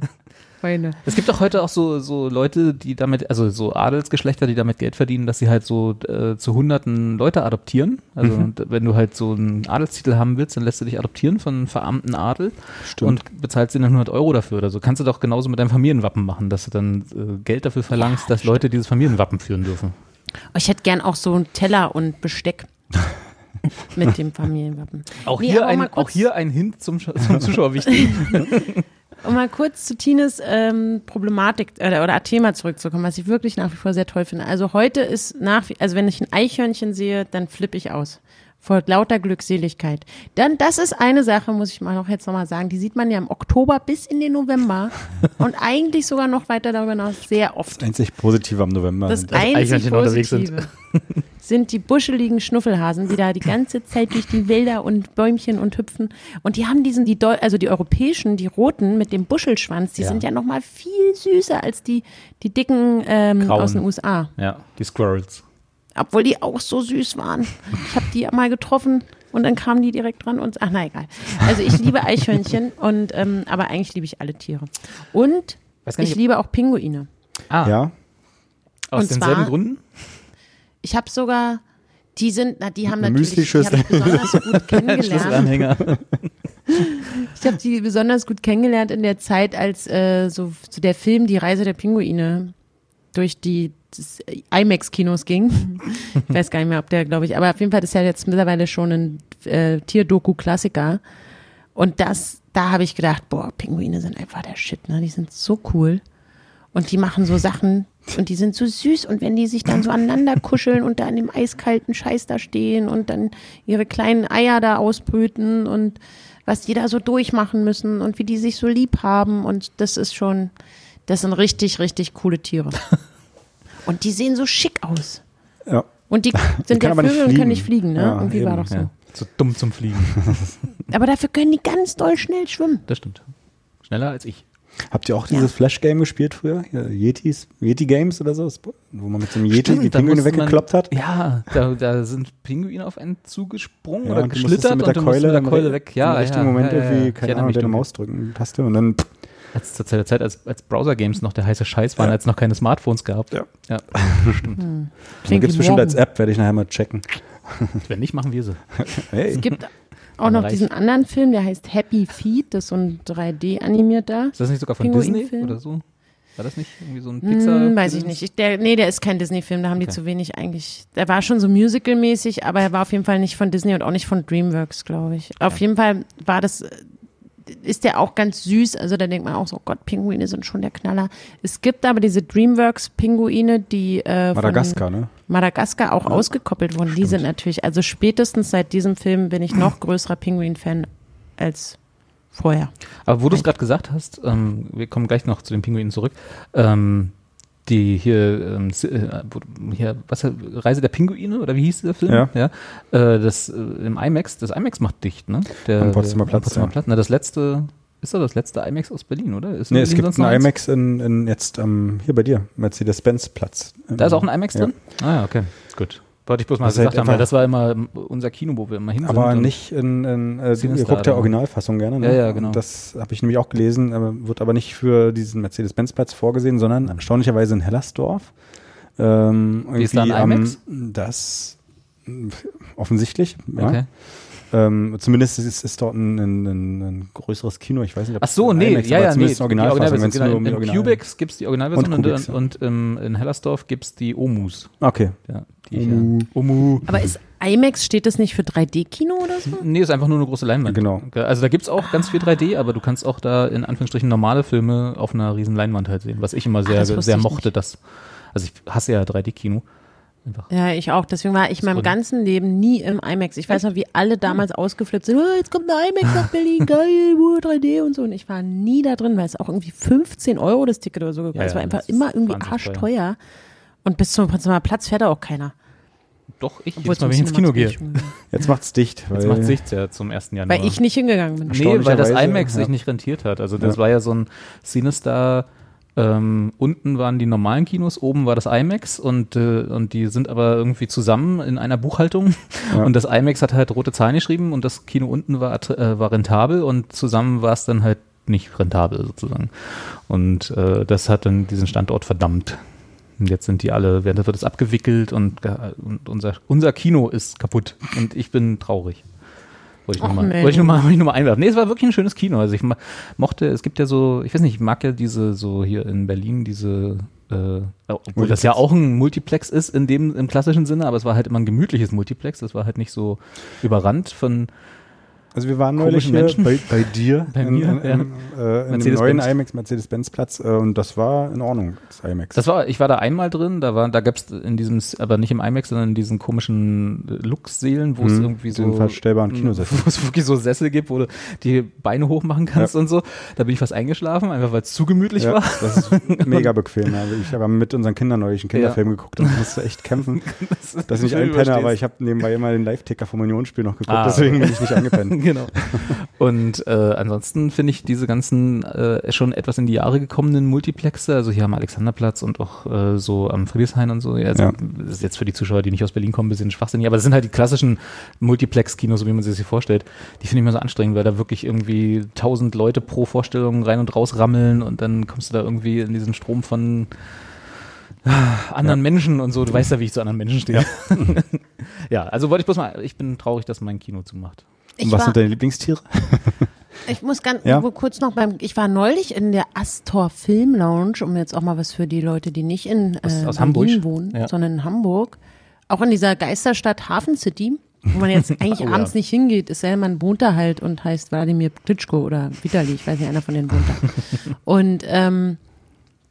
Speaker 3: Freunde.
Speaker 1: Es gibt auch heute auch so, so Leute, die damit, also so Adelsgeschlechter, die damit Geld verdienen, dass sie halt so äh, zu hunderten Leute adoptieren. Also d- wenn du halt so einen Adelstitel haben willst, dann lässt du dich adoptieren von einem verarmten Adel
Speaker 2: Stimmt.
Speaker 1: und bezahlst ihnen dann 100 Euro dafür. Also kannst du doch genauso mit deinem Familienwappen machen, dass du dann äh, Geld dafür verlangst, dass Leute dieses Familienwappen führen dürfen.
Speaker 3: Oh, Ich hätte gern auch so einen Teller und Besteck mit dem Familienwappen.
Speaker 1: Auch,
Speaker 3: Nee,
Speaker 1: hier,
Speaker 3: aber
Speaker 1: ein,
Speaker 3: mal kurz-
Speaker 1: auch hier ein Hint zum, Sch- zum Zuschauer wichtig.
Speaker 3: Um mal kurz zu Tines ähm, Problematik äh, oder Thema zurückzukommen, was ich wirklich nach wie vor sehr toll finde. Also heute ist nach wie, also wenn ich ein Eichhörnchen sehe, dann flippe ich aus. Vor lauter Glückseligkeit. Dann, das ist eine Sache, muss ich mal noch jetzt nochmal sagen, die sieht man ja im Oktober bis in den November und eigentlich sogar noch weiter darüber hinaus sehr oft.
Speaker 2: Einzig positiv am November. Also,
Speaker 3: Das
Speaker 1: Also
Speaker 2: sind-
Speaker 3: einzig
Speaker 1: Eichhörnchen unterwegs sind.
Speaker 3: Positive sind die buscheligen Schnuffelhasen, die da die ganze Zeit durch die Wälder und Bäumchen und hüpfen. Und die haben diesen, die Deu also die europäischen, die roten mit dem Buschelschwanz, die
Speaker 1: Ja.
Speaker 3: sind ja noch mal viel süßer als die, die dicken ähm,
Speaker 1: Grauen.
Speaker 3: aus den USA.
Speaker 1: ja, die Squirrels.
Speaker 3: Obwohl die auch so süß waren. Ich habe die mal getroffen und dann kamen die direkt dran und ach na egal. Also ich liebe Eichhörnchen und ähm, aber eigentlich liebe ich alle Tiere. Und
Speaker 1: Weiß gar nicht,
Speaker 3: ich
Speaker 1: ob-
Speaker 3: liebe auch Pinguine.
Speaker 1: Ah,
Speaker 2: ja,
Speaker 1: aus
Speaker 3: und
Speaker 1: denselben
Speaker 3: zwar-
Speaker 1: Gründen?
Speaker 3: Ich habe sogar, die sind, na, die haben
Speaker 2: Eine
Speaker 3: natürlich, die habe
Speaker 2: Müslischüssel.
Speaker 3: ich besonders gut kennengelernt.
Speaker 1: Schlüsselanhänger.
Speaker 3: Ich habe die besonders gut kennengelernt in der Zeit, als äh, so, so der Film Die Reise der Pinguine durch die des IMAX-Kinos ging. Ich weiß gar nicht mehr, ob der, glaube ich, aber auf jeden Fall ist ja jetzt mittlerweile schon ein äh, Tierdoku-Klassiker. Und das, da habe ich gedacht, boah, Pinguine sind einfach der Shit, ne? Die sind so cool. Und die machen so Sachen und die sind so süß. Und wenn die sich dann so aneinander kuscheln und da in dem eiskalten Scheiß da stehen und dann ihre kleinen Eier da ausbrüten und was die da so durchmachen müssen und wie die sich so lieb haben. Und das ist schon, das sind richtig, richtig coole Tiere. Und die sehen so schick aus.
Speaker 2: Ja.
Speaker 3: Und die sind ja
Speaker 2: können aber nicht
Speaker 3: Vögel und können
Speaker 2: fliegen.
Speaker 3: nicht fliegen, ne?
Speaker 2: Ja,
Speaker 3: Irgendwie war
Speaker 2: eben,
Speaker 3: doch so.
Speaker 1: Ja. Zu dumm zum Fliegen.
Speaker 3: Aber dafür können die ganz doll schnell schwimmen.
Speaker 1: Das stimmt. Schneller als ich.
Speaker 2: Habt ihr auch dieses Flash-Game gespielt früher? Ja, Yetis, Yeti-Games oder so? Wo man mit so einem Yeti die
Speaker 1: da
Speaker 2: Pinguine
Speaker 1: musste man-
Speaker 2: weggekloppt hat?
Speaker 1: Ja, da, da sind Pinguine auf einen zugesprungen
Speaker 2: Ja,
Speaker 1: oder
Speaker 2: und du musstest
Speaker 1: geschlittert
Speaker 2: dann
Speaker 1: und du musst mit der
Speaker 2: dann
Speaker 1: Keule weg. Ja,
Speaker 2: im richtigen
Speaker 1: ja,
Speaker 2: Moment
Speaker 1: ja, ja,
Speaker 2: irgendwie,
Speaker 1: Ich
Speaker 2: keine
Speaker 1: erinnere
Speaker 2: Ahnung,
Speaker 1: mich
Speaker 2: deine
Speaker 1: dunkel.
Speaker 2: Maus drücken, Taste und dann
Speaker 1: Als zur Zeit- Zeit, als, als Browser-Games noch der heiße Scheiß waren, als es noch keine Smartphones gab.
Speaker 2: Ja.
Speaker 3: Klingt
Speaker 2: gibt es
Speaker 3: wie
Speaker 2: bestimmt als
Speaker 3: Morgen.
Speaker 2: App, werde ich nachher mal checken.
Speaker 1: Wenn nicht, machen wir sie.
Speaker 2: Hey,
Speaker 3: Es gibt auch noch diesen anderen Film, der heißt Happy Feet. Das ist so ein 3D-animierter.
Speaker 1: Ist das nicht sogar von
Speaker 3: Pinguin-
Speaker 1: Disney
Speaker 3: Film?
Speaker 1: oder so? War das nicht irgendwie so ein Pixar?
Speaker 3: Hm, weiß ich nicht. Ich, der, nee, der ist kein Disney-Film. Da haben die
Speaker 1: Okay.
Speaker 3: zu wenig eigentlich. Der war schon so musical-mäßig, aber er war auf jeden Fall nicht von Disney und auch nicht von DreamWorks, glaube ich. Auf jeden Fall war das. äh, Ist der auch ganz süß. Also da denkt man auch so: oh Gott, Pinguine sind schon der Knaller. Es gibt aber diese DreamWorks-Pinguine, die. Äh, von-
Speaker 2: Madagaskar, ne?
Speaker 3: Madagaskar auch ausgekoppelt wurden. Die sind natürlich, also spätestens seit diesem Film bin ich noch größerer Pinguin-Fan als vorher.
Speaker 1: Aber wo du es gerade gesagt hast, ähm, wir kommen gleich noch zu den Pinguinen zurück. Ähm, die hier, ähm, Si- äh, wo- hier was, Reise der Pinguine oder wie hieß der Film?
Speaker 2: Ja.
Speaker 1: Äh, das äh, im IMAX, das IMAX macht dicht, ne? Der,
Speaker 2: Am Potsdamer
Speaker 1: der-
Speaker 2: Platz,
Speaker 1: Potsdamer
Speaker 2: ja.
Speaker 1: Platz. Na, das letzte, ist doch das letzte IMAX aus Berlin, oder? Ist in
Speaker 2: Nee, es
Speaker 1: Berlin
Speaker 2: gibt
Speaker 1: sonst noch
Speaker 2: einen
Speaker 1: eins?
Speaker 2: IMAX in, in jetzt ähm, hier bei dir, Mercedes-Benz-Platz. Ähm,
Speaker 1: Da ist auch ein IMAX
Speaker 2: Ja.
Speaker 1: drin? Ah ja, okay. Gut. Wollte ich bloß mal
Speaker 2: Das ist
Speaker 1: gesagt
Speaker 2: halt
Speaker 1: haben, weil
Speaker 2: einfach-
Speaker 1: das war immer ähm, unser Kino, wo wir immer hin sind.
Speaker 2: Aber
Speaker 1: und-
Speaker 2: nicht in, in äh, ihr
Speaker 1: Cinestar,
Speaker 2: guckt der
Speaker 1: oder?
Speaker 2: Originalfassung gerne. Ne?
Speaker 1: Ja, ja, genau.
Speaker 2: Und Das habe ich nämlich auch gelesen, aber wird aber nicht für diesen Mercedes-Benz-Platz vorgesehen, sondern erstaunlicherweise in Hellersdorf. Ähm,
Speaker 1: Wie ist da ein
Speaker 2: irgendwie am-
Speaker 1: IMAX?
Speaker 2: Das mh, offensichtlich, ja.
Speaker 1: Okay.
Speaker 2: Ähm, zumindest ist, ist dort ein, ein, ein, ein größeres Kino. Ich weiß nicht, ob
Speaker 1: Ach so,
Speaker 2: es ein
Speaker 1: nee,
Speaker 2: IMAX,
Speaker 1: ja,
Speaker 2: aber
Speaker 1: ja, nee.
Speaker 2: zumindest
Speaker 1: die
Speaker 2: Originalfassung.
Speaker 1: Originalversion,
Speaker 2: wenn's nur um die
Speaker 1: genau. In
Speaker 2: Original-
Speaker 1: Cubex gibt es die Originalversion
Speaker 2: Und
Speaker 1: und,
Speaker 2: Cubex,
Speaker 1: und, und ähm, in Hellersdorf gibt es die Omus.
Speaker 2: Okay.
Speaker 1: Ja, die ich, ja. Omu.
Speaker 3: Aber ist IMAX, steht das nicht für 3D-Kino oder so?
Speaker 1: Nee, ist einfach nur eine große Leinwand.
Speaker 2: Genau.
Speaker 1: Also da gibt es auch ganz viel 3D, aber du kannst auch da in Anführungsstrichen normale Filme auf einer riesen Leinwand halt sehen, was ich immer sehr,
Speaker 3: das wusste
Speaker 1: sehr
Speaker 3: ich
Speaker 1: mochte. Das. Also ich hasse ja 3D-Kino.
Speaker 3: Ja, ich auch. Deswegen war ich meinem ganzen Leben nie im IMAX. Ich weiß noch, wie alle damals ausgeflippt sind. Oh, jetzt kommt ein IMAX nach Berlin, geil, uh, 3D und so. Und ich war nie da drin, weil es auch irgendwie 15 Euro das Ticket oder so gekostet
Speaker 1: Ja,
Speaker 3: Es war
Speaker 1: ja,
Speaker 3: einfach
Speaker 1: das ist
Speaker 3: immer irgendwie
Speaker 1: wahnsinnig
Speaker 3: arschteuer. Und bis zum Potsdamer Platz fährt da auch keiner.
Speaker 1: Doch, ich,
Speaker 3: Obwohl
Speaker 1: jedes Mal, wenn
Speaker 3: es
Speaker 1: ich ins Kino
Speaker 3: Cinemax
Speaker 1: gehe.
Speaker 3: bin schon gegangen.
Speaker 2: Jetzt macht's dicht. Weil
Speaker 1: Jetzt macht sich's ja zum 1. Januar.
Speaker 3: Weil ich nicht hingegangen bin.
Speaker 1: Nee, weil das
Speaker 2: Erstaunlicherweise,
Speaker 1: IMAX sich
Speaker 2: ja.
Speaker 1: nicht rentiert hat. Also das war ja so ein Cinestar, ähm, unten waren die normalen Kinos, oben war das IMAX und, äh, und die sind aber irgendwie zusammen in einer Buchhaltung und das IMAX hat halt rote Zahlen geschrieben und das Kino unten war, attr- äh, war rentabel und zusammen war es dann halt nicht rentabel sozusagen. Und äh, das hat dann diesen Standort verdammt. Und jetzt sind die alle, werden- wird es abgewickelt und, ge- und unser, unser Kino ist kaputt und ich bin traurig. Wollte ich, nur
Speaker 3: Och,
Speaker 1: mal,
Speaker 3: Mensch.
Speaker 1: wollte ich nur mal wollte ich nur mal einwerfen. Nee, es war wirklich ein schönes Kino. Also ich ma- mochte, es gibt ja so, ich weiß nicht, ich mag ja diese, so hier in Berlin, diese, äh, obwohl das
Speaker 2: Multiplex.
Speaker 1: ja auch ein Multiplex ist in dem, im klassischen Sinne, aber es war halt immer ein gemütliches Multiplex. Das war halt nicht so überrannt von
Speaker 2: Also wir waren neulich
Speaker 1: komischen
Speaker 2: hier
Speaker 1: Menschen.
Speaker 2: bei, bei dir
Speaker 1: Bei
Speaker 2: in,
Speaker 1: mir,
Speaker 2: in, in, äh, in dem
Speaker 1: Mercedes-Benz.
Speaker 2: neuen IMAX Mercedes-Benz-Platz äh, und das war in Ordnung, das IMAX.
Speaker 1: Das war, ich war da einmal drin, da war, da gab's in diesem, aber nicht im IMAX, sondern in diesen komischen äh, Lux-Sälen, wo es
Speaker 2: Mhm,
Speaker 1: irgendwie so.
Speaker 2: diesen verstellbaren
Speaker 1: Mm,
Speaker 2: Kinosessel.
Speaker 1: Wo es wirklich so Sessel gibt, wo du die Beine hochmachen kannst und so. Da bin ich fast eingeschlafen, einfach weil es zu gemütlich
Speaker 2: ja,
Speaker 1: war.
Speaker 2: das ist mega bequem. Ja. Ich habe mit unseren Kindern neulich einen Kinderfilm geguckt und musste echt kämpfen. Dass ich nicht einpenne, aber ich habe nebenbei immer den Live-Ticker vom Unionsspiel noch geguckt,
Speaker 1: Ah,
Speaker 2: deswegen bin ich nicht angepennt.
Speaker 1: genau. Und äh, ansonsten finde ich diese ganzen äh, schon etwas in die Jahre gekommenen Multiplexe, also hier am Alexanderplatz und auch äh, so am Friedrichshain und so, ja, also
Speaker 2: Ja.
Speaker 1: das ist jetzt für die Zuschauer, die nicht aus Berlin kommen, ein bisschen schwachsinnig, aber das sind halt die klassischen Multiplex-Kinos, so wie man sie sich vorstellt. Die finde ich immer so anstrengend, weil da wirklich irgendwie tausend Leute pro Vorstellung rein und raus rammeln und dann kommst du da irgendwie in diesen Strom von ah, anderen Menschen und so, du weißt ja, wie ich zu anderen Menschen stehe. Ja, also wollte ich bloß mal, ich bin traurig, dass mein Kino zumacht.
Speaker 3: Ich
Speaker 2: was
Speaker 3: war-
Speaker 2: sind deine Lieblingstiere?
Speaker 3: Ich muss ganz
Speaker 2: Ja?
Speaker 3: nur kurz noch beim. Ich war neulich in der Astor Film Lounge, um jetzt auch mal was für die Leute, die nicht in äh,
Speaker 1: Aus- aus
Speaker 3: Berlin
Speaker 1: Hamburg?
Speaker 3: wohnen,
Speaker 1: Ja.
Speaker 3: sondern in Hamburg. Auch in dieser Geisterstadt Hafen City, wo man jetzt eigentlich
Speaker 1: Oh,
Speaker 3: abends
Speaker 1: ja.
Speaker 3: nicht hingeht, ist Selman wohnt da halt und heißt Wladimir Klitschko oder Vitali, ich weiß nicht, einer von denen wohnt da. und ähm,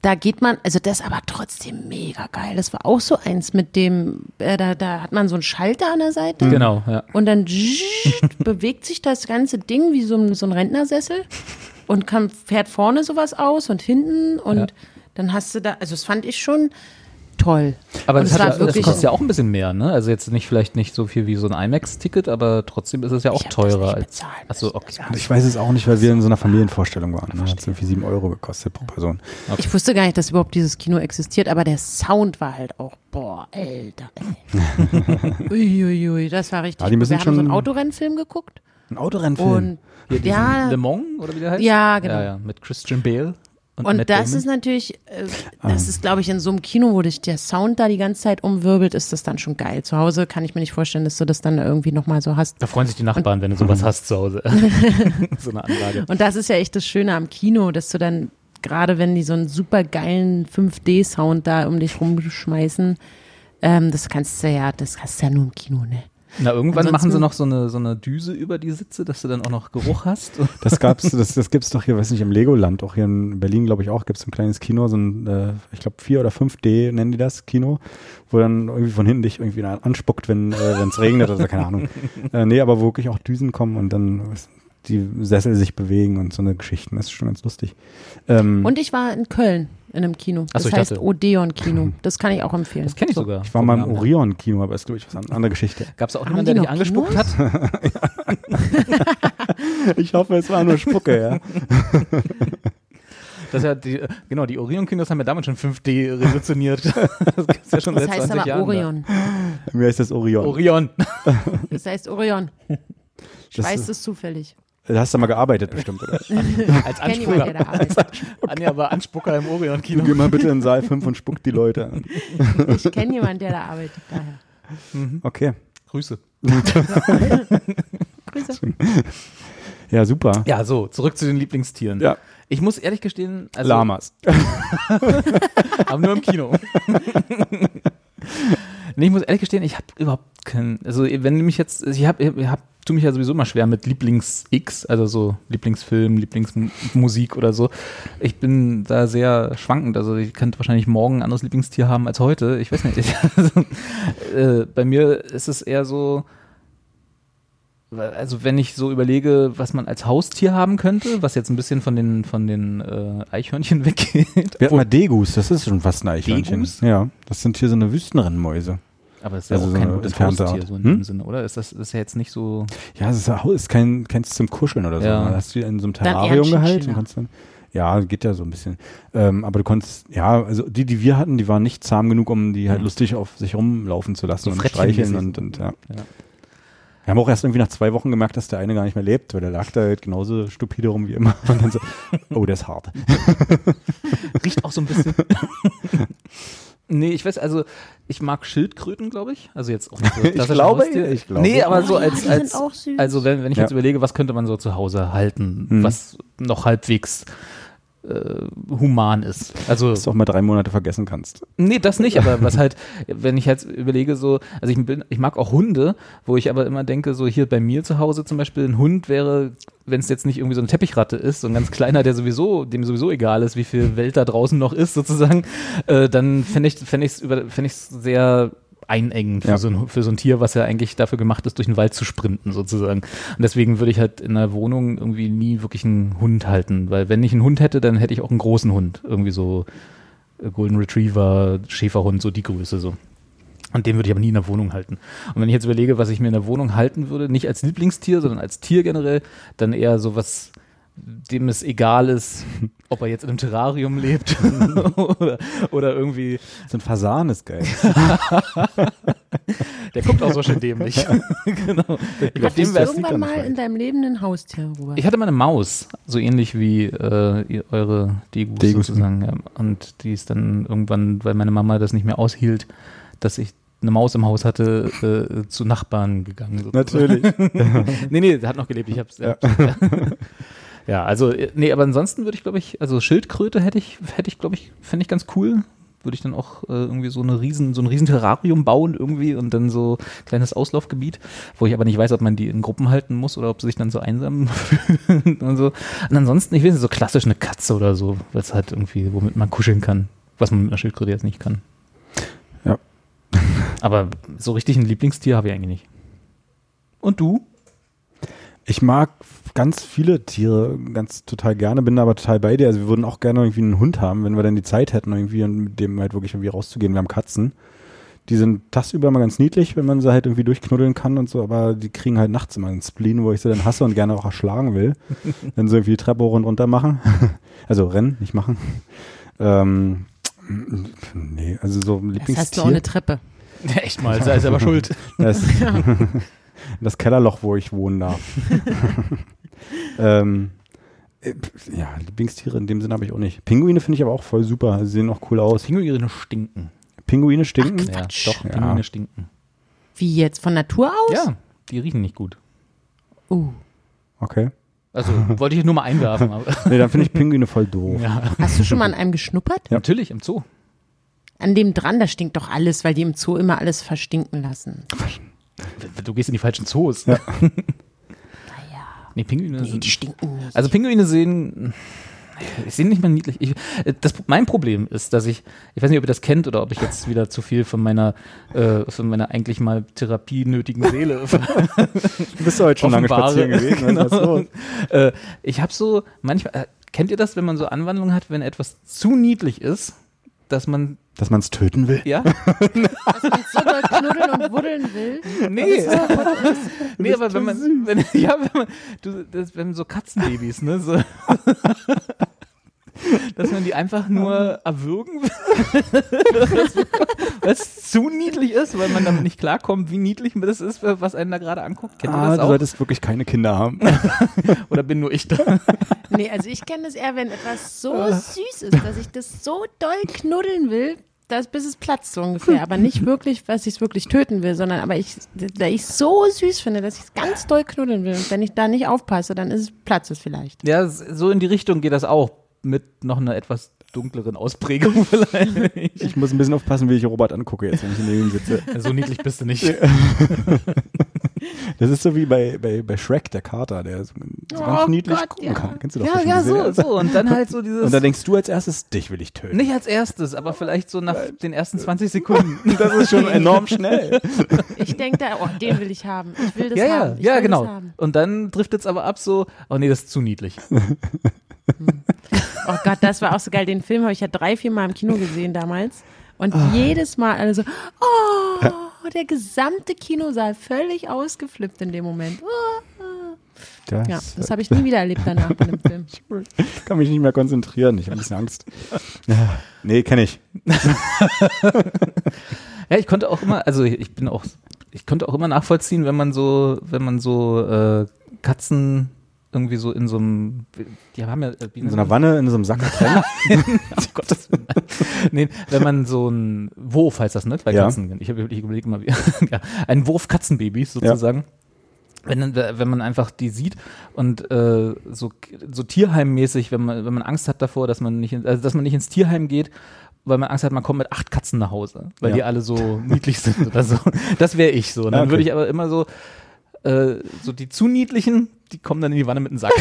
Speaker 3: da geht man, also das ist aber trotzdem mega geil. Das war auch so eins mit dem, äh, da, da hat man so einen Schalter an der Seite.
Speaker 1: Genau, ja.
Speaker 3: Und dann zschscht bewegt sich das ganze Ding wie so ein, so ein Rentnersessel und kann, fährt vorne sowas aus und hinten und dann hast du da, also das fand ich schon toll.
Speaker 1: Aber
Speaker 3: Und
Speaker 1: das,
Speaker 3: es
Speaker 1: hat
Speaker 3: war
Speaker 1: ja, das
Speaker 3: wirklich-
Speaker 1: kostet ja auch ein bisschen mehr, ne? Also jetzt nicht vielleicht nicht so viel wie so ein IMAX-Ticket, aber trotzdem ist es ja auch
Speaker 3: Ich hab das
Speaker 1: teurer
Speaker 3: nicht
Speaker 1: als.
Speaker 3: bezahlen
Speaker 1: Achso, okay.
Speaker 2: Ich weiß es auch nicht, weil wir in so einer Familienvorstellung waren. Da hat es irgendwie 7 Euro gekostet pro Person.
Speaker 3: Ich wusste gar nicht, dass überhaupt dieses Kino existiert, aber der Sound war halt auch, boah, Alter. ey. Uiuiui, das war richtig.
Speaker 2: Ja, die müssen
Speaker 3: Wir haben so einen
Speaker 2: schon-
Speaker 3: Autorennfilm geguckt
Speaker 2: Ein Autorennfilm.
Speaker 3: und
Speaker 1: Hier diesen
Speaker 3: ja,
Speaker 1: Le Mans, oder wie der heißt?
Speaker 3: Ja, genau.
Speaker 1: Ja, ja, mit Christian Bale. Und,
Speaker 3: Und
Speaker 1: Matt
Speaker 3: das
Speaker 1: Damon.
Speaker 3: ist natürlich, äh, das ist, glaube ich, in so einem Kino, wo dich der Sound da die ganze Zeit umwirbelt, ist das dann schon geil. Zu Hause kann ich mir nicht vorstellen, dass du das dann irgendwie nochmal so hast.
Speaker 1: Da freuen sich die Nachbarn, wenn du sowas hast zu Hause. so eine Anlage.
Speaker 3: Und das ist ja echt das Schöne am Kino, dass du dann, gerade wenn die so einen super geilen 5D-Sound da um dich rumschmeißen, ähm, das kannst du ja, das kannst du ja nur im Kino, ne?
Speaker 1: Na, irgendwann
Speaker 3: Ansonsten-
Speaker 1: machen sie noch so eine, so eine Düse über die Sitze, dass du dann auch noch Geruch hast.
Speaker 2: Das gab's, das, das gibt's doch hier, weiß nicht, im Legoland, auch hier in Berlin, glaube ich, auch, gibt's ein kleines Kino, so ein, äh, ich glaube, 4 oder 5D nennen die das, Kino, wo dann irgendwie von hinten dich irgendwie einer anspuckt, wenn äh, es regnet oder so, keine Ahnung. Äh, nee, aber wo wirklich auch Düsen kommen und dann die Sessel sich bewegen und so eine Geschichten. Das ist schon ganz lustig. Ähm,
Speaker 3: Und ich war in Köln in einem Kino.
Speaker 1: Hm. Ach
Speaker 3: Das
Speaker 1: so, ich
Speaker 3: heißt
Speaker 1: dachte-
Speaker 3: Odeon-Kino. Das kann ich auch empfehlen.
Speaker 1: Das kenne ich sogar.
Speaker 2: ich war mal im Orion-Kino, aber ist, glaube ich, was an, andere Geschichte.
Speaker 1: Gab es auch
Speaker 3: Haben
Speaker 1: jemanden,
Speaker 3: die
Speaker 1: der dich
Speaker 3: noch
Speaker 1: angespuckt hat?
Speaker 3: Kinos?
Speaker 2: Ich hoffe, es war nur Spucke, ja.
Speaker 1: Das ist ja die, genau, die Orion-Kinos haben ja damals schon 5D revolutioniert. Das gibt es ja schon
Speaker 3: Das
Speaker 1: seit
Speaker 3: heißt
Speaker 1: 20
Speaker 3: aber
Speaker 1: Jahren. ne?
Speaker 3: Orion.
Speaker 2: Mir heißt das
Speaker 1: Da.
Speaker 2: Orion.
Speaker 1: Orion.
Speaker 3: Das heißt Orion. Ich
Speaker 2: Das-
Speaker 3: weiß es zufällig.
Speaker 2: Da hast du mal gearbeitet bestimmt, oder?
Speaker 1: Als
Speaker 3: Kenn jemand, der
Speaker 1: Anspucker.
Speaker 3: da arbeitet.
Speaker 1: Anja war Anspucker im Orion-Kino.
Speaker 2: Geh mal bitte in Saal 5 und spuck die Leute an.
Speaker 3: Ich kenne jemanden, der da arbeitet. Daher.
Speaker 2: Okay.
Speaker 1: Grüße.
Speaker 3: Grüße.
Speaker 2: Ja, super.
Speaker 1: Ja, so, zurück zu den Lieblingstieren.
Speaker 2: Ja.
Speaker 1: Ich muss ehrlich gestehen, also,
Speaker 2: Lamas.
Speaker 1: aber nur im Kino. nee, ich muss ehrlich gestehen, ich habe überhaupt keinen, also wenn du mich jetzt, ich habe, ich hab, tu mich ja sowieso immer schwer mit Lieblings-X, also so Lieblingsfilm, Lieblingsmusik oder so. Ich bin da sehr schwankend, also ich könnte wahrscheinlich morgen ein anderes Lieblingstier haben als heute, ich weiß nicht. Ich, also, äh, bei mir ist es eher so, also wenn ich so überlege, was man als Haustier haben könnte, was jetzt ein bisschen von den, von den äh, Eichhörnchen weggeht,
Speaker 2: Wir hatten mal Degus, das ist schon fast ein Eichhörnchen.
Speaker 1: Degus?
Speaker 2: Ja, das sind hier so eine Wüstenrennmäuse.
Speaker 1: Aber es ist ja
Speaker 2: Also
Speaker 1: auch
Speaker 2: so
Speaker 1: kein
Speaker 2: eine
Speaker 1: gutes
Speaker 2: entfernte
Speaker 1: Haustier,
Speaker 2: Art.
Speaker 1: so in
Speaker 2: Hm?
Speaker 1: dem Sinne, oder? Ist das, ist ja jetzt nicht so.
Speaker 2: Ja, es ist, ist kein, kennst du zum Kuscheln oder so.
Speaker 1: Ja.
Speaker 2: Da hast du die in so einem
Speaker 3: eher ein
Speaker 2: Terrarium gehalten.
Speaker 3: Chinchilla.
Speaker 2: Und kannst dann, ja, geht ja so ein bisschen. Ähm, aber du konntest, ja, also die, die wir hatten, die waren nicht zahm genug, um die halt lustig auf sich rumlaufen zu lassen
Speaker 1: So
Speaker 2: und
Speaker 1: Frettchen
Speaker 2: streicheln
Speaker 1: mäßig.
Speaker 2: und, und ja.
Speaker 1: Ja.
Speaker 2: Wir haben auch erst irgendwie nach zwei Wochen gemerkt, dass der eine gar nicht mehr lebt, weil der lag da halt genauso stupide rum wie immer. Und dann so, oh, der ist hart.
Speaker 1: Riecht auch so ein bisschen. nee, ich weiß, also ich mag Schildkröten, glaube ich. Also jetzt auch nicht so. klassische
Speaker 2: glaube,
Speaker 1: Haustier.
Speaker 2: ich glaube.
Speaker 1: Nee, aber so
Speaker 3: Oh ja, die
Speaker 1: als.
Speaker 3: sind
Speaker 1: als
Speaker 3: auch süß.
Speaker 1: Also wenn, wenn ich
Speaker 2: Ja. Hm.
Speaker 1: jetzt überlege, was könnte man so zu Hause halten, was noch halbwegs äh, human ist. Also
Speaker 2: Dass du auch mal drei Monate vergessen kannst.
Speaker 1: Nee, das nicht, aber was halt, wenn ich jetzt überlege, so, also ich bin, ich mag auch Hunde, wo ich aber immer denke, so hier bei mir zu Hause zum Beispiel, ein Hund wäre, wenn es jetzt nicht irgendwie so eine Teppichratte ist, so ein ganz kleiner, der sowieso, dem sowieso egal ist, wie viel Welt da draußen noch ist, sozusagen, äh, dann fände ich, fände ich es über, fände ich sehr einengend für,
Speaker 2: Ja.
Speaker 1: so ein, für so ein Tier, was ja eigentlich dafür gemacht ist, durch den Wald zu sprinten, sozusagen. Und deswegen würde ich halt in einer Wohnung irgendwie nie wirklich einen Hund halten, weil wenn ich einen Hund hätte, dann hätte ich auch einen großen Hund, irgendwie so, Golden Retriever, Schäferhund, so die Größe so. Und den würde ich aber nie in der Wohnung halten. Und wenn ich jetzt überlege, was ich mir in der Wohnung halten würde, nicht als Lieblingstier, sondern als Tier generell, dann eher sowas, dem es egal ist, ob er jetzt in einem Terrarium lebt oder, oder irgendwie,
Speaker 2: So ein Fasan ist geil.
Speaker 1: der guckt auch so schön dämlich. genau. Ich, auf dem
Speaker 3: Hattest du
Speaker 1: wär's,
Speaker 3: irgendwann
Speaker 2: dann
Speaker 3: mal
Speaker 2: frei.
Speaker 3: in deinem Leben ein Haustier, Robert?
Speaker 1: ich hatte mal eine Maus, so ähnlich wie äh, ihr- eure Degus,
Speaker 2: Degus,
Speaker 1: sozusagen. Ja. Und die ist dann irgendwann, weil meine Mama das nicht mehr aushielt, dass ich eine Maus im Haus hatte, äh, zu Nachbarn gegangen. sozusagen.
Speaker 2: Natürlich.
Speaker 1: Nee, nee, der hat noch gelebt. Ich hab's. Ja. Ja, also, äh, nee, aber ansonsten würde ich, glaube ich, also Schildkröte hätte ich, hätte ich, glaube ich, fände ich ganz cool. Würde ich dann auch äh, irgendwie so eine riesen, so ein riesen Terrarium bauen irgendwie und dann so kleines Auslaufgebiet, wo ich aber nicht weiß, ob man die in Gruppen halten muss oder ob sie sich dann so einsam fühlen und so. Und ansonsten, ich weiß nicht, so klassisch eine Katze oder so, was halt irgendwie, womit man kuscheln kann, was man mit einer Schildkröte jetzt nicht kann.
Speaker 2: Ja.
Speaker 1: Aber so richtig ein Lieblingstier habe ich eigentlich nicht. Und du?
Speaker 2: Ich mag ganz viele Tiere ganz total gerne, bin aber total bei dir. Also wir würden auch gerne irgendwie einen Hund haben, wenn wir dann die Zeit hätten, irgendwie und mit dem halt wirklich irgendwie rauszugehen. Wir haben Katzen. Die sind tagsüber mal ganz niedlich, wenn man sie halt irgendwie durchknuddeln kann und so, aber die kriegen halt nachts immer einen Spleen, wo ich sie dann hasse und gerne auch erschlagen will. Dann so irgendwie die Treppe hoch und runter machen. Also rennen, nicht machen. Ähm, nee, also so ein
Speaker 3: Das
Speaker 2: Lieblingstier.
Speaker 3: heißt du auch eine Treppe.
Speaker 1: Echt mal, sei selber schuld.
Speaker 2: Das, das Kellerloch, wo ich wohnen darf. ähm, äh, pf, ja, Lieblingstiere in dem Sinne habe ich auch nicht. Pinguine finde ich aber auch voll super. Sie sehen auch cool aus.
Speaker 1: Pinguine stinken.
Speaker 2: Pinguine stinken.
Speaker 1: Ja,
Speaker 3: Quatsch.
Speaker 1: doch,
Speaker 2: Ja.
Speaker 1: Pinguine stinken.
Speaker 3: Wie jetzt? Von Natur aus?
Speaker 1: Ja, die riechen nicht gut.
Speaker 3: Uh.
Speaker 2: okay.
Speaker 1: Also wollte ich nur mal einwerfen. Aber
Speaker 2: Nee, dann finde ich Pinguine voll doof.
Speaker 1: ja.
Speaker 3: Hast du schon mal an einem geschnuppert?
Speaker 1: Natürlich, im Zoo.
Speaker 3: An dem dran, da stinkt doch alles, weil die im Zoo immer alles verstinken lassen.
Speaker 1: Du gehst in die falschen Zoos.
Speaker 3: Naja.
Speaker 1: Nee, Pinguine
Speaker 3: Nee,
Speaker 1: sind.
Speaker 3: die stinken nicht.
Speaker 1: Also Pinguine sehen. Ich sehe nicht mal niedlich. Ich, äh, das, mein Problem ist, dass ich, ich weiß nicht, ob ihr das kennt oder ob ich jetzt wieder zu viel von meiner, äh, von meiner eigentlich mal Therapie nötigen Seele
Speaker 2: Du bist ja heute schon lange
Speaker 1: Offenbare.
Speaker 2: spazieren gewesen.
Speaker 1: Genau.
Speaker 2: Was ist los?
Speaker 1: äh, ich habe so manchmal, äh, kennt ihr das, wenn man so Anwandlungen hat, wenn etwas zu niedlich ist, dass man,
Speaker 2: Dass man es töten will.
Speaker 1: ja,
Speaker 3: so doll knuddeln und wuddeln will.
Speaker 1: nee, nee, aber wenn man, wenn, ja, wenn man, du, das, wenn so Katzenbabys, ne, so, dass man die einfach nur erwürgen will, was zu niedlich ist, weil man damit nicht klarkommt, wie niedlich das ist, was einen da gerade anguckt. Kennt
Speaker 2: Ah,
Speaker 1: ihr
Speaker 2: du
Speaker 1: das auch?
Speaker 2: solltest wirklich keine Kinder haben.
Speaker 1: Oder bin nur ich da?
Speaker 3: Nee, also ich kenne es eher, wenn etwas
Speaker 1: Ah.
Speaker 3: so süß ist, dass ich das so doll knuddeln will, dass bis es platzt so ungefähr. Aber nicht wirklich, dass ich es wirklich töten will, sondern aber ich, da ich es so süß finde, dass ich es ganz doll knuddeln will. Und wenn ich da nicht aufpasse, dann ist es platzt es vielleicht.
Speaker 1: Ja, s- so in die Richtung geht das auch. Mit noch einer etwas dunkleren Ausprägung vielleicht.
Speaker 2: Ich muss ein bisschen aufpassen, wie ich Robert angucke, jetzt, wenn ich neben ihm sitze.
Speaker 1: so niedlich bist du nicht.
Speaker 2: Das ist so wie bei, bei, bei Shrek, der Kater, der so, so ganz
Speaker 3: Oh
Speaker 2: niedlich
Speaker 3: Gott,
Speaker 2: gucken
Speaker 3: ja.
Speaker 2: kann. Kennst du doch
Speaker 1: Ja,
Speaker 2: bestimmt
Speaker 1: ja,
Speaker 2: die Serie.
Speaker 1: so, so. Und dann halt so dieses.
Speaker 2: Und dann denkst du als erstes, dich will ich töten.
Speaker 1: nicht als erstes, aber vielleicht so nach den ersten 20 Sekunden.
Speaker 2: Das ist schon enorm schnell.
Speaker 3: Ich denke da, oh, den will ich haben. Ich will das
Speaker 1: ja, ja,
Speaker 3: haben. Ich
Speaker 1: ja,
Speaker 3: will
Speaker 1: genau.
Speaker 3: Das haben.
Speaker 1: Und dann driftet es aber ab so, oh nee, das ist zu niedlich.
Speaker 3: Oh Gott, das war auch so geil. Den Film habe ich ja drei, vier Mal im Kino gesehen damals. Und
Speaker 1: Ah.
Speaker 3: jedes Mal alle so, oh, der gesamte Kinosaal völlig ausgeflippt in dem Moment. Oh.
Speaker 2: Das,
Speaker 3: Ja, das habe ich nie wieder erlebt danach bei dem Film.
Speaker 2: ich kann mich nicht mehr konzentrieren. Ich habe ein bisschen Angst. Ja. Nee, kenne ich.
Speaker 1: Ja, ich konnte auch immer, also ich bin auch, ich konnte auch immer nachvollziehen, wenn man so, wenn man so äh, Katzen irgendwie so in so einem, die haben ja äh, wie
Speaker 2: In
Speaker 1: nennt
Speaker 2: so
Speaker 1: man
Speaker 2: einer Wanne, in so einem Sack getrennt. Oh
Speaker 1: Ach Gottes Willen. nee, wenn man so ein Wurf heißt das, ne? Bei
Speaker 2: Ja.
Speaker 1: Katzen. Ich habe ich überlege mal, wie. ja, ein Wurf Katzenbabys sozusagen. Wenn, dann- wenn man einfach die sieht und äh, so, so tierheimmäßig, wenn man, wenn man Angst hat davor, dass man nicht, in, also dass man nicht ins Tierheim geht, weil man Angst hat, man kommt mit acht Katzen nach Hause, weil
Speaker 2: Ja.
Speaker 1: die alle so niedlich sind oder so. Das wäre ich so. Und dann
Speaker 2: Okay.
Speaker 1: würde ich aber immer so, äh, so die zu niedlichen, die kommen dann in die Wanne mit dem Sack.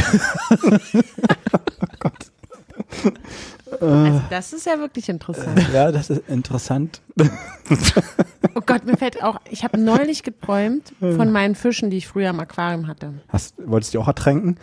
Speaker 3: Also das ist ja wirklich interessant.
Speaker 2: ja, das ist interessant.
Speaker 3: Oh Gott, mir fällt auch, ich habe neulich geträumt von meinen Fischen, die ich früher im Aquarium hatte.
Speaker 2: Hast, wolltest du die auch ertränken?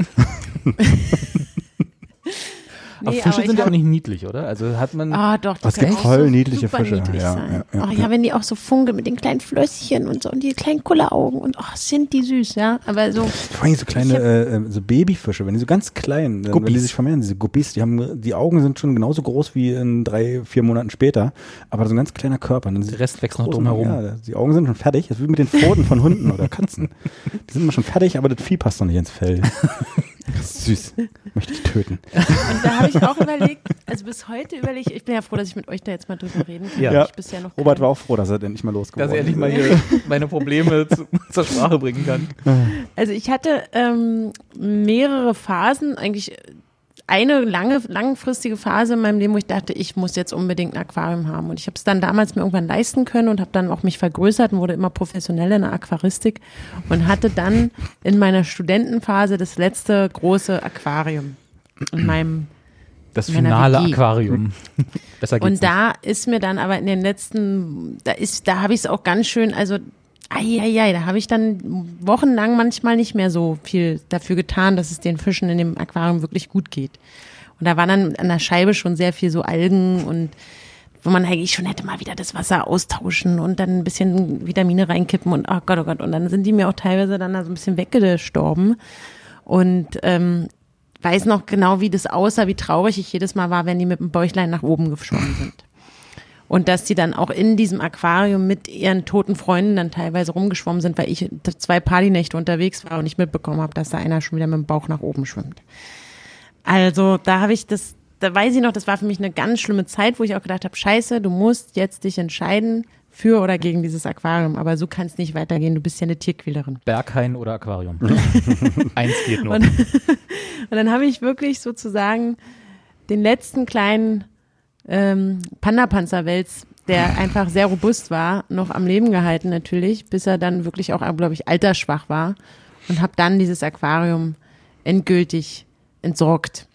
Speaker 1: aber
Speaker 3: Nee,
Speaker 1: Fische
Speaker 3: aber ich
Speaker 1: sind ja auch
Speaker 3: hab-
Speaker 1: nicht niedlich, oder? Also hat man.
Speaker 3: Ah, doch, die
Speaker 2: Es gibt
Speaker 3: können auch
Speaker 2: voll
Speaker 3: so
Speaker 2: niedliche
Speaker 3: super
Speaker 2: Fische.
Speaker 3: Niedlich
Speaker 2: Ja,
Speaker 3: sein.
Speaker 2: ja, ja,
Speaker 3: oh,
Speaker 2: ja.
Speaker 3: ja, wenn die auch so funkeln mit den kleinen Flösschen und so und die kleinen Kulleraugen und oh, sind die süß, ja. Aber so,
Speaker 2: Vor allem so kleine äh, äh, so Babyfische, wenn die so ganz klein, dann, wenn die
Speaker 1: Guppies.
Speaker 2: sich vermehren, diese Guppies, die haben die Augen sind schon genauso groß wie in drei, vier Monaten später, aber so ein ganz kleiner Körper. und dann
Speaker 1: Der Rest wächst noch
Speaker 2: großen-
Speaker 1: drumherum.
Speaker 2: Ja, die Augen sind schon fertig. Das ist wie mit den Pfoten von Hunden oder Katzen. Die sind immer schon fertig, aber das Vieh passt noch nicht ins Fell. Das ist Süß. möchte ich töten.
Speaker 3: Und da habe ich auch überlegt, also bis heute überlege ich, ich bin ja froh, dass ich mit euch da jetzt mal drüber reden kann.
Speaker 1: Ja.
Speaker 3: weil Ich bisher noch
Speaker 2: Robert
Speaker 3: keinen-
Speaker 2: war auch froh, dass er endlich mal
Speaker 1: Dass
Speaker 2: losgeworden
Speaker 1: ich endlich mal
Speaker 2: ist.
Speaker 1: hier meine Probleme zu, zur Sprache bringen kann.
Speaker 3: Also ich hatte ähm, mehrere Phasen, eigentlich eine lange, langfristige Phase in meinem Leben, wo ich dachte, ich muss jetzt unbedingt ein Aquarium haben. Und ich habe es dann damals mir irgendwann leisten können und habe dann auch mich vergrößert und wurde immer professioneller in der Aquaristik und hatte dann in meiner Studentenphase das letzte große Aquarium in meinem
Speaker 1: Das
Speaker 3: Meiner
Speaker 1: finale
Speaker 3: WG.
Speaker 1: Aquarium. Besser geht's
Speaker 3: und da ist mir dann aber in den letzten, da ist, da habe ich es auch ganz schön, also Eieiei, da habe ich dann wochenlang manchmal nicht mehr so viel dafür getan, dass es den Fischen in dem Aquarium wirklich gut geht. Und da waren dann an der Scheibe schon sehr viel so Algen und wo man eigentlich schon hätte mal wieder das Wasser austauschen und dann ein bisschen Vitamine reinkippen und oh Gott, oh Gott. Und dann sind die mir auch teilweise dann da so ein bisschen weggestorben. Und ähm, weiß noch genau, wie das aussah, wie traurig ich jedes Mal war, wenn die mit dem Bäuchlein nach oben geschwommen sind. Und dass die dann auch in diesem Aquarium mit ihren toten Freunden dann teilweise rumgeschwommen sind, weil ich zwei Partynächte unterwegs war und nicht mitbekommen habe, dass da einer schon wieder mit dem Bauch nach oben schwimmt. Also da habe ich das, da weiß ich noch, das war für mich eine ganz schlimme Zeit, wo ich auch gedacht habe, scheiße, du musst jetzt dich entscheiden für oder gegen dieses Aquarium, aber so kann es nicht weitergehen, du bist ja eine Tierquälerin.
Speaker 1: nicht. Berghain oder Aquarium. Eins geht nur.
Speaker 3: Und- Und dann habe ich wirklich sozusagen den letzten kleinen ähm, Panda-Panzerwels, der einfach sehr robust war, noch am Leben gehalten natürlich, bis er dann wirklich auch, glaube ich, altersschwach war und habe dann dieses Aquarium endgültig entsorgt.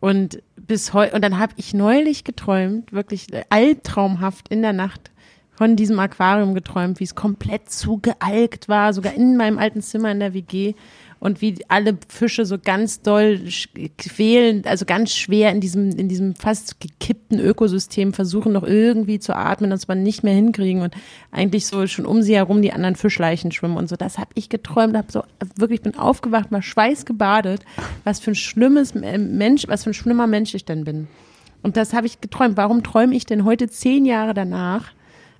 Speaker 3: Und bis heu und dann habe ich neulich geträumt, wirklich albtraumhaft in der Nacht von diesem Aquarium geträumt, wie es komplett zugealkt war, sogar in meinem alten Zimmer in der WG und wie alle Fische so ganz doll sch- quälend, also ganz schwer in diesem in diesem fast gekippten Ökosystem versuchen noch irgendwie zu atmen, das man nicht mehr hinkriegen und eigentlich so schon um sie herum die anderen Fischleichen schwimmen und so. Das habe ich geträumt, habe so wirklich bin aufgewacht, mal schweißgebadet, was für ein schlimmes äh, Mensch, was für ein schlimmer Mensch ich denn bin. Und das habe ich geträumt. Warum träume ich denn heute zehn Jahre danach,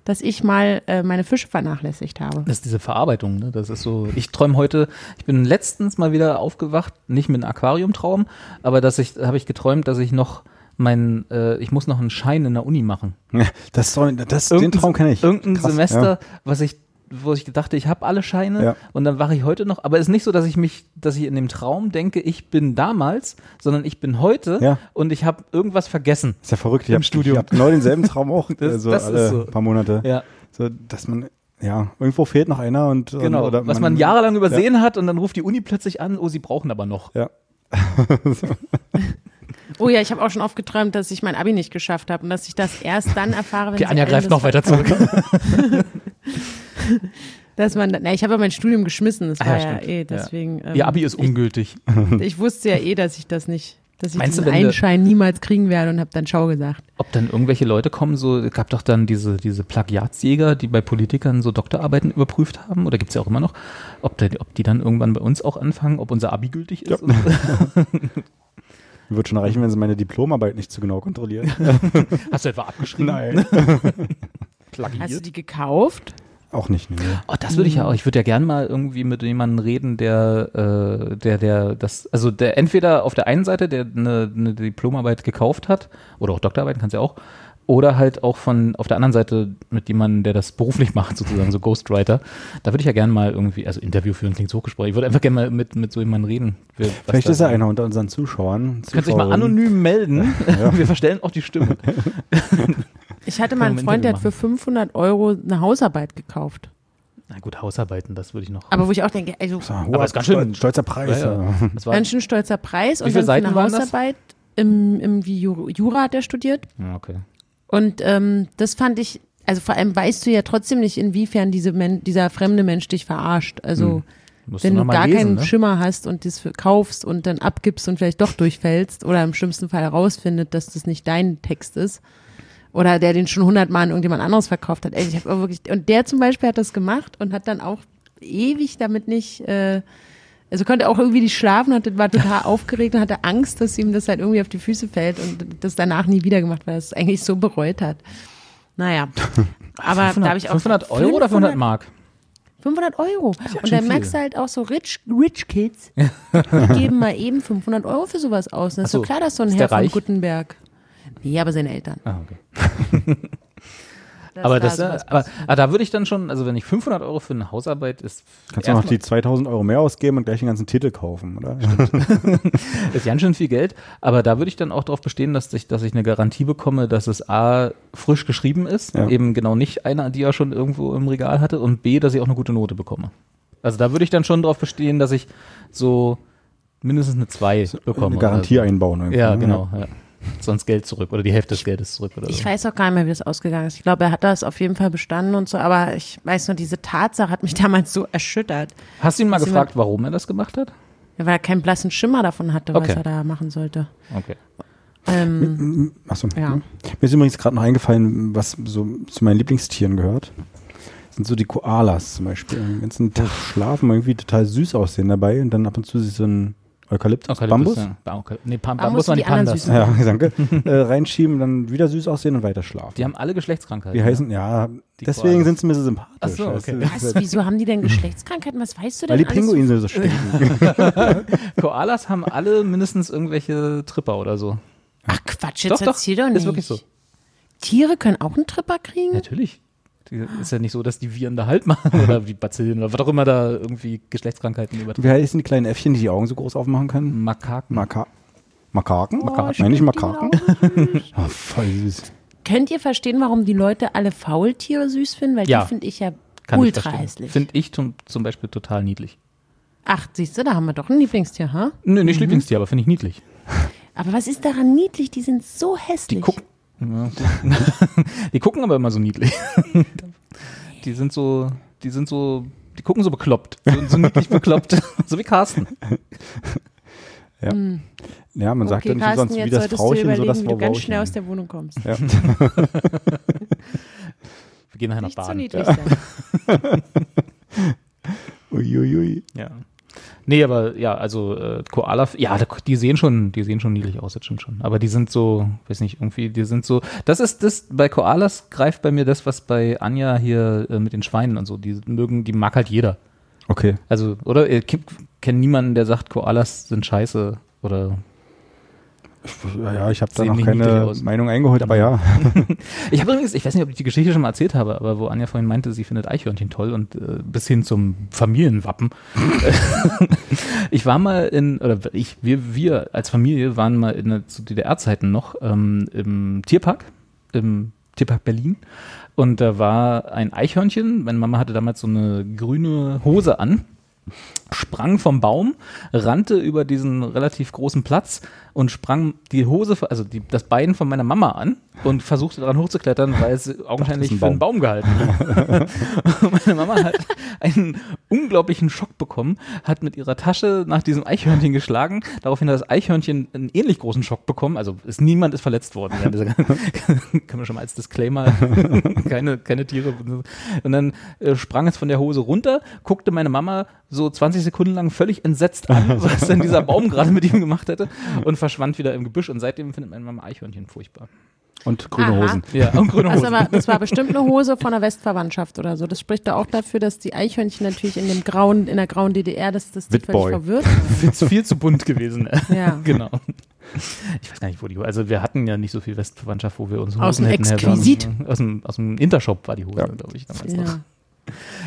Speaker 3: dass ich mal äh, meine Fische vernachlässigt habe?
Speaker 1: Das ist diese Verarbeitung, ne? Das ist so. Ich träume heute, ich bin letztens mal wieder aufgewacht, nicht mit einem Aquariumtraum, aber dass ich, habe ich geträumt, dass ich noch mein, äh, ich muss noch einen Schein in der Uni machen.
Speaker 2: Ja, Das, soll, das, den
Speaker 1: Irgendein-
Speaker 2: Traum kenne ich.
Speaker 1: Irgendein
Speaker 2: Krass,
Speaker 1: Semester, was ich, wo ich dachte, ich habe alle Scheine
Speaker 2: Ja.
Speaker 1: und dann wache ich heute noch. Aber es ist nicht so, dass ich mich, dass ich in dem Traum denke, ich bin damals, sondern ich bin heute
Speaker 2: Ja.
Speaker 1: und ich habe irgendwas vergessen.
Speaker 2: Ist ja verrückt. Ich
Speaker 1: Im
Speaker 2: habe
Speaker 1: Studium.
Speaker 2: hab genau denselben Traum auch
Speaker 1: Das-
Speaker 2: äh, so
Speaker 1: das ist
Speaker 2: alle
Speaker 1: so.
Speaker 2: paar Monate.
Speaker 1: Ja.
Speaker 2: So, dass man, ja, irgendwo fehlt noch einer und.
Speaker 1: Genau,
Speaker 2: und, oder
Speaker 1: was man jahrelang übersehen hat und dann ruft die Uni plötzlich an, oh, sie brauchen aber noch.
Speaker 2: Ja.
Speaker 3: Oh ja, ich habe auch schon oft geträumt, dass ich mein Abi nicht geschafft habe und dass ich das erst dann erfahre, wenn
Speaker 1: Die
Speaker 3: sie
Speaker 1: Anja
Speaker 3: alle
Speaker 1: greift
Speaker 3: das
Speaker 1: noch weiter zurück.
Speaker 3: Dass man, na, ich habe ja mein Studium geschmissen, das
Speaker 1: Ah ja,
Speaker 3: war ja,
Speaker 1: stimmt.
Speaker 3: eh,
Speaker 1: Ja.
Speaker 3: deswegen. ähm,
Speaker 1: Ihr Abi ist ungültig.
Speaker 3: ich, ich wusste ja eh, dass ich das nicht, dass ich
Speaker 1: Meinst du,
Speaker 3: diesen
Speaker 1: wenn du-
Speaker 3: einen Schein niemals kriegen werde und habe dann Schau gesagt.
Speaker 1: Ob dann irgendwelche Leute kommen, so es gab doch dann diese, diese Plagiatsjäger, die bei Politikern so Doktorarbeiten überprüft haben, oder gibt es ja auch immer noch, ob, da, ob die dann irgendwann bei uns auch anfangen, ob unser Abi gültig ist. Und,
Speaker 2: Wird schon reichen, wenn sie meine Diplomarbeit nicht zu genau kontrollieren.
Speaker 1: hast du etwa abgeschrieben?
Speaker 2: Nein.
Speaker 3: Hast du
Speaker 1: Plagiiert?
Speaker 3: die gekauft?
Speaker 2: auch nicht, nee.
Speaker 1: Oh, das würde ich ja auch. Ich würde ja gern mal irgendwie mit jemandem reden, der, äh, der, der, das, also der entweder auf der einen Seite, der eine, eine Diplomarbeit gekauft hat, oder auch Doktorarbeit, kann's ja auch, oder halt auch von auf der anderen Seite mit jemandem, der das beruflich macht, sozusagen, so Ghostwriter. Da würde ich ja gern mal irgendwie, also Interview führen klingt so hochgesprochen. Ich würde einfach gerne mal mit, mit so jemandem reden. wer- was
Speaker 2: Vielleicht
Speaker 1: da-
Speaker 2: ist er einer unter unseren Zuschauern.
Speaker 1: Könnt sich mal
Speaker 2: Zuschauerinnen.
Speaker 1: anonym melden. Wir verstellen auch die Stimme.
Speaker 3: Ich hatte mal einen
Speaker 1: Moment,
Speaker 3: Freund, der
Speaker 1: wir
Speaker 3: hat für 500 Euro eine Hausarbeit gekauft.
Speaker 1: Na gut, Hausarbeiten, das würde ich noch.
Speaker 3: Aber wo ich auch denke, also
Speaker 2: Ah,
Speaker 1: Aber
Speaker 2: hoher,
Speaker 1: ist ganz schön-
Speaker 2: stol- Stolzer Preis.
Speaker 1: Ja, ja.
Speaker 2: ja. Hm.
Speaker 1: Das war,
Speaker 3: ganz schön stolzer Preis
Speaker 1: Wie
Speaker 3: und
Speaker 1: viele
Speaker 3: dann für eine
Speaker 1: Seiten waren das?
Speaker 3: Hausarbeit im, im wie Ju- Jura hat er studiert.
Speaker 1: ja, okay.
Speaker 3: Und ähm, das fand ich, also vor allem weißt du ja trotzdem nicht, inwiefern diese Men dieser fremde Mensch dich verarscht. Also
Speaker 1: Hm. Musst
Speaker 3: wenn
Speaker 1: noch
Speaker 3: du
Speaker 1: mal
Speaker 3: gar
Speaker 1: lesen,
Speaker 3: keinen
Speaker 1: ne?
Speaker 3: Schimmer hast und das für- kaufst und dann abgibst und vielleicht doch durchfällst oder im schlimmsten Fall herausfindet, dass das nicht dein Text ist. Oder der den schon hundertmal an irgendjemand anderes verkauft hat. Ey, ich hab auch wirklich, und der zum Beispiel hat das gemacht und hat dann auch ewig damit nicht, äh, also konnte auch irgendwie nicht schlafen, hatte, war total aufgeregt und hatte Angst, dass ihm das halt irgendwie auf die Füße fällt und das danach nie wieder gemacht, weil er es eigentlich so bereut hat. Naja. Aber da habe ich auch
Speaker 1: 500 Euro oder 500 Mark?
Speaker 3: 500 500 Euro. und
Speaker 2: schon
Speaker 3: dann
Speaker 2: viel.
Speaker 3: merkst du halt auch so Rich, Rich Kids, die geben mal eben 500 Euro für sowas aus. Und das
Speaker 1: Ach so,
Speaker 3: ist doch klar, dass so ein
Speaker 1: ist
Speaker 3: Herr
Speaker 1: der
Speaker 3: von
Speaker 1: reich?
Speaker 3: Gutenberg. Nee, aber seine Eltern.
Speaker 1: Ah, okay.
Speaker 3: Dass
Speaker 1: Aber,
Speaker 3: da
Speaker 1: das,
Speaker 3: sowas
Speaker 1: aber ah, da würde ich dann schon, also wenn ich 500 Euro für eine Hausarbeit ist,
Speaker 2: Kannst du noch
Speaker 1: erstmal-
Speaker 2: die 2000 Euro mehr ausgeben und gleich den ganzen Titel kaufen, oder?
Speaker 1: ist ganz schön viel Geld, aber da würde ich dann auch darauf bestehen, dass ich, dass ich eine Garantie bekomme, dass es A, frisch geschrieben ist,
Speaker 2: Ja.
Speaker 1: eben genau nicht eine, die er schon irgendwo im Regal hatte, und B, dass ich auch eine gute Note bekomme. Also da würde ich dann schon darauf bestehen, dass ich so mindestens eine 2 bekomme.
Speaker 2: Eine
Speaker 1: oder
Speaker 2: Garantie einbauen.
Speaker 1: so.
Speaker 2: irgendwie,
Speaker 1: also. Ja,
Speaker 2: ne?
Speaker 1: genau. Ja. Sonst Geld zurück oder die Hälfte des Geldes zurück oder
Speaker 3: Ich
Speaker 1: so.
Speaker 3: weiß auch gar nicht mehr, wie das ausgegangen ist. Ich glaube, er hat das auf jeden Fall bestanden und so, aber ich weiß nur, diese Tatsache hat mich damals so erschüttert,
Speaker 1: Hast du ihn mal
Speaker 3: Ist
Speaker 1: gefragt, warum er das gemacht hat?
Speaker 3: weil er keinen blassen Schimmer davon hatte,
Speaker 1: Okay.
Speaker 3: was er da machen sollte.
Speaker 1: Okay.
Speaker 3: Ähm,
Speaker 2: Achso.
Speaker 3: Ja.
Speaker 2: ne? Mir ist übrigens gerade noch eingefallen, was so zu meinen Lieblingstieren gehört. Das sind so die Koalas zum Beispiel. Den ganzen Tag schlafen, irgendwie total süß aussehen dabei und dann ab und zu sich so ein Eukalyptus, Bambus.
Speaker 1: Ja. Ba- Okay. Nee, Pam Bambus
Speaker 3: Bambus
Speaker 1: waren
Speaker 3: sind
Speaker 1: die
Speaker 3: die anderen
Speaker 1: Pandas.
Speaker 3: süßen.
Speaker 2: Ja, danke. äh, reinschieben, dann wieder süß aussehen und weiter schlafen.
Speaker 1: Die haben alle Geschlechtskrankheiten.
Speaker 2: Die heißen, ja, deswegen
Speaker 1: Koalas.
Speaker 2: sind sie mir so sympathisch.
Speaker 1: Ach so,
Speaker 2: weißt du?
Speaker 1: okay.
Speaker 3: was, wieso haben die denn Geschlechtskrankheiten? Was weißt du denn
Speaker 2: Weil die
Speaker 3: alles?
Speaker 2: Pinguine so stinken.
Speaker 1: Koalas haben alle mindestens irgendwelche Tripper oder so.
Speaker 3: Ach Quatsch,
Speaker 1: Doch,
Speaker 3: jetzt
Speaker 1: doch,
Speaker 3: erzähl doch nicht.
Speaker 1: ist wirklich so.
Speaker 3: Tiere können auch einen Tripper kriegen?
Speaker 1: Natürlich. Die- Ist ja nicht so, dass die Viren da halt machen oder die Bazillen oder was auch immer da irgendwie Geschlechtskrankheiten übertragen.
Speaker 2: Wie heißen die kleinen Äffchen, die die Augen so groß aufmachen können?
Speaker 1: Makaken.
Speaker 2: Maka Makaken?
Speaker 1: Makaken.
Speaker 2: Nein, nicht
Speaker 3: stimmt, Oh, die
Speaker 2: Makaken. Oh, voll süß.
Speaker 3: Könnt ihr verstehen, warum die Leute alle Faultiere süß finden? Weil
Speaker 1: Ja.
Speaker 3: die finde ich ja
Speaker 1: Kann ich
Speaker 3: ultra
Speaker 1: verstehen.
Speaker 3: hässlich.
Speaker 1: Finde ich zum, zum Beispiel total niedlich.
Speaker 3: Ach, siehst du, da haben wir doch ein Lieblingstier, ha?
Speaker 1: Nö,
Speaker 3: Mhm.
Speaker 1: nicht Lieblingstier, aber finde ich niedlich.
Speaker 3: Aber was ist daran niedlich? Die sind so hässlich.
Speaker 1: gucken- Die gucken aber immer so niedlich. Die sind so, die sind so, die gucken so bekloppt. So, so niedlich bekloppt. So wie Carsten.
Speaker 2: Ja, man sagt ja nicht sonst wie das Frauchen, so das
Speaker 3: wie du ganz
Speaker 2: Frauchen.
Speaker 3: schnell aus der Wohnung kommst.
Speaker 2: Ja.
Speaker 1: Wir gehen nachher nach
Speaker 3: Nicht zu
Speaker 1: Baden.
Speaker 3: niedlich sein.
Speaker 2: Uiuiui.
Speaker 1: Ja. Nee, aber ja, also äh, Koala, ja, da- die sehen schon, die sehen schon niedlich aus, das stimmt schon. Aber die sind so, weiß nicht, irgendwie, die sind so. Das ist das, bei Koalas greift bei mir das, was bei Anja hier äh, mit den Schweinen und so, die mögen, die mag halt jeder.
Speaker 2: Okay.
Speaker 1: Also, oder? Ihr kennt kennt niemanden, der sagt, Koalas sind scheiße oder
Speaker 2: Ja, ja ich habe da
Speaker 1: Sehen
Speaker 2: noch
Speaker 1: nicht niedlich
Speaker 2: keine
Speaker 1: aus.
Speaker 2: Meinung eingeholt, aber ja.
Speaker 1: Ich habe übrigens, ich weiß nicht, ob ich die Geschichte schon mal erzählt habe, aber wo Anja vorhin meinte, sie findet Eichhörnchen toll und äh, bis hin zum Familienwappen. ich war mal in, oder ich, wir, wir als Familie waren mal in, der- zu DDR-Zeiten noch ähm, im Tierpark, im Tierpark Berlin. Und da war ein Eichhörnchen. Meine Mama hatte damals so eine grüne Hose an sprang vom Baum, rannte über diesen relativ großen Platz und sprang die Hose, also die, das Bein von meiner Mama an und versuchte daran hochzuklettern, weil es augenscheinlich
Speaker 2: ein
Speaker 1: für einen Baum gehalten hat. Und meine Mama hat einen unglaublichen Schock bekommen, hat mit ihrer Tasche nach diesem Eichhörnchen geschlagen, daraufhin hat das Eichhörnchen einen ähnlich großen Schock bekommen, also ist, niemand ist verletzt worden. während dieser ganzen- Können wir schon mal als Disclaimer, keine, keine Tiere. Und dann äh, sprang es von der Hose runter, guckte meine Mama so 20 Sekunden lang völlig entsetzt an, was denn dieser Baum gerade mit ihm gemacht hätte und verschwand wieder im Gebüsch. Und seitdem findet meine Mama Eichhörnchen furchtbar.
Speaker 2: Und grüne
Speaker 3: Aha.
Speaker 2: Hosen.
Speaker 1: Ja, und grüne
Speaker 3: Das,
Speaker 1: Hose.
Speaker 3: Also, aber, das war bestimmt eine Hose von der Westverwandtschaft oder so. Das spricht da auch dafür, dass die Eichhörnchen natürlich in dem grauen, in der grauen DDR, dass das die völlig
Speaker 2: Witboy.
Speaker 3: verwirrt.
Speaker 1: Ist viel zu bunt gewesen.
Speaker 3: Ja.
Speaker 1: genau. Ich weiß gar nicht, wo die Also wir hatten ja nicht so viel Westverwandtschaft, wo wir uns
Speaker 3: Aus
Speaker 1: Hosen
Speaker 3: dem
Speaker 1: hätten herwerfen.
Speaker 3: Exquisit.
Speaker 1: Aus dem, aus dem Intershop war die Hose,
Speaker 2: Ja.
Speaker 1: glaube ich, damals noch.
Speaker 3: Ja.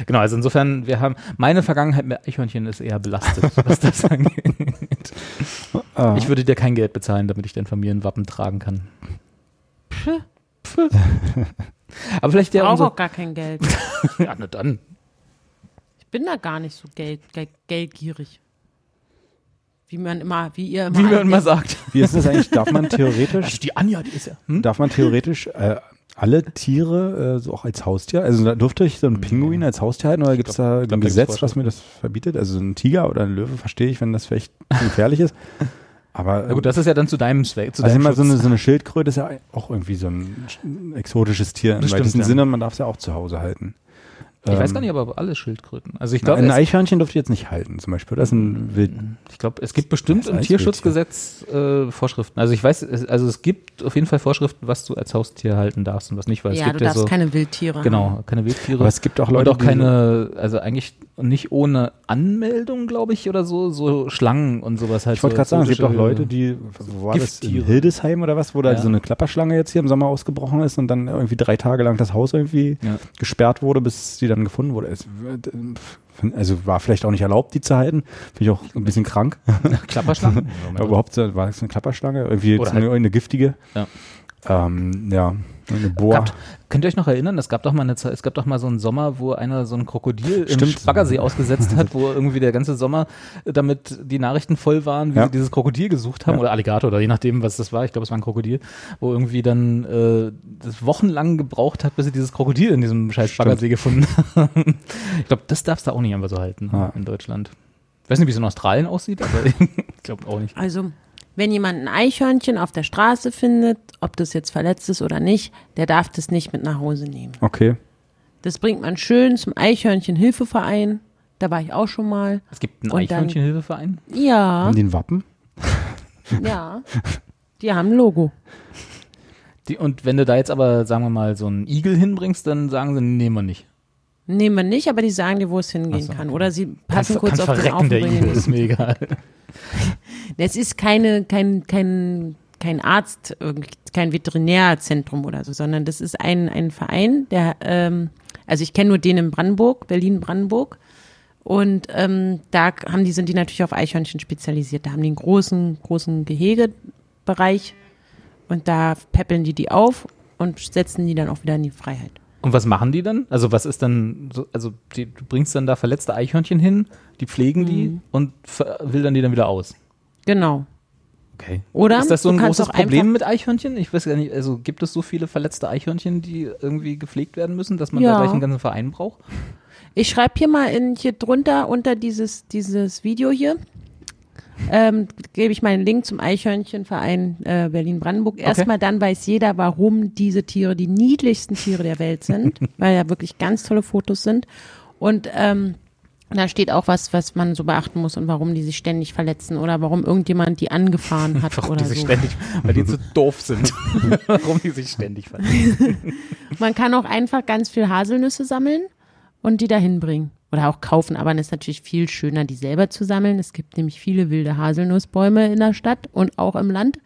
Speaker 1: Genau, also insofern, wir haben, meine Vergangenheit mit Eichhörnchen ist eher belastet, was das angeht.
Speaker 2: Ah.
Speaker 1: Ich würde dir kein Geld bezahlen, damit ich dein Familienwappen tragen kann. Aber vielleicht der
Speaker 3: Brauche
Speaker 1: unser,
Speaker 3: auch gar kein Geld.
Speaker 1: Ja, na dann.
Speaker 3: Ich bin da gar nicht so geld, geld, geldgierig. Wie man immer, wie ihr immer.
Speaker 1: Wie
Speaker 3: alle
Speaker 1: man mal
Speaker 3: denkt.
Speaker 1: sagt.
Speaker 2: Wie ist das eigentlich? Darf man theoretisch,
Speaker 1: Die Anja, die ist ja. Hm?
Speaker 2: darf man theoretisch äh, alle Tiere äh, so auch als Haustier? Also da durfte ich so einen Pinguin als Haustier halten oder gibt es da ein
Speaker 1: da gibt's
Speaker 2: Gesetz, was
Speaker 1: Vorschriften.
Speaker 2: mir das verbietet? Also so ein Tiger oder ein Löwe verstehe ich, wenn das vielleicht gefährlich ist. Aber
Speaker 1: Na gut, das ist ja dann zu deinem Zweck. Zu
Speaker 2: also
Speaker 1: deinem
Speaker 2: immer so
Speaker 1: Schutz.
Speaker 2: eine, so eine Schildkröte ist ja auch irgendwie so ein sch- ein exotisches Tier im
Speaker 1: Das stimmt,
Speaker 2: weitesten
Speaker 1: ja.
Speaker 2: Sinne. Man darf es ja auch zu Hause halten. Ähm,
Speaker 1: Ich weiß gar nicht, aber alle Schildkröten. Also ich
Speaker 2: Na,
Speaker 1: glaube,
Speaker 2: ein
Speaker 1: es- Mm.
Speaker 2: Eichhörnchen dürft ihr jetzt nicht halten, zum Beispiel. Das ist ein Wild.
Speaker 1: Ich glaube, es gibt bestimmt
Speaker 2: Das
Speaker 1: im
Speaker 2: Eiswild,
Speaker 1: Tierschutzgesetz äh, Vorschriften. Also ich weiß, es, also es gibt auf jeden Fall Vorschriften, was du als Haustier halten darfst und was nicht, weil es
Speaker 3: ja,
Speaker 1: gibt
Speaker 3: du
Speaker 1: ja
Speaker 3: darfst
Speaker 1: so
Speaker 3: keine Wildtiere. haben.
Speaker 1: genau keine Wildtiere.
Speaker 2: Aber es gibt auch Leute,
Speaker 1: und auch
Speaker 2: die-
Speaker 1: keine, also eigentlich nicht ohne Anmeldung, glaube ich, oder so, so Schlangen und sowas halt.
Speaker 2: Ich wollte
Speaker 1: so
Speaker 2: gerade sagen, es gibt auch
Speaker 1: exotische-
Speaker 2: Leute, die, wo war das, in
Speaker 1: Gifttiere.
Speaker 2: Hildesheim oder was, wo da
Speaker 1: Ja.
Speaker 2: so eine Klapperschlange jetzt hier im Sommer ausgebrochen ist und dann irgendwie drei Tage lang das Haus irgendwie
Speaker 1: Ja.
Speaker 2: gesperrt wurde, bis die dann gefunden wurde. Es, wird, ähm, also war vielleicht auch nicht erlaubt, die zu halten. Finde ich auch ein bisschen krank.
Speaker 1: Klapperschlangen.
Speaker 2: Aber überhaupt so, war es eine Klapperschlange, irgendwie jetzt
Speaker 1: Oder halt
Speaker 2: eine, eine giftige.
Speaker 1: Ja.
Speaker 2: Ähm, ja, eine Boa.
Speaker 1: Gab, könnt ihr euch noch erinnern, es gab doch mal eine Zeit, es gab doch mal so einen Sommer, wo einer so ein Krokodil im
Speaker 2: Stimmt.
Speaker 1: Baggersee ausgesetzt hat, wo irgendwie der ganze Sommer äh, damit die Nachrichten voll waren, wie
Speaker 2: Ja.
Speaker 1: sie dieses Krokodil gesucht haben oder Alligator oder je nachdem, was das war. Ich glaube, es war ein Krokodil, wo irgendwie dann äh, das wochenlang gebraucht hat, bis sie dieses Krokodil in diesem scheiß
Speaker 2: Stimmt.
Speaker 1: Baggersee gefunden haben. Ich glaube, das darfst du auch nicht einfach so halten
Speaker 2: Ja.
Speaker 1: in Deutschland. Ich weiß nicht, wie es in Australien aussieht, aber ich glaube auch nicht.
Speaker 3: Also, wenn jemand ein Eichhörnchen auf der Straße findet, ob das jetzt verletzt ist oder nicht, der darf das nicht mit nach Hause nehmen.
Speaker 2: Okay.
Speaker 3: Das bringt man schön zum Eichhörnchen-Hilfeverein. Da war ich auch schon mal.
Speaker 1: Es gibt einen
Speaker 3: Und dann-
Speaker 1: Eichhörnchenhilfeverein.
Speaker 3: Ja,
Speaker 2: Haben die ein Wappen?
Speaker 3: ja. Die haben ein Logo.
Speaker 1: Die, und wenn du da jetzt aber, sagen wir mal, so einen Igel hinbringst, dann sagen sie, nehmen wir nicht.
Speaker 3: Nehmen wir nicht, aber die sagen dir, wo es hingehen
Speaker 1: so,
Speaker 3: kann. Oder sie passen
Speaker 1: kann,
Speaker 3: kurz
Speaker 1: kann
Speaker 3: auf den
Speaker 1: verrecken, der Igel,
Speaker 3: Aufbringen.
Speaker 1: ist mir egal.
Speaker 3: Es ist keine, kein, kein, kein Arzt, irgendwie, kein Veterinärzentrum oder so, sondern das ist ein, ein Verein, der, ähm, also ich kenne nur den in Brandenburg, Berlin-Brandenburg. Und ähm, da k- haben die, sind die natürlich auf Eichhörnchen spezialisiert. Da haben die einen großen, großen Gehegebereich und da peppeln die die auf und setzen die dann auch wieder in die Freiheit.
Speaker 1: Und was machen die dann? Also was ist dann, so, also die, du bringst dann da verletzte Eichhörnchen hin, die pflegen
Speaker 3: Mhm.
Speaker 1: die und ver- wildern die dann wieder aus.
Speaker 3: Genau.
Speaker 1: Okay.
Speaker 3: Oder
Speaker 1: Ist das so
Speaker 3: du
Speaker 1: ein
Speaker 3: kannst
Speaker 1: großes
Speaker 3: auch einfach-
Speaker 1: Problem mit Eichhörnchen? Ich weiß gar nicht, also gibt es so viele verletzte Eichhörnchen, die irgendwie gepflegt werden müssen, dass man da
Speaker 3: Ja.
Speaker 1: gleich einen ganzen Verein braucht?
Speaker 3: Ich schreibe hier mal in, hier drunter unter dieses, dieses Video hier. Ähm, gebe ich meinen Link zum Eichhörnchenverein äh, Berlin-Brandenburg. Erstmal dann weiß jeder, warum diese Tiere die niedlichsten Tiere der Welt sind, weil ja wirklich ganz tolle Fotos sind. Und ähm, da steht auch was, was man so beachten muss und warum die sich ständig verletzen oder warum irgendjemand die angefahren hat
Speaker 1: Warum
Speaker 3: oder
Speaker 1: die sich
Speaker 3: so.
Speaker 1: ständig, weil die zu doof sind. Warum die sich ständig verletzen.
Speaker 3: Man kann auch einfach ganz viel Haselnüsse sammeln und die dahin bringen. Oder auch kaufen, aber es ist natürlich viel schöner, die selber zu sammeln. Es gibt nämlich viele wilde Haselnussbäume in der Stadt und auch im Land.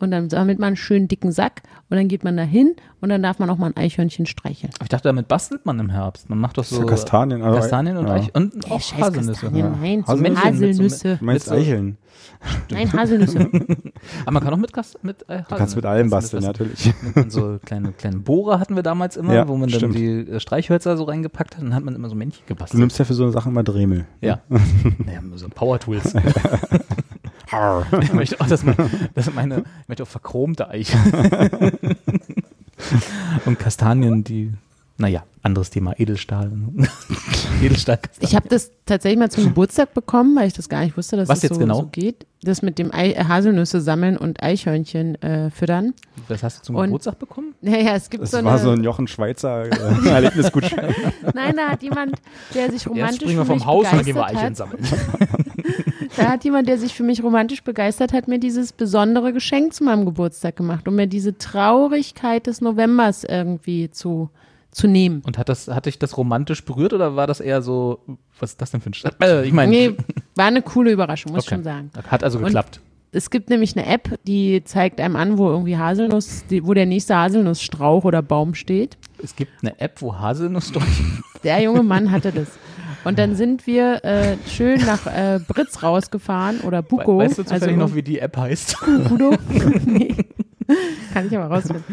Speaker 3: Und dann sammelt man einen schönen dicken Sack und dann geht man dahin und dann darf man auch mal ein Eichhörnchen streicheln.
Speaker 1: Aber ich dachte, damit bastelt man im Herbst. Man macht doch so
Speaker 2: So Kastanien, aber-
Speaker 1: Kastanien und,
Speaker 2: ja.
Speaker 1: Eich und auch
Speaker 3: scheiß
Speaker 1: Haselnüsse.
Speaker 3: Kastanien, nein, so
Speaker 1: Haselnüsse.
Speaker 3: Haselnüsse.
Speaker 2: Du meinst
Speaker 1: Mit so-
Speaker 2: Eicheln?
Speaker 3: Nein, Haselnüsse.
Speaker 1: Aber man kann auch mit, Kas mit äh,
Speaker 2: Du kannst mit allem basteln, natürlich.
Speaker 1: Und so kleine, kleine Bohrer hatten wir damals immer,
Speaker 2: Ja,
Speaker 1: wo man dann
Speaker 2: stimmt.
Speaker 1: die äh, Streichhölzer so reingepackt hat und dann hat man immer so Männchen
Speaker 2: Du
Speaker 1: gebastelt.
Speaker 2: nimmst ja für so eine Sache immer Dremel.
Speaker 1: Ja. naja, so Power Tools. ich möchte auch, dass, mein, dass meine, ich möchte auch verchromte Eichen. und Kastanien, die, naja, anderes Thema, Edelstahl. Edelstahl.
Speaker 3: Ich habe das tatsächlich mal zum Geburtstag bekommen, weil ich das gar nicht wusste, dass
Speaker 1: Was
Speaker 3: es
Speaker 1: jetzt
Speaker 3: so,
Speaker 1: genau?
Speaker 3: so geht. Das mit dem Ei äh, Haselnüsse sammeln und Eichhörnchen äh, füttern.
Speaker 1: Das hast du zum
Speaker 3: Und-
Speaker 1: Geburtstag bekommen?
Speaker 3: Naja, es gibt
Speaker 2: Das
Speaker 3: so eine.
Speaker 2: war so ein Jochen Schweizer äh, Erlebnisgutschein.
Speaker 3: Nein, da hat jemand, der sich
Speaker 1: Jetzt
Speaker 3: romantisch
Speaker 1: springen wir
Speaker 3: für mich
Speaker 1: vom Haus und dann
Speaker 3: begeistert
Speaker 1: gehen wir Eicheln
Speaker 3: hat,
Speaker 1: sammeln.
Speaker 3: da hat jemand, der sich für mich romantisch begeistert hat, mir dieses besondere Geschenk zu meinem Geburtstag gemacht, um mir diese Traurigkeit des Novembers irgendwie zu, zu nehmen.
Speaker 1: Und hat das, hat dich das romantisch berührt oder war das eher so, was ist das denn für ein Stadt? Äh, ich meine,
Speaker 3: Nee, war eine coole Überraschung, muss ich
Speaker 1: okay.
Speaker 3: schon sagen.
Speaker 1: Hat also geklappt.
Speaker 3: Es gibt nämlich eine App, die zeigt einem an, wo irgendwie Haselnuss, die, wo der nächste Haselnussstrauch oder Baum steht.
Speaker 1: es gibt eine App, wo Haselnussdorf.
Speaker 3: Der junge Mann hatte das. Und dann sind wir äh, schön nach äh, Britz rausgefahren oder Buko.
Speaker 1: weißt du zufällig
Speaker 3: also
Speaker 1: noch, wie die App heißt?
Speaker 3: Udo? nee. Kann ich aber rausfinden.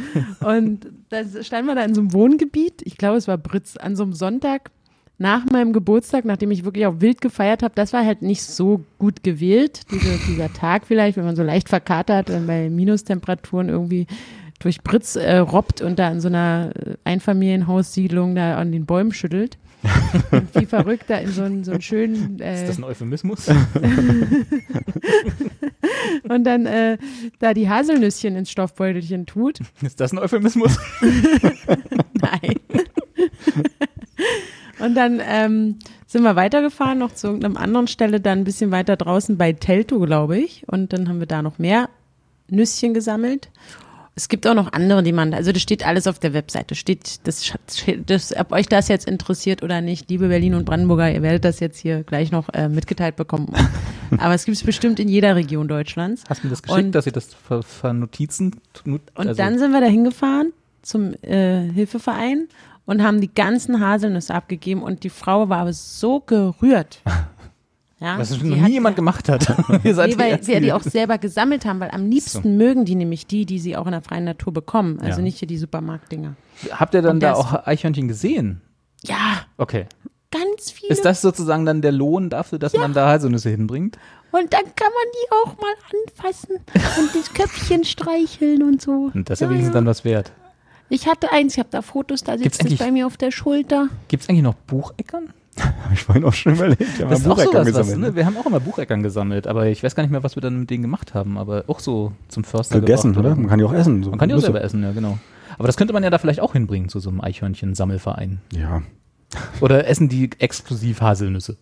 Speaker 3: Und da standen wir da in so einem Wohngebiet, ich glaube, es war Britz, an so einem Sonntag nach meinem Geburtstag, nachdem ich wirklich auch wild gefeiert habe. Das war halt nicht so gut gewählt, diese, dieser Tag vielleicht, wenn man so leicht verkatert, dann bei Minustemperaturen irgendwie durch Britz äh, robbt und da in so einer äh, Einfamilienhaussiedlung da an den Bäumen schüttelt. Und wie verrückt da in so einen, so einen schönen äh,
Speaker 1: Ist das ein Euphemismus?
Speaker 3: und dann äh, da die Haselnüsschen ins Stoffbeutelchen tut.
Speaker 1: Ist das ein Euphemismus?
Speaker 3: Nein. Und dann ähm, sind wir weitergefahren, noch zu irgendeiner anderen Stelle, dann ein bisschen weiter draußen bei Telto, glaube ich. Und dann haben wir da noch mehr Nüsschen gesammelt. Es gibt auch noch andere, die man, also das steht alles auf der Webseite. Steht, das, steht- das, ob euch das jetzt interessiert oder nicht, liebe Berlin und Brandenburger, ihr werdet das jetzt hier gleich noch äh, mitgeteilt bekommen. Aber es gibt es bestimmt in jeder Region Deutschlands.
Speaker 1: Hast du mir das geschickt,
Speaker 3: Und-
Speaker 1: dass ihr das ver, ver Notizen? also, Und
Speaker 3: Und dann sind wir da hingefahren zum äh, Hilfeverein und haben die ganzen Haselnüsse abgegeben und die Frau war aber so gerührt. Ja,
Speaker 1: was
Speaker 3: die
Speaker 1: noch
Speaker 3: hat-
Speaker 1: nie jemand gemacht hat. ihr seid
Speaker 3: Nee, weil
Speaker 1: Ersten,
Speaker 3: wir die auch selber gesammelt haben, weil am liebsten mögen die nämlich die, die sie auch in der freien Natur bekommen. Also
Speaker 1: Ja.
Speaker 3: nicht hier die Supermarktdinger.
Speaker 1: Habt ihr dann
Speaker 3: Und
Speaker 1: da
Speaker 3: das-
Speaker 1: auch Eichhörnchen gesehen?
Speaker 3: Ja,
Speaker 1: Okay.
Speaker 3: ganz viele.
Speaker 1: Ist das sozusagen dann der Lohn dafür, dass man da Haselnüsse hinbringt?
Speaker 3: Und dann kann man die auch mal anfassen und das Köpfchen streicheln und so.
Speaker 1: Und das ist ja wenigstens dann was wert.
Speaker 3: Ich hatte eins, ich habe da Fotos, da
Speaker 1: Gibt's
Speaker 3: sitzt es
Speaker 1: eigentlich-
Speaker 3: bei mir auf der Schulter.
Speaker 1: Gibt es eigentlich noch Bucheckern?
Speaker 2: Habe ich vorhin auch schon überlegt. Wir haben
Speaker 1: Das ist
Speaker 2: einen
Speaker 1: auch
Speaker 2: Bucheckern
Speaker 1: sowas, was,
Speaker 2: gesammelt,
Speaker 1: ne? Wir haben auch immer Bucheckern gesammelt, aber ich weiß gar nicht mehr, was wir dann mit denen gemacht haben, aber auch so zum Förster
Speaker 2: Gegessen,
Speaker 1: gebracht,
Speaker 2: oder? Man kann die auch essen. So
Speaker 1: Man kann die auch
Speaker 2: Nüsse.
Speaker 1: selber essen, ja, genau. Aber das könnte man ja da vielleicht auch hinbringen zu so einem Eichhörnchen-Sammelverein.
Speaker 2: Ja.
Speaker 1: Oder essen die exklusiv Haselnüsse?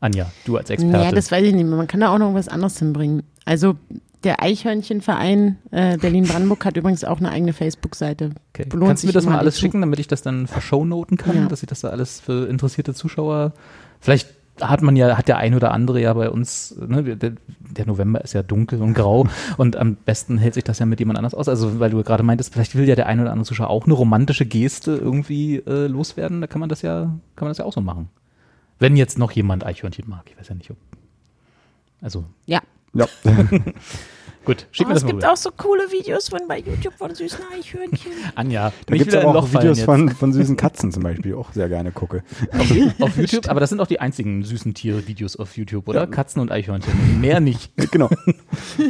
Speaker 1: Anja, du als Experte.
Speaker 3: Ja, das weiß ich nicht mehr. Man kann da auch noch was anderes hinbringen. Also der Eichhörnchenverein äh, Berlin-Brandenburg hat übrigens auch eine eigene Facebook-Seite.
Speaker 1: okay.
Speaker 3: Lohnt
Speaker 1: Kannst du mir
Speaker 3: sich
Speaker 1: das mal
Speaker 3: immer,
Speaker 1: alles
Speaker 3: die zu-
Speaker 1: schicken, damit ich das dann verschownoten kann,
Speaker 3: Ja.
Speaker 1: dass ich das da alles für interessierte Zuschauer. Vielleicht hat man ja, hat der ein oder andere ja bei uns, ne, wir- der, der November ist ja dunkel und grau und am besten hält sich das ja mit jemand anders aus. Also weil du gerade meintest, vielleicht will ja der ein oder andere Zuschauer auch eine romantische Geste irgendwie äh, loswerden, da kann man das ja, kann man das ja auch so machen. Wenn jetzt noch jemand Eichhörnchen mag, ich weiß ja nicht, ob. Also,
Speaker 3: Ja.
Speaker 2: Ja.
Speaker 1: gut, schick mir
Speaker 3: Aber
Speaker 1: das
Speaker 3: Oh, es
Speaker 1: mal
Speaker 3: gibt
Speaker 1: rüber.
Speaker 3: auch so coole Videos von bei YouTube von süßen Eichhörnchen.
Speaker 1: Anja,
Speaker 2: Da
Speaker 1: mich
Speaker 2: gibt es
Speaker 1: wieder in
Speaker 2: aber
Speaker 1: ein
Speaker 2: auch
Speaker 1: Loch fallen
Speaker 2: Videos
Speaker 1: jetzt.
Speaker 2: von, von süßen Katzen zum Beispiel, auch sehr gerne gucke.
Speaker 1: auf YouTube, aber das sind auch die einzigen süßen Tiere-Videos auf YouTube, oder? Katzen und Eichhörnchen. Mehr nicht.
Speaker 2: genau.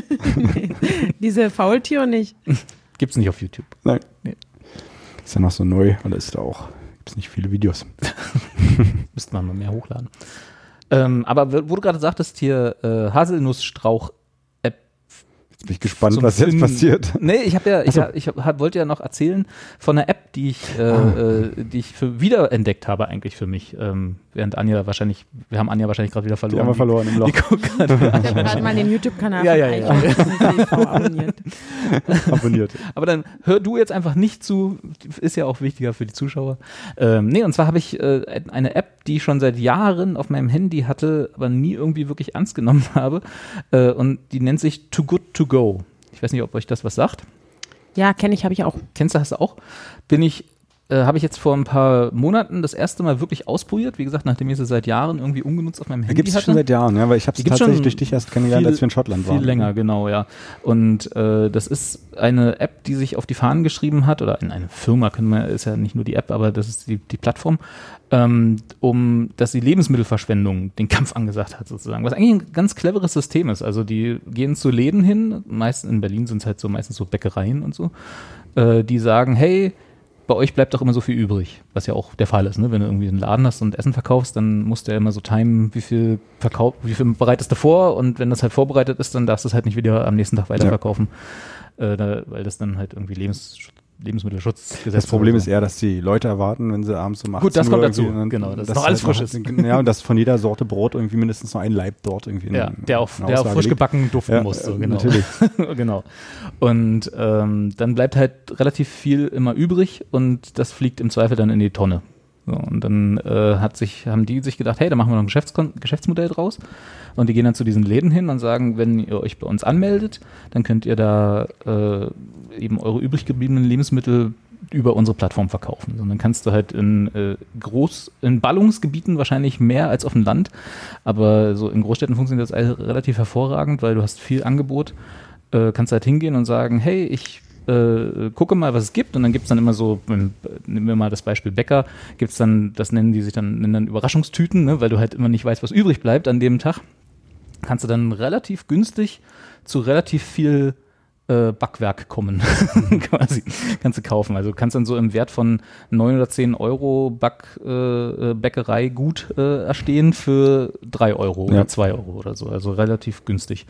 Speaker 3: Diese Faultiere nicht.
Speaker 1: Gibt's nicht auf YouTube.
Speaker 2: Nein.
Speaker 1: Nee.
Speaker 2: Ist ja noch so neu, und da ist da auch. Gibt es nicht viele Videos.
Speaker 1: Müsste man mal mehr hochladen. Ähm, aber wo du gerade sagtest, hier äh, Haselnussstrauch.
Speaker 2: Jetzt bin ich gespannt,
Speaker 1: zum
Speaker 2: was jetzt
Speaker 1: Finden-
Speaker 2: passiert.
Speaker 1: Nee, ich habe ja, ich, hab, ich hab, wollte ja noch erzählen von einer App, die ich, äh,
Speaker 2: Ah.
Speaker 1: äh, die ich für wiederentdeckt habe eigentlich für mich. Ähm, während Anja wahrscheinlich, wir haben Anja wahrscheinlich gerade wieder verloren.
Speaker 2: Die haben wir verloren im Loch,
Speaker 1: Die guckt gerade
Speaker 3: Ich habe gerade mal den YouTube-Kanal
Speaker 1: Ja,
Speaker 3: von
Speaker 1: ja, ja.
Speaker 3: Eichhörnchen abonniert.
Speaker 2: abonniert.
Speaker 1: Aber dann hör du jetzt einfach nicht zu, ist ja auch wichtiger für die Zuschauer. Ähm, nee, und zwar habe ich äh, eine App, die ich schon seit Jahren auf meinem Handy hatte, aber nie irgendwie wirklich ernst genommen habe. Äh, und die nennt sich Too Good To Go. Ich weiß nicht, ob euch das was sagt.
Speaker 3: Ja, kenne ich, habe ich auch.
Speaker 1: Kennst du, hast du auch? Bin ich, äh, habe ich jetzt vor ein paar Monaten das erste Mal wirklich ausprobiert. Wie gesagt, nachdem ich sie seit Jahren irgendwie ungenutzt auf meinem Handy
Speaker 2: Gibt es
Speaker 1: hatte.
Speaker 2: schon seit Jahren, ja, weil ich habe es
Speaker 1: Die gibt's
Speaker 2: tatsächlich
Speaker 1: schon
Speaker 2: durch dich erst kennengelernt,
Speaker 1: viel-
Speaker 2: als wir in Schottland
Speaker 1: Viel
Speaker 2: waren. Mhm.
Speaker 1: länger, genau, ja. Und äh, das ist eine App, die sich auf die Fahnen geschrieben hat, oder in eine Firma können wir, ist ja nicht nur die App, aber das ist die, die Plattform, ähm, um dass die Lebensmittelverschwendung den Kampf angesagt hat, sozusagen. Was eigentlich ein ganz cleveres System ist. Also die gehen zu Läden hin, meistens in Berlin sind es halt so meistens so Bäckereien und so, äh, die sagen, hey, bei euch bleibt doch immer so viel übrig, was ja auch der Fall ist. Ne? Wenn du irgendwie einen Laden hast und Essen verkaufst, dann musst du ja immer so timen, wie viel verkauf, wie viel bereitest du vor und wenn das halt vorbereitet ist, dann darfst du es halt nicht wieder am nächsten Tag weiterverkaufen, äh, da, weil das dann halt irgendwie Lebens, Lebensmittelschutzgesetz
Speaker 2: Das Problem
Speaker 1: oder
Speaker 2: ist
Speaker 1: so.
Speaker 2: eher, dass die Leute erwarten, wenn sie abends um 18
Speaker 1: Gut, das
Speaker 2: Uhr
Speaker 1: kommt dazu.
Speaker 2: irgendwie dann-
Speaker 1: Genau, dass
Speaker 2: dass
Speaker 1: noch alles
Speaker 2: halt
Speaker 1: frisch
Speaker 2: noch- Ja, und dass von jeder Sorte Brot irgendwie mindestens noch ein Laib dort irgendwie in-
Speaker 1: ja, der auch,
Speaker 2: in
Speaker 1: der auch
Speaker 2: Auslage
Speaker 1: frisch
Speaker 2: liegt.
Speaker 1: gebacken duften
Speaker 2: Ja,
Speaker 1: muss. So,
Speaker 2: äh,
Speaker 1: genau.
Speaker 2: natürlich.
Speaker 1: genau. Und ähm, dann bleibt halt relativ viel immer übrig und das fliegt im Zweifel dann in die Tonne. So, und dann äh, hat sich, haben die sich gedacht, hey, da machen wir noch ein Geschäftskon Geschäftsmodell draus. Und die gehen dann zu diesen Läden hin und sagen, wenn ihr euch bei uns anmeldet, dann könnt ihr da äh, eben eure übrig gebliebenen Lebensmittel über unsere Plattform verkaufen. Und dann kannst du halt in äh, Groß, in Ballungsgebieten wahrscheinlich mehr als auf dem Land, aber so in Großstädten funktioniert das all- relativ hervorragend, weil du hast viel Angebot äh, kannst halt hingehen und sagen, hey, ich äh, gucke mal, was es gibt. Und dann gibt es dann immer so, ähm, nehmen wir mal das Beispiel Bäcker, gibt es dann, das nennen die sich dann, nennen dann Überraschungstüten, ne, weil du halt immer nicht weißt, was übrig bleibt an dem Tag. Kannst du dann relativ günstig zu relativ viel äh, Backwerk kommen, quasi. Kannst du kaufen. Also kannst dann so im Wert von 9 oder 10 Euro Back, äh, Bäckerei gut äh, erstehen für 3 Euro
Speaker 2: Ja.
Speaker 1: oder 2 Euro oder so. Also relativ günstig.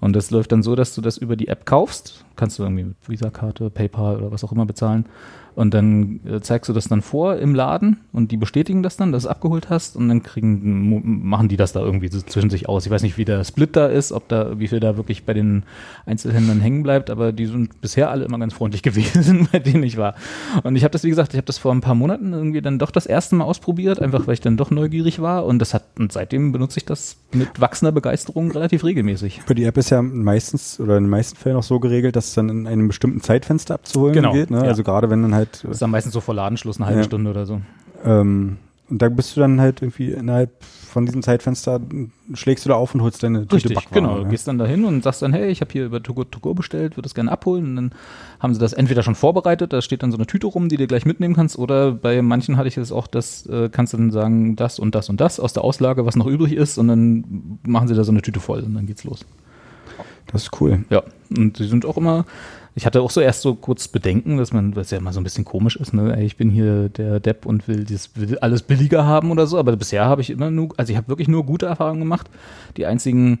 Speaker 1: Und das läuft dann so, dass du das über die App kaufst. Kannst du irgendwie mit Visa-Karte, PayPal oder was auch immer bezahlen. Und dann äh, zeigst du das dann vor im Laden und die bestätigen das dann, dass du es abgeholt hast. Und dann kriegen, mu- machen die das da irgendwie so zwischen sich aus. Ich weiß nicht, wie der Split da ist, ob da, wie viel da wirklich bei den Einzelhändlern hängen bleibt. Aber die sind bisher alle immer ganz freundlich gewesen, bei denen ich war. Und ich habe das, wie gesagt, ich habe das vor ein paar Monaten irgendwie dann doch das erste Mal ausprobiert, einfach weil ich dann doch neugierig war. Und das hat, und seitdem benutze ich das mit wachsender Begeisterung relativ regelmäßig.
Speaker 2: Für die App ist ja meistens oder in den meisten Fällen auch so geregelt, dass es dann in einem bestimmten Zeitfenster abzuholen
Speaker 1: Genau,
Speaker 2: geht. Ne?
Speaker 1: ja.
Speaker 2: Also gerade wenn dann halt,
Speaker 1: Das ist dann meistens so vor Ladenschluss eine halbe
Speaker 2: Ja.
Speaker 1: Stunde oder so.
Speaker 2: ähm, und da bist du dann halt irgendwie innerhalb von diesem Zeitfenster, schlägst du da auf und holst deine Tüte
Speaker 1: Richtig,
Speaker 2: Backwaren.
Speaker 1: genau. Du
Speaker 2: Ne?
Speaker 1: gehst dann dahin und sagst dann, hey, ich habe hier über Togo Togo bestellt, würde es gerne abholen. Und dann haben sie das entweder schon vorbereitet, da steht dann so eine Tüte rum, die du gleich mitnehmen kannst. Oder bei manchen hatte ich es auch, das äh, kannst du dann sagen, das und das und das aus der Auslage, was noch übrig ist. Und dann machen sie da so eine Tüte voll und dann geht's los.
Speaker 2: Das ist cool.
Speaker 1: Ja, und sie sind auch immer. Ich hatte auch so erst so kurz Bedenken, dass man, was ja immer so ein bisschen komisch ist, ne? Ey, ich bin hier der Depp und will, das, will alles billiger haben oder so, aber bisher habe ich immer nur, also ich habe wirklich nur gute Erfahrungen gemacht. Die einzigen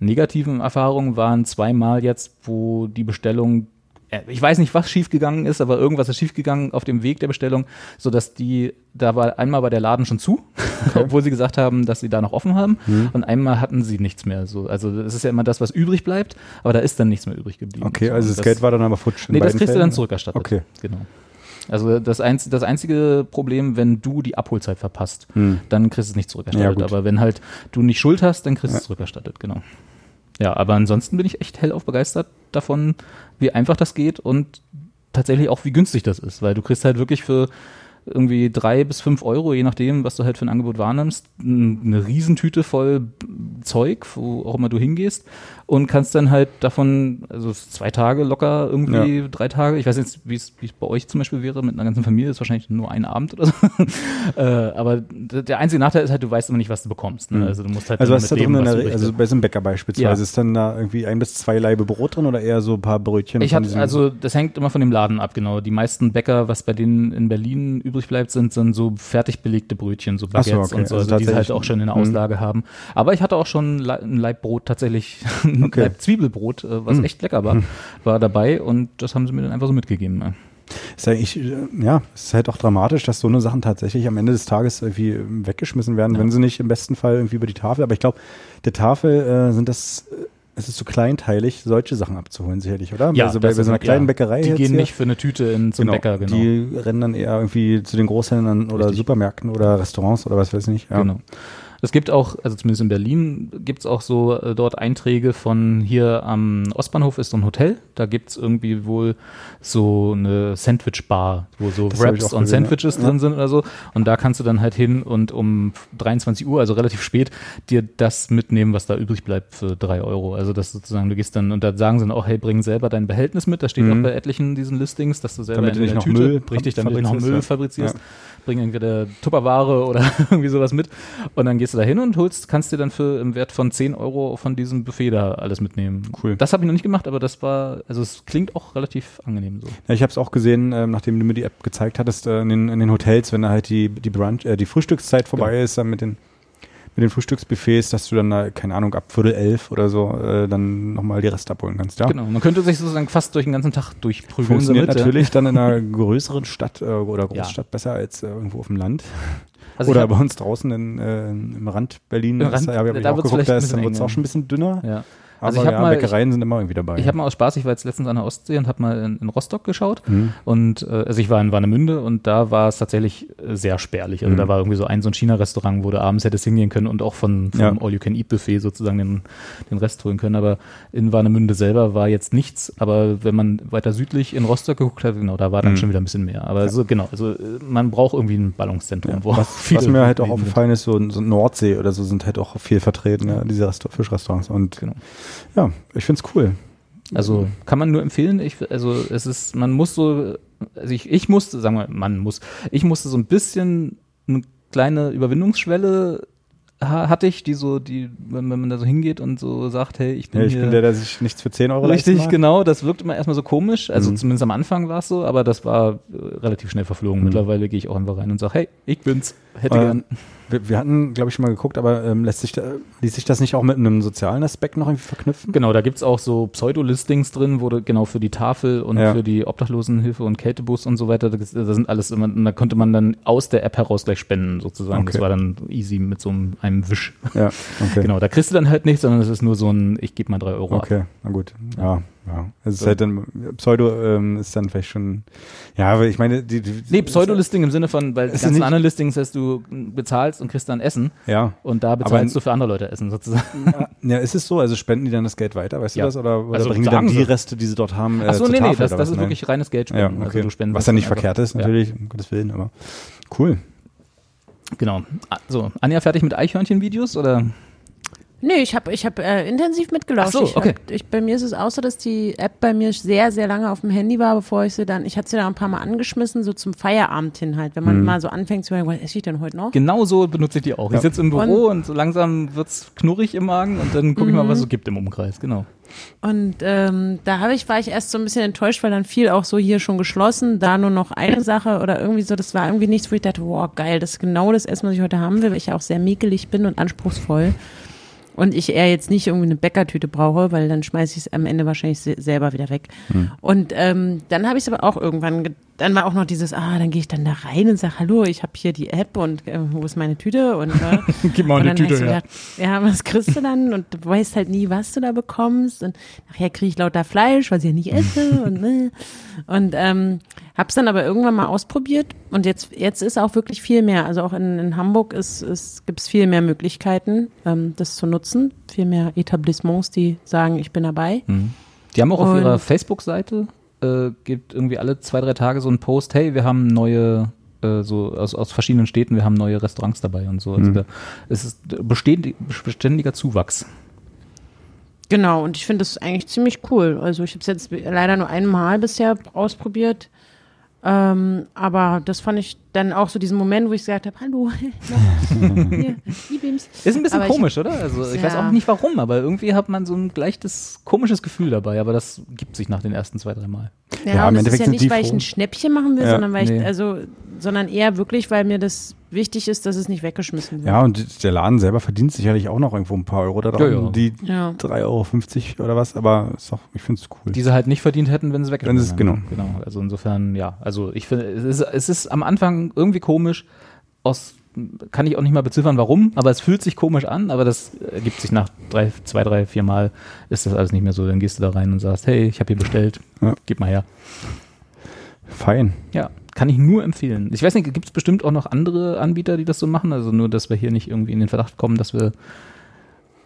Speaker 1: negativen Erfahrungen waren zweimal jetzt, wo die Bestellung, äh, ich weiß nicht, was schiefgegangen ist, aber irgendwas ist schiefgegangen auf dem Weg der Bestellung, sodass die, da war einmal war der Laden schon zu, obwohl sie gesagt haben, dass sie da noch offen haben
Speaker 2: Mhm.
Speaker 1: und einmal hatten sie nichts mehr. So. Also es ist ja immer das, was übrig bleibt, aber da ist dann nichts mehr übrig geblieben.
Speaker 2: Okay,
Speaker 1: So,
Speaker 2: also das,
Speaker 1: das-
Speaker 2: Geld war dann aber futsch. in
Speaker 1: Nee, das
Speaker 2: beiden
Speaker 1: kriegst du
Speaker 2: Fällen.
Speaker 1: dann zurückerstattet.
Speaker 2: Okay.
Speaker 1: Genau. Also das, einz das einzige Problem, wenn du die Abholzeit verpasst, dann kriegst du es nicht
Speaker 2: Hm. Ja,
Speaker 1: zurückerstattet.
Speaker 2: gut.
Speaker 1: aber wenn halt du nicht Schuld hast, dann kriegst du es zurückerstattet, genau. Ja, aber ansonsten bin ich echt hellauf begeistert davon, wie einfach das geht und tatsächlich auch, wie günstig das ist, weil du kriegst halt wirklich für irgendwie drei bis fünf Euro, je nachdem, was du halt für ein Angebot wahrnimmst, n- eine Riesentüte voll Zeug, wo auch immer du hingehst und kannst dann halt davon, also es ist zwei Tage locker irgendwie, drei Tage, ich weiß jetzt, wie es wie es bei euch zum Beispiel wäre, mit einer ganzen Familie ist wahrscheinlich nur ein Abend oder so, äh, aber d- der einzige Nachteil ist halt, du weißt immer nicht, was du bekommst, ne? also du musst halt
Speaker 2: Also
Speaker 1: immer
Speaker 2: was ist da
Speaker 1: mit
Speaker 2: drin?
Speaker 1: leben,
Speaker 2: In der,
Speaker 1: du
Speaker 2: Re-
Speaker 1: übrig
Speaker 2: also bei so einem Bäcker beispielsweise
Speaker 1: Ja.
Speaker 2: ist dann da irgendwie ein bis zwei Laibe Brot drin oder eher so ein paar Brötchen?
Speaker 1: Ich
Speaker 2: von
Speaker 1: hatte,
Speaker 2: diesem-
Speaker 1: also das hängt immer von dem Laden ab, genau. Die meisten Bäcker, was bei denen in Berlin übrig bleibt, sind, sind so fertig belegte Brötchen, so
Speaker 2: Ach so,
Speaker 1: Baguettes
Speaker 2: okay.
Speaker 1: und so, also
Speaker 2: Also
Speaker 1: die sie halt
Speaker 2: tatsächlich-
Speaker 1: auch schon in der Auslage haben. Aber ich hatte auch schon Le- ein Leibbrot tatsächlich, ein
Speaker 2: Okay. Mhm.
Speaker 1: Leib Zwiebelbrot, äh, was echt lecker war, war dabei und das haben sie mir dann einfach so mitgegeben. ja.
Speaker 2: Ist eigentlich, äh, ja, es ist halt auch dramatisch, dass so eine Sachen tatsächlich am Ende des Tages irgendwie ähm, weggeschmissen werden, wenn sie nicht im besten Fall irgendwie über die Tafel. Aber ich glaube, der Tafel äh, sind das, äh, es ist zu kleinteilig, solche Sachen abzuholen, sicherlich, oder? also bei,
Speaker 1: das
Speaker 2: bei so einer
Speaker 1: sind- halt,
Speaker 2: kleinen
Speaker 1: ja,
Speaker 2: Bäckerei.
Speaker 1: Die
Speaker 2: jetzt
Speaker 1: gehen
Speaker 2: hier,
Speaker 1: nicht für eine Tüte in, zum
Speaker 2: genau,
Speaker 1: Bäcker, genau.
Speaker 2: Die rennen dann eher irgendwie zu den Großhändlern oder
Speaker 1: Richtig.
Speaker 2: Supermärkten oder Restaurants oder was weiß ich nicht. Ja.
Speaker 1: Genau. Es gibt auch, also zumindest in Berlin, gibt's auch so äh, dort Einträge von hier am Ostbahnhof ist so ein Hotel. Da gibt's irgendwie wohl so eine Sandwich-Bar, wo so
Speaker 2: Das hab ich
Speaker 1: Wraps
Speaker 2: auch
Speaker 1: und
Speaker 2: gesehen,
Speaker 1: Sandwiches
Speaker 2: ja.
Speaker 1: drin sind oder so. Und da kannst du dann halt hin und um 23 Uhr, also relativ spät, dir das mitnehmen, was da übrig bleibt für drei Euro. Also das sozusagen, du gehst dann und da sagen sie dann auch, hey, bring selber dein Behältnis mit. Da steht auch bei etlichen diesen Listings, dass du selber
Speaker 2: Mhm.
Speaker 1: in
Speaker 2: Damit du nicht
Speaker 1: der
Speaker 2: noch
Speaker 1: Tüte,
Speaker 2: Müll
Speaker 1: richtig, damit du nicht noch
Speaker 2: fabrizierst,
Speaker 1: Müll
Speaker 2: ja.
Speaker 1: fabrizierst
Speaker 2: Ja.
Speaker 1: bring entweder Tupperware oder irgendwie sowas mit. Und dann gehst du da hin und holst, kannst dir dann für im Wert von 10 Euro von diesem Buffet da alles mitnehmen.
Speaker 2: Cool.
Speaker 1: Das habe ich noch nicht gemacht, aber das war, also es klingt auch relativ angenehm so.
Speaker 2: Ja, ich habe es auch gesehen, ähm, nachdem du mir die App gezeigt hattest, äh, in, den, in den Hotels, wenn da halt die, die, Brunch, äh, die Frühstückszeit vorbei
Speaker 1: Genau.
Speaker 2: ist, dann mit den, mit den Frühstücksbuffets, dass du dann, da, keine Ahnung, ab Viertel elf oder so äh, dann nochmal die Reste abholen kannst. Ja?
Speaker 1: Genau. Man könnte sich sozusagen fast durch den ganzen Tag durchprügeln.
Speaker 2: Funktioniert
Speaker 1: damit, ja.
Speaker 2: natürlich dann in einer größeren Stadt äh, oder
Speaker 1: Ja.
Speaker 2: Großstadt besser als äh, irgendwo auf dem Land.
Speaker 1: Also ich
Speaker 2: oder
Speaker 1: hab-
Speaker 2: bei uns draußen in, äh, im Rand Berlin.
Speaker 1: Im Rand,
Speaker 2: da habe ich
Speaker 1: da
Speaker 2: auch
Speaker 1: wird's
Speaker 2: geguckt,
Speaker 1: vielleicht
Speaker 2: da
Speaker 1: ein
Speaker 2: ist, dann
Speaker 1: bisschen
Speaker 2: wird es
Speaker 1: eng,
Speaker 2: auch
Speaker 1: ja.
Speaker 2: schon ein bisschen dünner.
Speaker 1: Ja.
Speaker 2: Aber
Speaker 1: Also ich habe
Speaker 2: ja,
Speaker 1: mal, ich,
Speaker 2: Bäckereien sind immer irgendwie dabei.
Speaker 1: Ich habe mal aus Spaß, ich war jetzt letztens an der Ostsee und habe mal in, in Rostock geschaut.
Speaker 2: Mhm.
Speaker 1: Und äh, also ich war in Warnemünde und da war es tatsächlich äh, sehr spärlich.
Speaker 2: Mhm.
Speaker 1: Also da war irgendwie so ein so ein China-Restaurant, wo du abends hättest hingehen können und auch von vom
Speaker 2: Ja.
Speaker 1: All-You-Can-Eat-Buffet sozusagen den, den Rest holen können. Aber in Warnemünde selber war jetzt nichts. Aber wenn man weiter südlich in Rostock geguckt hat, genau, da war dann
Speaker 2: Mhm.
Speaker 1: schon wieder ein bisschen mehr. Aber so genau, also äh, man braucht irgendwie ein Ballungszentrum, wo
Speaker 2: Was, was
Speaker 1: viele
Speaker 2: mir halt auch
Speaker 1: leben.
Speaker 2: aufgefallen ist, so, so Nordsee oder so sind halt auch viel vertreten, ja, diese Restaur Fischrestaurants. Und
Speaker 1: Genau.
Speaker 2: ja, ich find's cool. Mhm.
Speaker 1: Also kann man nur empfehlen. Ich, also es ist, man muss so, also ich, ich musste, sagen wir, man muss, ich musste so ein bisschen eine kleine Überwindungsschwelle ha- hatte ich, die so, die, wenn, wenn man da so hingeht und so sagt, hey, ich bin
Speaker 2: Ja, ich
Speaker 1: hier.
Speaker 2: bin der, der sich nichts für 10 Euro leisten
Speaker 1: Richtig,
Speaker 2: mag.
Speaker 1: genau. Das wirkt immer erstmal so komisch. Also
Speaker 2: Mhm.
Speaker 1: zumindest am Anfang war es so, aber das war äh, relativ schnell verflogen.
Speaker 2: Mhm.
Speaker 1: Mittlerweile gehe ich auch einfach rein und sage, hey, ich bin's. Hätte
Speaker 2: Ähm,
Speaker 1: gern.
Speaker 2: wir, wir hatten, glaube ich, schon mal geguckt, aber ähm, lässt sich da, ließ sich das nicht auch mit einem sozialen Aspekt noch irgendwie verknüpfen?
Speaker 1: Genau, da gibt's auch so Pseudo-Listings drin, wo du, genau für die Tafel und
Speaker 2: Ja.
Speaker 1: für die Obdachlosenhilfe und Kältebus und so weiter. Da, da sind alles immer, und da konnte man dann aus der App heraus gleich spenden, sozusagen. Das
Speaker 2: Okay.
Speaker 1: war dann easy mit so einem, einem Wisch.
Speaker 2: Ja, okay.
Speaker 1: Genau, da kriegst du dann halt nichts, sondern es ist nur so ein, ich gebe mal drei Euro ab.
Speaker 2: Okay, na gut. Ja, ja. Es ist halt dann, Pseudo ähm, ist dann vielleicht schon, ja, aber ich meine, die, die
Speaker 1: Nee, Pseudo-Listing im Sinne von, weil die
Speaker 2: Ist
Speaker 1: ganzen
Speaker 2: nicht-
Speaker 1: anderen Listings, dass du hm, bezahlst und kriegst dann Essen.
Speaker 2: Ja.
Speaker 1: Und da
Speaker 2: in-
Speaker 1: bezahlst du für andere Leute Essen
Speaker 2: Äh,
Speaker 1: sozusagen.
Speaker 2: ja, ist es so? Also spenden die dann das Geld weiter, weißt
Speaker 1: Ja.
Speaker 2: du das? Oder, oder
Speaker 1: Also
Speaker 2: bringen die dann
Speaker 1: sagen
Speaker 2: die
Speaker 1: sie.
Speaker 2: Reste, die sie dort haben, äh,
Speaker 1: Achso,
Speaker 2: zur
Speaker 1: nee, nee,
Speaker 2: Tafel
Speaker 1: das, das
Speaker 2: oder was?
Speaker 1: ist
Speaker 2: Nein.
Speaker 1: wirklich reines
Speaker 2: ja,
Speaker 1: Geldspenden.
Speaker 2: okay.
Speaker 1: Also du spendest
Speaker 2: was ja nicht
Speaker 1: einfach-
Speaker 2: verkehrt ist, natürlich, um Gottes Willen, aber cool.
Speaker 1: Ja, genau. Ah, So, Anja fertig mit Eichhörnchen-Videos oder?
Speaker 3: Nee, ich habe ich hab, äh, intensiv mitgelauscht.
Speaker 1: Ach so,
Speaker 3: Ich hab-
Speaker 1: okay.
Speaker 3: ich, bei mir ist es außer, dass die App bei mir sehr, sehr lange auf dem Handy war, bevor ich sie dann, ich hatte sie dann ein paar Mal angeschmissen, so zum Feierabend hin halt, wenn man
Speaker 1: Mhm.
Speaker 3: mal so anfängt zu hören, was esse ich denn heute noch?
Speaker 1: Genau so benutze ich die auch. Ich sitze im Büro und, so langsam wird's knurrig im Magen und dann gucke ich
Speaker 3: Mhm.
Speaker 1: mal, was es so gibt im Umkreis. Genau.
Speaker 3: Und ähm, da habe ich, war ich erst so ein bisschen enttäuscht, weil dann viel auch so hier schon geschlossen, da nur noch eine Sache oder irgendwie so, das war irgendwie nichts, wo ich dachte, wow, geil, das ist genau das Essen, was ich heute haben will, weil ich ja auch sehr mäkelig bin und anspruchsvoll. Und ich eher jetzt nicht irgendwie eine Bäckertüte brauche, weil dann schmeiße ich es am Ende wahrscheinlich se selber wieder weg. Und ähm, dann habe ich es aber auch irgendwann, ge- dann war auch noch dieses, ah, dann gehe ich dann da rein und sage, hallo, ich habe hier die App und äh, wo ist meine Tüte? Und äh,
Speaker 1: Gib mal
Speaker 3: und
Speaker 1: eine
Speaker 3: dann
Speaker 1: Tüte,
Speaker 3: hast du
Speaker 1: ja.
Speaker 3: gedacht, ja, was kriegst du dann? Und du weißt halt nie, was du da bekommst. Und nachher kriege ich lauter Fleisch, was ich ja nicht esse. und ne. und ähm, hab's dann aber irgendwann mal ausprobiert. Und jetzt, jetzt ist auch wirklich viel mehr. Also auch in, in Hamburg ist, ist, gibt's viel mehr Möglichkeiten, ähm, das zu nutzen. Viel mehr Etablissements, die sagen, ich bin dabei.
Speaker 1: Die haben auch auf
Speaker 3: Und-
Speaker 1: ihrer Facebook-Seite, äh, gibt irgendwie alle zwei, drei Tage so einen Post, hey, wir haben neue, äh, so aus, aus verschiedenen Städten, wir haben neue Restaurants dabei und so. Also da, es ist beständig, beständiger Zuwachs.
Speaker 3: Genau, und ich finde das eigentlich ziemlich cool. Also ich habe es jetzt leider nur einmal bisher ausprobiert. Ähm, aber das fand ich dann auch so diesen Moment, wo ich gesagt habe, hallo, hier, E-Beams.
Speaker 1: Ist ein bisschen
Speaker 3: Aber ich-
Speaker 1: komisch, oder? Also ich weiß
Speaker 3: Ja.
Speaker 1: auch nicht warum, aber irgendwie hat man so ein gleiches komisches Gefühl dabei, aber das gibt sich nach den ersten zwei, drei Mal.
Speaker 3: Ja,
Speaker 2: Ja,
Speaker 3: und
Speaker 2: im
Speaker 3: das
Speaker 2: Endeffekt
Speaker 3: ist ja
Speaker 2: sind
Speaker 3: nicht,
Speaker 2: die
Speaker 3: weil ich
Speaker 2: froh.
Speaker 3: ein Schnäppchen machen will,
Speaker 2: Ja,
Speaker 3: sondern weil
Speaker 1: nee.
Speaker 3: ich, also, sondern eher wirklich, weil mir das wichtig ist, dass es nicht weggeschmissen wird.
Speaker 2: Ja, und der Laden selber verdient sicherlich auch noch irgendwo ein paar Euro da dran,
Speaker 1: Ja, ja.
Speaker 2: die
Speaker 3: Ja.
Speaker 2: 3,50 Euro oder was, aber ist doch, ich finde es cool.
Speaker 1: Die sie halt nicht verdient hätten, wenn sie weggeschmissen
Speaker 2: Wenn sie es-
Speaker 1: hätten. Genau, also insofern, ja. Also ich finde, es ist, es ist am Anfang irgendwie komisch, aus, kann ich auch nicht mal beziffern, warum, aber es fühlt sich komisch an, aber das ergibt sich nach drei, zwei, drei, vier Mal ist das alles nicht mehr so. Dann gehst du da rein und sagst, hey, ich habe hier bestellt,
Speaker 2: Ja.
Speaker 1: gib mal her.
Speaker 2: Fein.
Speaker 1: Ja, kann ich nur empfehlen. Ich weiß nicht, gibt es bestimmt auch noch andere Anbieter, die das so machen? Also nur, dass wir hier nicht irgendwie in den Verdacht kommen, dass wir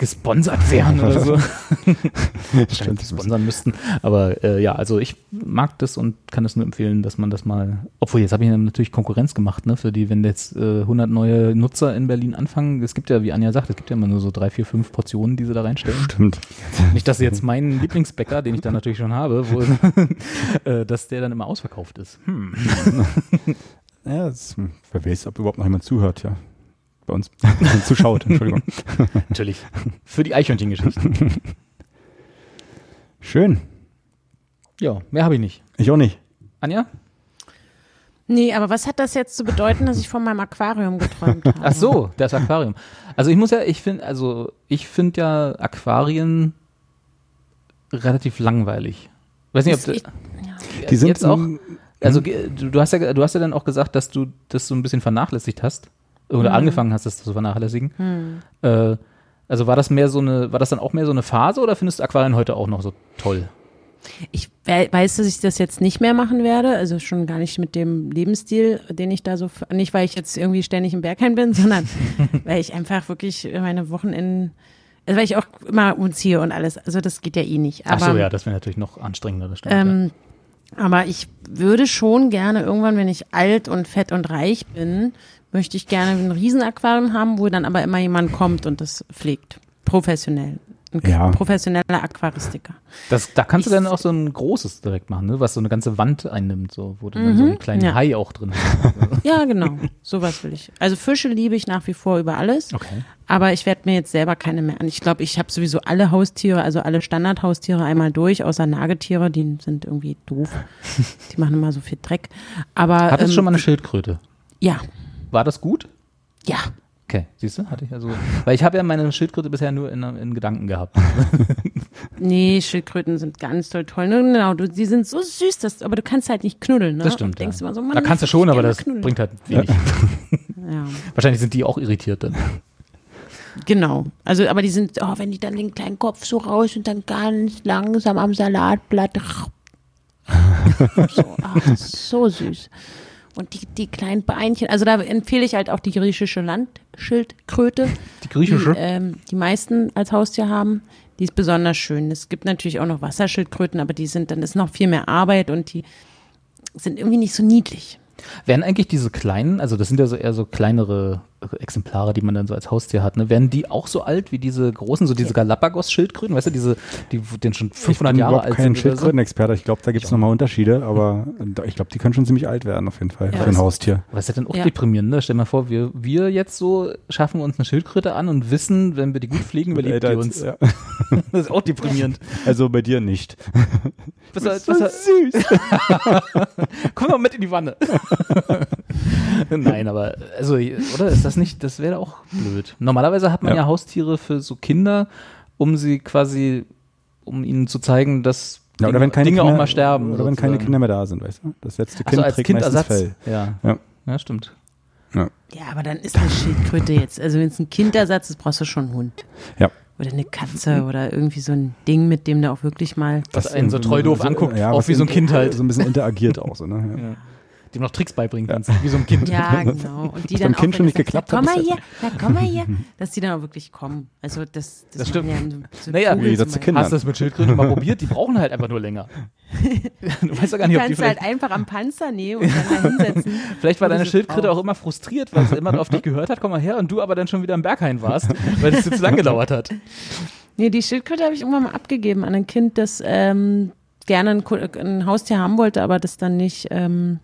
Speaker 1: gesponsert wären oder so. Stimmt, sponsern müssten. Aber äh, ja, also ich mag das und kann es nur empfehlen, dass man das mal. Obwohl, jetzt habe ich natürlich Konkurrenz gemacht, ne? Für die, wenn jetzt äh, 100 neue Nutzer in Berlin anfangen. Es gibt ja, wie Anja sagt, es gibt ja immer nur so drei, vier, fünf Portionen, die sie da reinstellen.
Speaker 2: Stimmt.
Speaker 1: Nicht, dass jetzt mein Lieblingsbäcker, den ich dann natürlich schon habe, wo, äh, dass der dann immer ausverkauft ist. Hm.
Speaker 2: Ja, das, hm, wer weiß, ob überhaupt noch jemand zuhört, ja. Bei uns. Zuschaut, Entschuldigung.
Speaker 1: Natürlich. Für die Eichhörnchengeschichten.
Speaker 2: Schön.
Speaker 1: Ja, mehr habe ich nicht.
Speaker 2: Ich auch nicht.
Speaker 1: Anja?
Speaker 3: Nee, aber was hat das jetzt zu bedeuten, dass ich von meinem Aquarium geträumt habe?
Speaker 1: Ach so, das Aquarium. Also ich muss ja, ich finde, also ich finde ja Aquarien relativ langweilig. Weiß nicht, ob du,
Speaker 3: Ich-
Speaker 2: Die sind
Speaker 1: jetzt auch.
Speaker 2: mm,
Speaker 3: Hm?
Speaker 1: Also ge- du du hast ja, ge- du hast ja dann auch gesagt, dass du das so ein bisschen vernachlässigt hast
Speaker 3: Mhm.
Speaker 1: oder angefangen hast, das zu vernachlässigen.
Speaker 3: Hm.
Speaker 1: Äh, also war das mehr so eine, war das dann auch mehr so eine Phase oder findest du Aquarien heute auch noch so toll?
Speaker 3: Ich we- weiß, dass ich das jetzt nicht mehr machen werde, also schon gar nicht mit dem Lebensstil, den ich da so, f- nicht weil ich jetzt irgendwie ständig im Bergheim bin, sondern weil ich einfach wirklich meine Wochenenden, also weil ich auch immer umziehe und alles, also das geht ja eh nicht. Aber,
Speaker 1: Ach so, ja, das wäre natürlich noch anstrengender. Das stimmt, ja.
Speaker 3: ähm, aber ich würde schon gerne irgendwann, wenn ich alt und fett und reich bin, möchte ich gerne ein Riesenaquarium haben, wo dann aber immer jemand kommt und das pflegt, professionell. Ein
Speaker 2: Ja.
Speaker 3: professioneller Aquaristiker.
Speaker 1: Das, da kannst du
Speaker 3: Ich-
Speaker 1: dann auch so ein großes direkt machen, ne? was so eine ganze Wand einnimmt, so, wo du dann so einen kleinen
Speaker 3: Mhm. ja.
Speaker 1: Hai auch drin hast.
Speaker 3: Ja, genau. Sowas will ich. Also Fische liebe ich nach wie vor über alles.
Speaker 1: Okay.
Speaker 3: Aber ich werde mir jetzt selber keine mehr an. Ich glaube, ich habe sowieso alle Haustiere, also alle Standardhaustiere einmal durch, außer Nagetiere, die sind irgendwie doof. Die machen immer so viel Dreck. Aber
Speaker 1: Hattest
Speaker 3: ähm,
Speaker 1: schon mal eine Schildkröte?
Speaker 3: ja,
Speaker 1: War das gut?
Speaker 3: ja.
Speaker 1: Okay, siehst du, hatte ich also. Weil ich habe ja meine Schildkröte bisher nur in, in Gedanken gehabt.
Speaker 3: Nee, Schildkröten sind ganz toll toll. Ne, Genau, du, die sind so süß, dass, aber du kannst halt nicht knuddeln. Ne?
Speaker 1: Das stimmt.
Speaker 3: Und denkst
Speaker 1: ja.
Speaker 3: immer so, Mann,
Speaker 1: da kannst du
Speaker 3: ich
Speaker 1: schon,
Speaker 3: würd
Speaker 1: aber
Speaker 3: gerne
Speaker 1: das
Speaker 3: knuddeln.
Speaker 1: bringt halt wenig.
Speaker 3: Ja.
Speaker 1: Wahrscheinlich sind die auch irritiert dann.
Speaker 3: Genau. Also, aber die sind, oh, wenn die dann den kleinen Kopf so raus und dann ganz langsam am Salatblatt. so, ach, das ist so süß. Und die, die kleinen Beinchen, also da empfehle ich halt auch die griechische Landschildkröte,
Speaker 1: Die
Speaker 3: die,
Speaker 1: griechische.
Speaker 3: ähm, die meisten als Haustier haben. Die ist besonders schön. Es gibt natürlich auch noch Wasserschildkröten, aber die sind dann ist noch viel mehr Arbeit und die sind irgendwie nicht so niedlich.
Speaker 1: Werden eigentlich diese kleinen, also das sind ja so eher so kleinere Exemplare, die man dann so als Haustier hat, ne? werden die auch so alt wie diese großen, so diese Galapagos-Schildkröten, weißt du, diese, die den schon 500
Speaker 2: bin
Speaker 1: Jahre
Speaker 2: überhaupt
Speaker 1: alt
Speaker 2: kein
Speaker 1: sind? oder so?
Speaker 2: Schildkrötenexperte. Ich glaube, da gibt es nochmal Unterschiede, aber da- ich glaube, die können schon ziemlich alt werden, auf jeden Fall, für ein Haustier.
Speaker 1: Aber ist ja dann auch
Speaker 3: Ja.
Speaker 1: deprimierend, ne? Stell mal vor, wir, wir jetzt so schaffen uns eine Schildkröte an und wissen, wenn wir die gut pflegen, überlebt
Speaker 2: Älter
Speaker 1: die
Speaker 2: als-
Speaker 1: uns.
Speaker 2: Äh, ja.
Speaker 1: Das ist auch deprimierend.
Speaker 2: Also bei dir nicht.
Speaker 1: Was, was, was,
Speaker 2: süß.
Speaker 1: komm doch mit in die Wanne. Nein, aber also oder ist das nicht, das wäre auch blöd. Normalerweise hat man ja.
Speaker 2: Ja.
Speaker 1: Haustiere für so Kinder, um sie quasi um ihnen zu zeigen, dass
Speaker 2: Ja, oder
Speaker 1: Dinge,
Speaker 2: wenn keine
Speaker 1: Dinge
Speaker 2: Kinder,
Speaker 1: auch mal sterben
Speaker 2: Oder wenn keine
Speaker 1: sozusagen.
Speaker 2: Kinder mehr da sind, weißt du? Das letzte
Speaker 1: Ach so,
Speaker 2: Kind
Speaker 1: als
Speaker 2: trägt
Speaker 1: Kindersatz.
Speaker 2: meistens Fell.
Speaker 1: Ja. ja.
Speaker 2: Ja.
Speaker 1: stimmt.
Speaker 3: Ja, aber dann ist eine Schildkröte jetzt. Also wenn es ein Kindersatz ist, brauchst du schon einen Hund.
Speaker 2: Ja.
Speaker 3: Oder eine Katze oder irgendwie so ein Ding, mit dem du auch wirklich mal.
Speaker 1: Dass einen so treu doof anguckt, auch
Speaker 2: was
Speaker 1: wie so ein
Speaker 2: in-
Speaker 1: Kind halt.
Speaker 2: So ein bisschen interagiert auch so, ne? Ja.
Speaker 1: Dem noch Tricks beibringen kannst, wie so ein Kind.
Speaker 3: Ja, genau. Und die
Speaker 2: beim
Speaker 3: dann auch,
Speaker 2: Kind
Speaker 3: wenn
Speaker 2: schon
Speaker 3: du
Speaker 2: nicht
Speaker 3: sagst,
Speaker 2: geklappt
Speaker 3: na,
Speaker 2: hat,
Speaker 3: komm mal
Speaker 2: ist ja-
Speaker 3: hier, na, komm mal hier, dass die dann auch wirklich kommen. Also das, das,
Speaker 1: Das stimmt.
Speaker 3: machen Ja, so, so
Speaker 1: Naja,
Speaker 3: Vögel
Speaker 2: Wie gesagt, zu
Speaker 3: zum Beispiel.
Speaker 2: Kindern.
Speaker 1: Hast du das mit Schildkröten mal probiert? Die brauchen halt einfach nur länger. Du weißt ja gar
Speaker 3: Du
Speaker 1: nicht, ob die
Speaker 3: kannst halt
Speaker 1: vielleicht,
Speaker 3: einfach am Panzer nehmen und dann da hinsetzen.
Speaker 1: vielleicht war deine
Speaker 3: diese
Speaker 1: Schildkröte
Speaker 3: Frau.
Speaker 1: auch immer frustriert, weil sie immer auf dich gehört hat, komm mal her, und du aber dann schon wieder im Berghain warst, weil es dir zu lang gedauert hat.
Speaker 3: Nee, die Schildkröte habe ich irgendwann mal abgegeben an ein Kind, das ähm, gerne ein, Ku- ein Haustier haben wollte, aber das dann nicht ähm,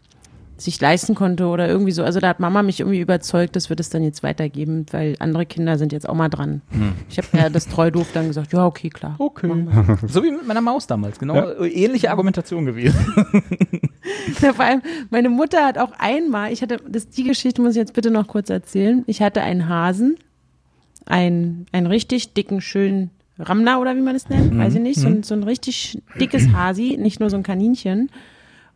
Speaker 3: sich leisten konnte oder irgendwie so. Also da hat Mama mich irgendwie überzeugt, dass wir das dann jetzt weitergeben, weil andere Kinder sind jetzt auch mal dran. Ich habe ja das treu doof dann gesagt, ja, okay, klar.
Speaker 1: Okay. So wie mit meiner Maus damals, genau. Ähnliche Argumentation gewesen.
Speaker 3: Ja, vor allem, meine Mutter hat auch einmal, ich hatte, das, die Geschichte muss ich jetzt bitte noch kurz erzählen. Ich hatte einen Hasen, einen, einen richtig dicken, schönen Ramler oder wie man es nennt, weiß ich nicht, so ein, so ein richtig dickes Hasi, nicht nur so ein Kaninchen.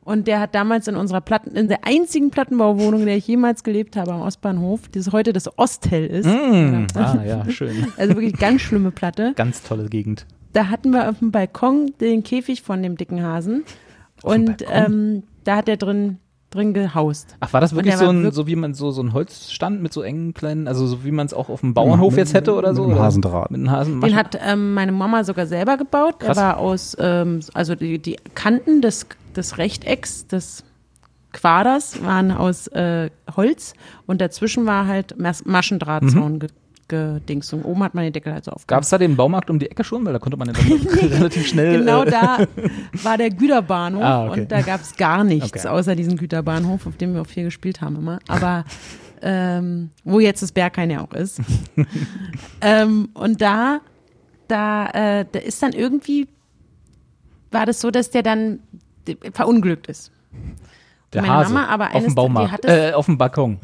Speaker 3: Und der hat damals in unserer Platten, in der einzigen Plattenbauwohnung, in der ich jemals gelebt habe, am Ostbahnhof, das heute das Osthell ist.
Speaker 1: Ah ja, schön.
Speaker 3: Also wirklich ganz schlimme Platte.
Speaker 1: Ganz tolle Gegend.
Speaker 3: Da hatten wir auf dem Balkon den Käfig von dem dicken Hasen. Und ähm, da hat er drin, drin gehaust.
Speaker 1: Ach, war das wirklich
Speaker 3: Und der
Speaker 1: so
Speaker 3: war
Speaker 1: ein,
Speaker 3: wirk-
Speaker 1: so wie man so, so ein Holzstand mit so engen kleinen, also so wie man es auch auf dem Bauernhof jetzt hätte oder
Speaker 2: mit
Speaker 1: so?
Speaker 2: einem
Speaker 1: oder?
Speaker 2: Hasendraht.
Speaker 1: Mit einem Hasen.
Speaker 3: Den hat ähm, meine Mama sogar selber gebaut.
Speaker 1: Krass.
Speaker 3: Er war aus, ähm, also die, die Kanten des, des Rechtecks, des Quaders waren aus äh, Holz und dazwischen war halt Mas Maschendrahtzaun ge gedingst. Und oben hat man den Deckel halt so
Speaker 1: Gab
Speaker 3: aufgab.
Speaker 1: es da den Baumarkt um die Ecke schon? Weil da konnte man ja dann relativ schnell.
Speaker 3: Genau
Speaker 1: äh,
Speaker 3: da war der Güterbahnhof
Speaker 1: Ah, okay.
Speaker 3: und da gab es gar nichts
Speaker 1: Okay.
Speaker 3: außer diesen Güterbahnhof, auf dem wir auch viel gespielt haben immer. Aber ähm, wo jetzt das Berghain ja auch ist. ähm, und da, da, äh, da ist dann irgendwie, war das so, dass der dann d- verunglückt ist.
Speaker 1: Der
Speaker 3: Meine
Speaker 1: Hase.
Speaker 3: Mama aber
Speaker 1: auf
Speaker 3: eines-
Speaker 1: dem
Speaker 3: die
Speaker 1: Baumarkt.
Speaker 3: hat es-
Speaker 1: äh, auf dem Balkon.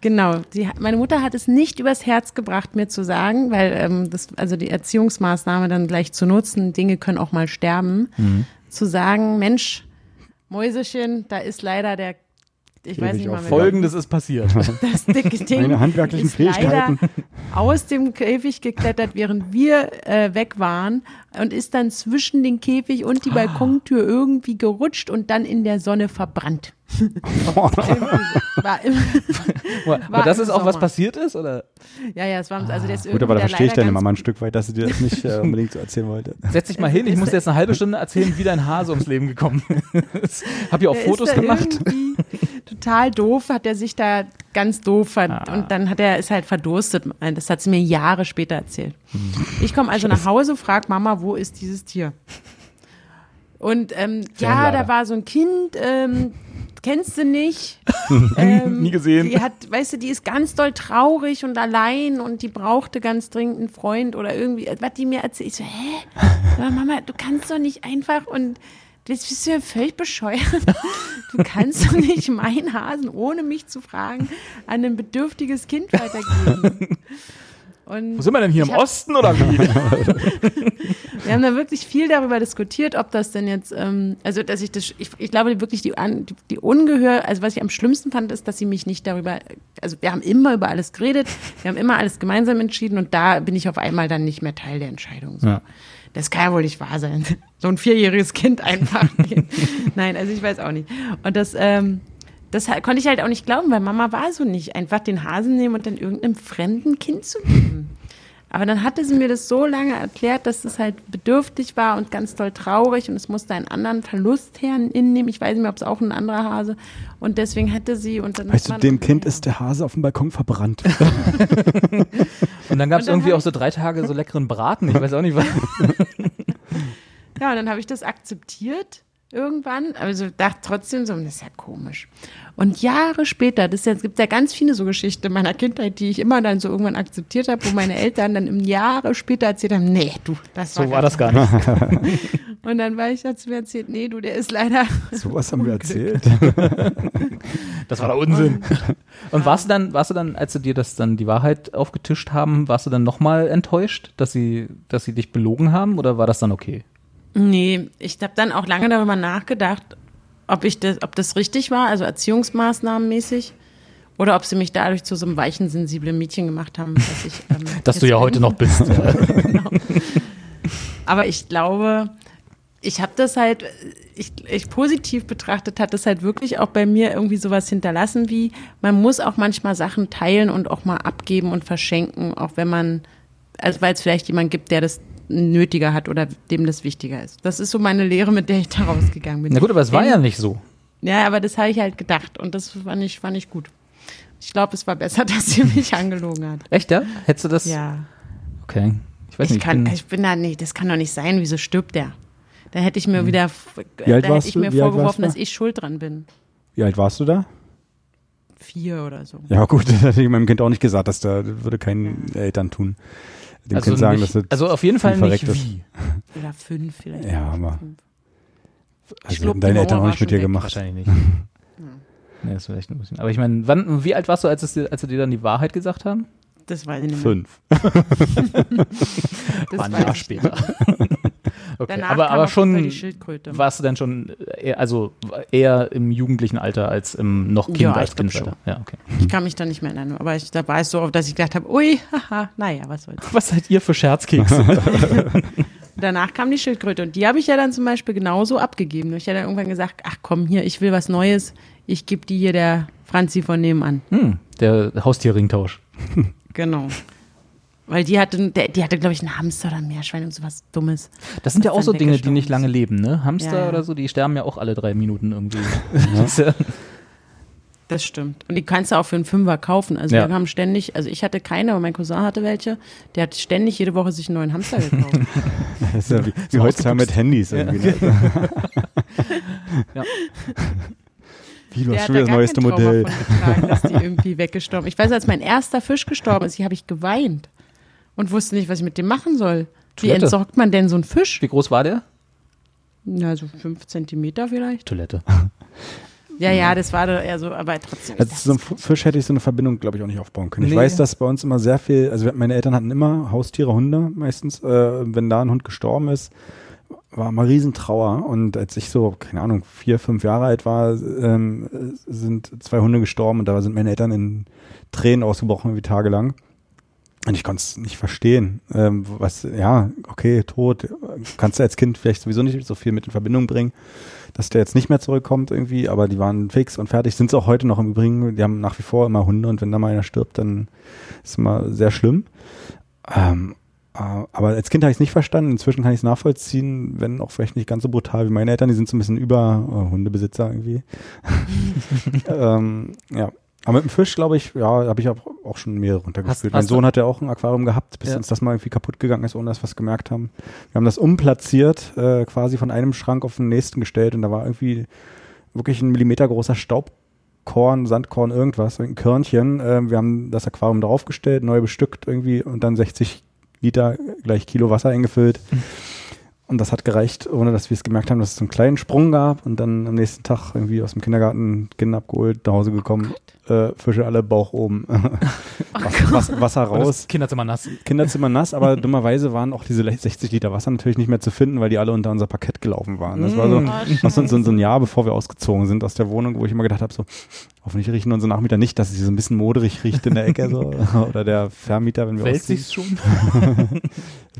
Speaker 3: Genau. Die, hat- meine Mutter hat es nicht übers Herz gebracht, mir zu sagen, weil ähm, das, also die Erziehungsmaßnahme dann gleich zu nutzen, Dinge können auch mal sterben,
Speaker 2: Mhm.
Speaker 3: zu sagen, Mensch, Mäusechen, da ist leider der, ich weiß
Speaker 2: ich
Speaker 3: nicht
Speaker 2: auch
Speaker 3: mal, wer-
Speaker 1: Folgendes ist passiert.
Speaker 3: das dicke Ding
Speaker 2: Meine handwerklichen
Speaker 3: ist leider
Speaker 2: Fähigkeiten.
Speaker 3: aus dem Käfig geklettert, während wir äh, weg waren und ist dann zwischen den Käfig und die
Speaker 2: Ah.
Speaker 3: Balkontür irgendwie gerutscht und dann in der Sonne verbrannt. War im,
Speaker 1: Aber das
Speaker 3: im
Speaker 1: ist auch was
Speaker 3: Sommer.
Speaker 1: passiert ist, oder?
Speaker 3: ja, ja, es war also der ist
Speaker 2: Gut, aber da
Speaker 3: irgendwie
Speaker 2: verstehe ich
Speaker 3: leider
Speaker 2: deine
Speaker 3: ganz
Speaker 2: Mama ein Stück weit, dass sie dir das nicht äh, unbedingt so erzählen wollte.
Speaker 1: Setz dich mal hin, ich muss jetzt eine halbe Stunde erzählen, wie dein Hase ums Leben gekommen ist. Hab ja auch
Speaker 3: Der
Speaker 1: Fotos
Speaker 3: ist da
Speaker 1: gemacht.
Speaker 3: irgendwie- total doof, hat er sich da ganz doof ver
Speaker 1: Ah.
Speaker 3: und dann hat er ist halt verdurstet. Das hat sie mir Jahre später erzählt. Ich komme also nach Hause, frag Mama, wo ist dieses Tier? Und ähm, ja,
Speaker 1: Fernlader.
Speaker 3: da war so ein Kind, ähm, kennst du nicht?
Speaker 2: Nie gesehen.
Speaker 3: ähm, Die hat, weißt du, die ist ganz doll traurig und allein und die brauchte ganz dringend einen Freund oder irgendwie, was die mir erzählt. Ich so, hä? Aber Mama, du kannst doch nicht einfach und das bist du ja völlig bescheuert. Du kannst doch nicht meinen Hasen, ohne mich zu fragen, an ein bedürftiges Kind weitergeben. Und
Speaker 4: Wo sind wir denn hier? Im
Speaker 3: Ich hab-
Speaker 4: Osten oder wie?
Speaker 3: wir haben da wirklich viel darüber diskutiert, ob das denn jetzt, ähm, also dass ich das, ich, ich glaube wirklich die, An- die, die Ungehör, also was ich am schlimmsten fand, ist, dass sie mich nicht darüber, also wir haben immer über alles geredet, wir haben immer alles gemeinsam entschieden und da bin ich auf einmal dann nicht mehr Teil der Entscheidung. So.
Speaker 2: Ja.
Speaker 3: Das kann ja wohl nicht wahr sein. So ein vierjähriges Kind einfach. Nein, also ich weiß auch nicht. Und das, ähm, das ha- konnte ich halt auch nicht glauben, weil Mama war so nicht. Einfach den Hasen nehmen und dann irgendeinem fremden Kind zu geben. Aber dann hatte sie mir das so lange erklärt, dass es halt bedürftig war und ganz doll traurig und es musste einen anderen Verlust her innehmen. Ich weiß nicht mehr, ob es auch ein anderer Hase. Und deswegen hatte sie und dann.
Speaker 2: Weißt du,
Speaker 3: hat man-
Speaker 2: dem Kind ist der Hase auf dem Balkon verbrannt.
Speaker 1: Und dann gab es
Speaker 3: Und dann
Speaker 1: irgendwie
Speaker 3: hab
Speaker 1: auch so drei Tage so leckeren Braten. Ich weiß auch nicht, was.
Speaker 3: Ja, und dann habe ich das akzeptiert irgendwann. Also dachte trotzdem so, das ist ja komisch. Und Jahre später, das ist jetzt, gibt ja ganz viele so Geschichten meiner Kindheit, die ich immer dann so irgendwann akzeptiert habe, wo meine Eltern dann im Jahre später erzählt haben, nee, du, das war,
Speaker 4: So war das gar nicht.
Speaker 3: Und dann war ich dazu mir erzählt, nee, du, der ist leider.
Speaker 2: Sowas haben wir
Speaker 3: Oh,
Speaker 2: erzählt.
Speaker 4: Das war der Unsinn.
Speaker 1: Und warst du dann, warst du dann, als sie dir das dann die Wahrheit aufgetischt haben, warst du dann nochmal enttäuscht, dass sie, dass sie dich belogen haben oder war das dann okay?
Speaker 3: Nee, ich habe dann auch lange darüber nachgedacht, ob ich das, ob das richtig war, also Erziehungsmaßnahmenmäßig, oder ob sie mich dadurch zu so einem weichen, sensiblen Mädchen gemacht haben, dass ich. Ähm,
Speaker 4: Dass du
Speaker 3: jetzt
Speaker 4: ja
Speaker 3: bin.
Speaker 4: heute noch bist.
Speaker 3: Aber ich glaube, ich habe das halt, ich, ich positiv betrachtet, hat das halt wirklich auch bei mir irgendwie sowas hinterlassen, wie man muss auch manchmal Sachen teilen und auch mal abgeben und verschenken, auch wenn man, also weil es vielleicht jemand gibt, der das nötiger hat oder dem das wichtiger ist. Das ist so meine Lehre, mit der ich da rausgegangen bin.
Speaker 1: Na gut, aber es war
Speaker 3: Wenn-
Speaker 1: ja nicht so.
Speaker 3: Ja, aber das habe ich halt gedacht und das fand ich, fand ich gut. Ich glaube, es war besser, dass sie mich angelogen hat.
Speaker 1: Echt, ja? Hättest du das?
Speaker 3: Ja.
Speaker 1: Okay. Ich weiß
Speaker 3: Ich
Speaker 1: nicht.
Speaker 3: kann,
Speaker 1: bin-
Speaker 3: ich bin da nicht, das kann doch nicht sein, wieso stirbt der? Da hätte ich mir wieder, f-
Speaker 2: Hm. Wie
Speaker 3: da
Speaker 2: alt
Speaker 3: hätte
Speaker 2: warst
Speaker 3: ich
Speaker 2: du?
Speaker 3: mir
Speaker 2: Wie alt warst
Speaker 3: vorgeworfen,
Speaker 2: du?
Speaker 3: dass ich schuld dran bin.
Speaker 2: Wie alt warst du da?
Speaker 3: Vier oder so.
Speaker 2: Ja, gut, das hätte ich meinem Kind auch nicht gesagt, dass da würde kein Eltern tun. Dem Kind sagen,
Speaker 1: nicht,
Speaker 2: dass das
Speaker 1: also auf jeden Fall
Speaker 2: viel
Speaker 1: nicht
Speaker 2: verreckt ist.
Speaker 1: wie.
Speaker 3: Oder fünf vielleicht.
Speaker 2: Ja, aber-
Speaker 3: Fünf.
Speaker 2: also
Speaker 3: glaub,
Speaker 2: haben
Speaker 3: die
Speaker 2: deine
Speaker 3: Mauer
Speaker 2: Eltern auch
Speaker 3: war
Speaker 2: nicht mit
Speaker 3: schon
Speaker 2: dir
Speaker 3: weg.
Speaker 2: gemacht.
Speaker 1: Wahrscheinlich nicht.
Speaker 3: Hm.
Speaker 1: Nee, ist vielleicht ein bisschen. Aber ich meine, wann, wie alt warst du, als, es dir, als sie dir dann die Wahrheit gesagt haben?
Speaker 3: Das weiß ich nicht mehr.
Speaker 2: Fünf.
Speaker 3: Das
Speaker 1: War ein
Speaker 3: weiß
Speaker 1: Jahr
Speaker 3: ich.
Speaker 1: später. okay,
Speaker 3: Danach
Speaker 1: aber, aber
Speaker 3: kam auf jeden Fall
Speaker 1: schon
Speaker 3: die Schildkröte.
Speaker 1: warst du dann schon eher, also eher im jugendlichen Alter als im noch Kind
Speaker 3: Ja, ich
Speaker 1: als
Speaker 3: glaub
Speaker 1: Kindalter. Ja, okay.
Speaker 3: Ich kann mich da nicht mehr erinnern, aber ich, da war ich so, dass ich gedacht habe, ui, haha, naja, was soll's.
Speaker 1: Was seid ihr für Scherzkekse?
Speaker 3: Danach kam die Schildkröte und die habe ich ja dann zum Beispiel genauso abgegeben. Ich habe dann irgendwann gesagt, ach komm hier, ich will was Neues, ich gebe die hier der Franzi von nebenan.
Speaker 1: hm, der Haustierringtausch.
Speaker 3: Genau. Weil die hatte, der- die hatte, glaube ich, einen Hamster oder ein Meerschwein und sowas Dummes.
Speaker 1: Das sind ja
Speaker 3: Was
Speaker 1: auch so
Speaker 3: dann
Speaker 1: Dinge, die
Speaker 3: weggestorben
Speaker 1: nicht
Speaker 3: ist.
Speaker 1: lange leben, ne? Hamster
Speaker 3: Ja, ja.
Speaker 1: oder so, die sterben ja auch alle drei Minuten irgendwie. Das ist ja-
Speaker 3: Das stimmt. Und die kannst du auch für einen Fünfer kaufen. Also
Speaker 1: Ja.
Speaker 3: wir haben ständig, also ich hatte keine, aber mein Cousin hatte welche. Der hat ständig jede Woche sich einen neuen Hamster gekauft.
Speaker 2: Das ist ja wie, wie heutzutage mit Handys irgendwie. Ne?
Speaker 1: Ja.
Speaker 2: Wie, du
Speaker 3: Der
Speaker 2: hast
Speaker 3: hat
Speaker 2: schon
Speaker 3: da
Speaker 2: wieder das neueste
Speaker 3: gar kein Trauma
Speaker 2: Modell.
Speaker 3: von getragen, dass die irgendwie weggestorben. Ich weiß, als mein erster Fisch gestorben ist, ich habe ich geweint und wusste nicht, was ich mit dem machen soll. Wie
Speaker 1: Toilette.
Speaker 3: entsorgt man denn so einen Fisch?
Speaker 1: Wie groß war der?
Speaker 3: Na, so fünf Zentimeter vielleicht.
Speaker 1: Toilette.
Speaker 3: Ja, ja, das war doch eher so, aber trotzdem.
Speaker 2: Also zu so einem F- Fisch hätte ich so eine Verbindung, glaube ich, auch nicht aufbauen können.
Speaker 1: Nee.
Speaker 2: Ich weiß, dass bei uns immer sehr viel, also meine Eltern hatten immer Haustiere, Hunde meistens. Äh, wenn da ein Hund gestorben ist, war immer Riesentrauer. Und als ich so, keine Ahnung, vier, fünf Jahre alt war, ähm, äh, sind zwei Hunde gestorben und da sind meine Eltern in Tränen ausgebrochen, irgendwie tagelang. Und ich konnte es nicht verstehen. Ähm, was, ja, okay, tot. Kannst du als Kind vielleicht sowieso nicht so viel mit in Verbindung bringen dass der jetzt nicht mehr zurückkommt irgendwie, aber die waren fix und fertig, sind es auch heute noch im Übrigen. Die haben nach wie vor immer Hunde und wenn da mal einer stirbt, dann ist immer sehr schlimm. Ähm, Äh, Aber als Kind habe ich es nicht verstanden. Inzwischen kann ich es nachvollziehen, wenn auch vielleicht nicht ganz so brutal wie meine Eltern. Die sind so ein bisschen über äh, Hundebesitzer irgendwie. ähm, ja. Aber mit dem Fisch, glaube ich, ja, habe ich auch, auch schon mehrere
Speaker 1: Hast-
Speaker 2: runtergespült. Mein
Speaker 1: hast du-
Speaker 2: Sohn hat ja auch ein Aquarium gehabt, bis
Speaker 1: Ja.
Speaker 2: uns das mal irgendwie kaputt gegangen ist, ohne dass wir es gemerkt haben. Wir haben das umplatziert, äh, quasi von einem Schrank auf den nächsten gestellt und da war irgendwie wirklich ein Millimeter großer Staubkorn, Sandkorn, irgendwas, ein Körnchen. Ähm, wir haben das Aquarium draufgestellt, neu bestückt irgendwie und dann 60 Liter gleich Kilo Wasser eingefüllt. Und das hat gereicht, ohne dass wir es gemerkt haben, dass es so einen kleinen Sprung gab und dann am nächsten Tag irgendwie aus dem Kindergarten Kinder abgeholt, nach Hause
Speaker 1: Oh
Speaker 2: gekommen, äh, Fische alle Bauch oben, Wasser, Wasser, Wasser
Speaker 1: Und das
Speaker 2: raus.
Speaker 1: Kinderzimmer nass.
Speaker 2: Kinderzimmer nass, aber dummerweise waren auch diese 60 Liter Wasser natürlich nicht mehr zu finden, weil die alle unter unser Parkett gelaufen waren. Das war so, noch so, so, so ein Jahr, bevor wir ausgezogen sind aus der Wohnung, wo ich immer gedacht habe, so, hoffentlich riechen unsere Nachmieter nicht, dass es hier so ein bisschen moderig riecht in der Ecke so, oder der Vermieter, wenn wir
Speaker 1: Fällt
Speaker 2: ausziehen.
Speaker 1: sich's schon?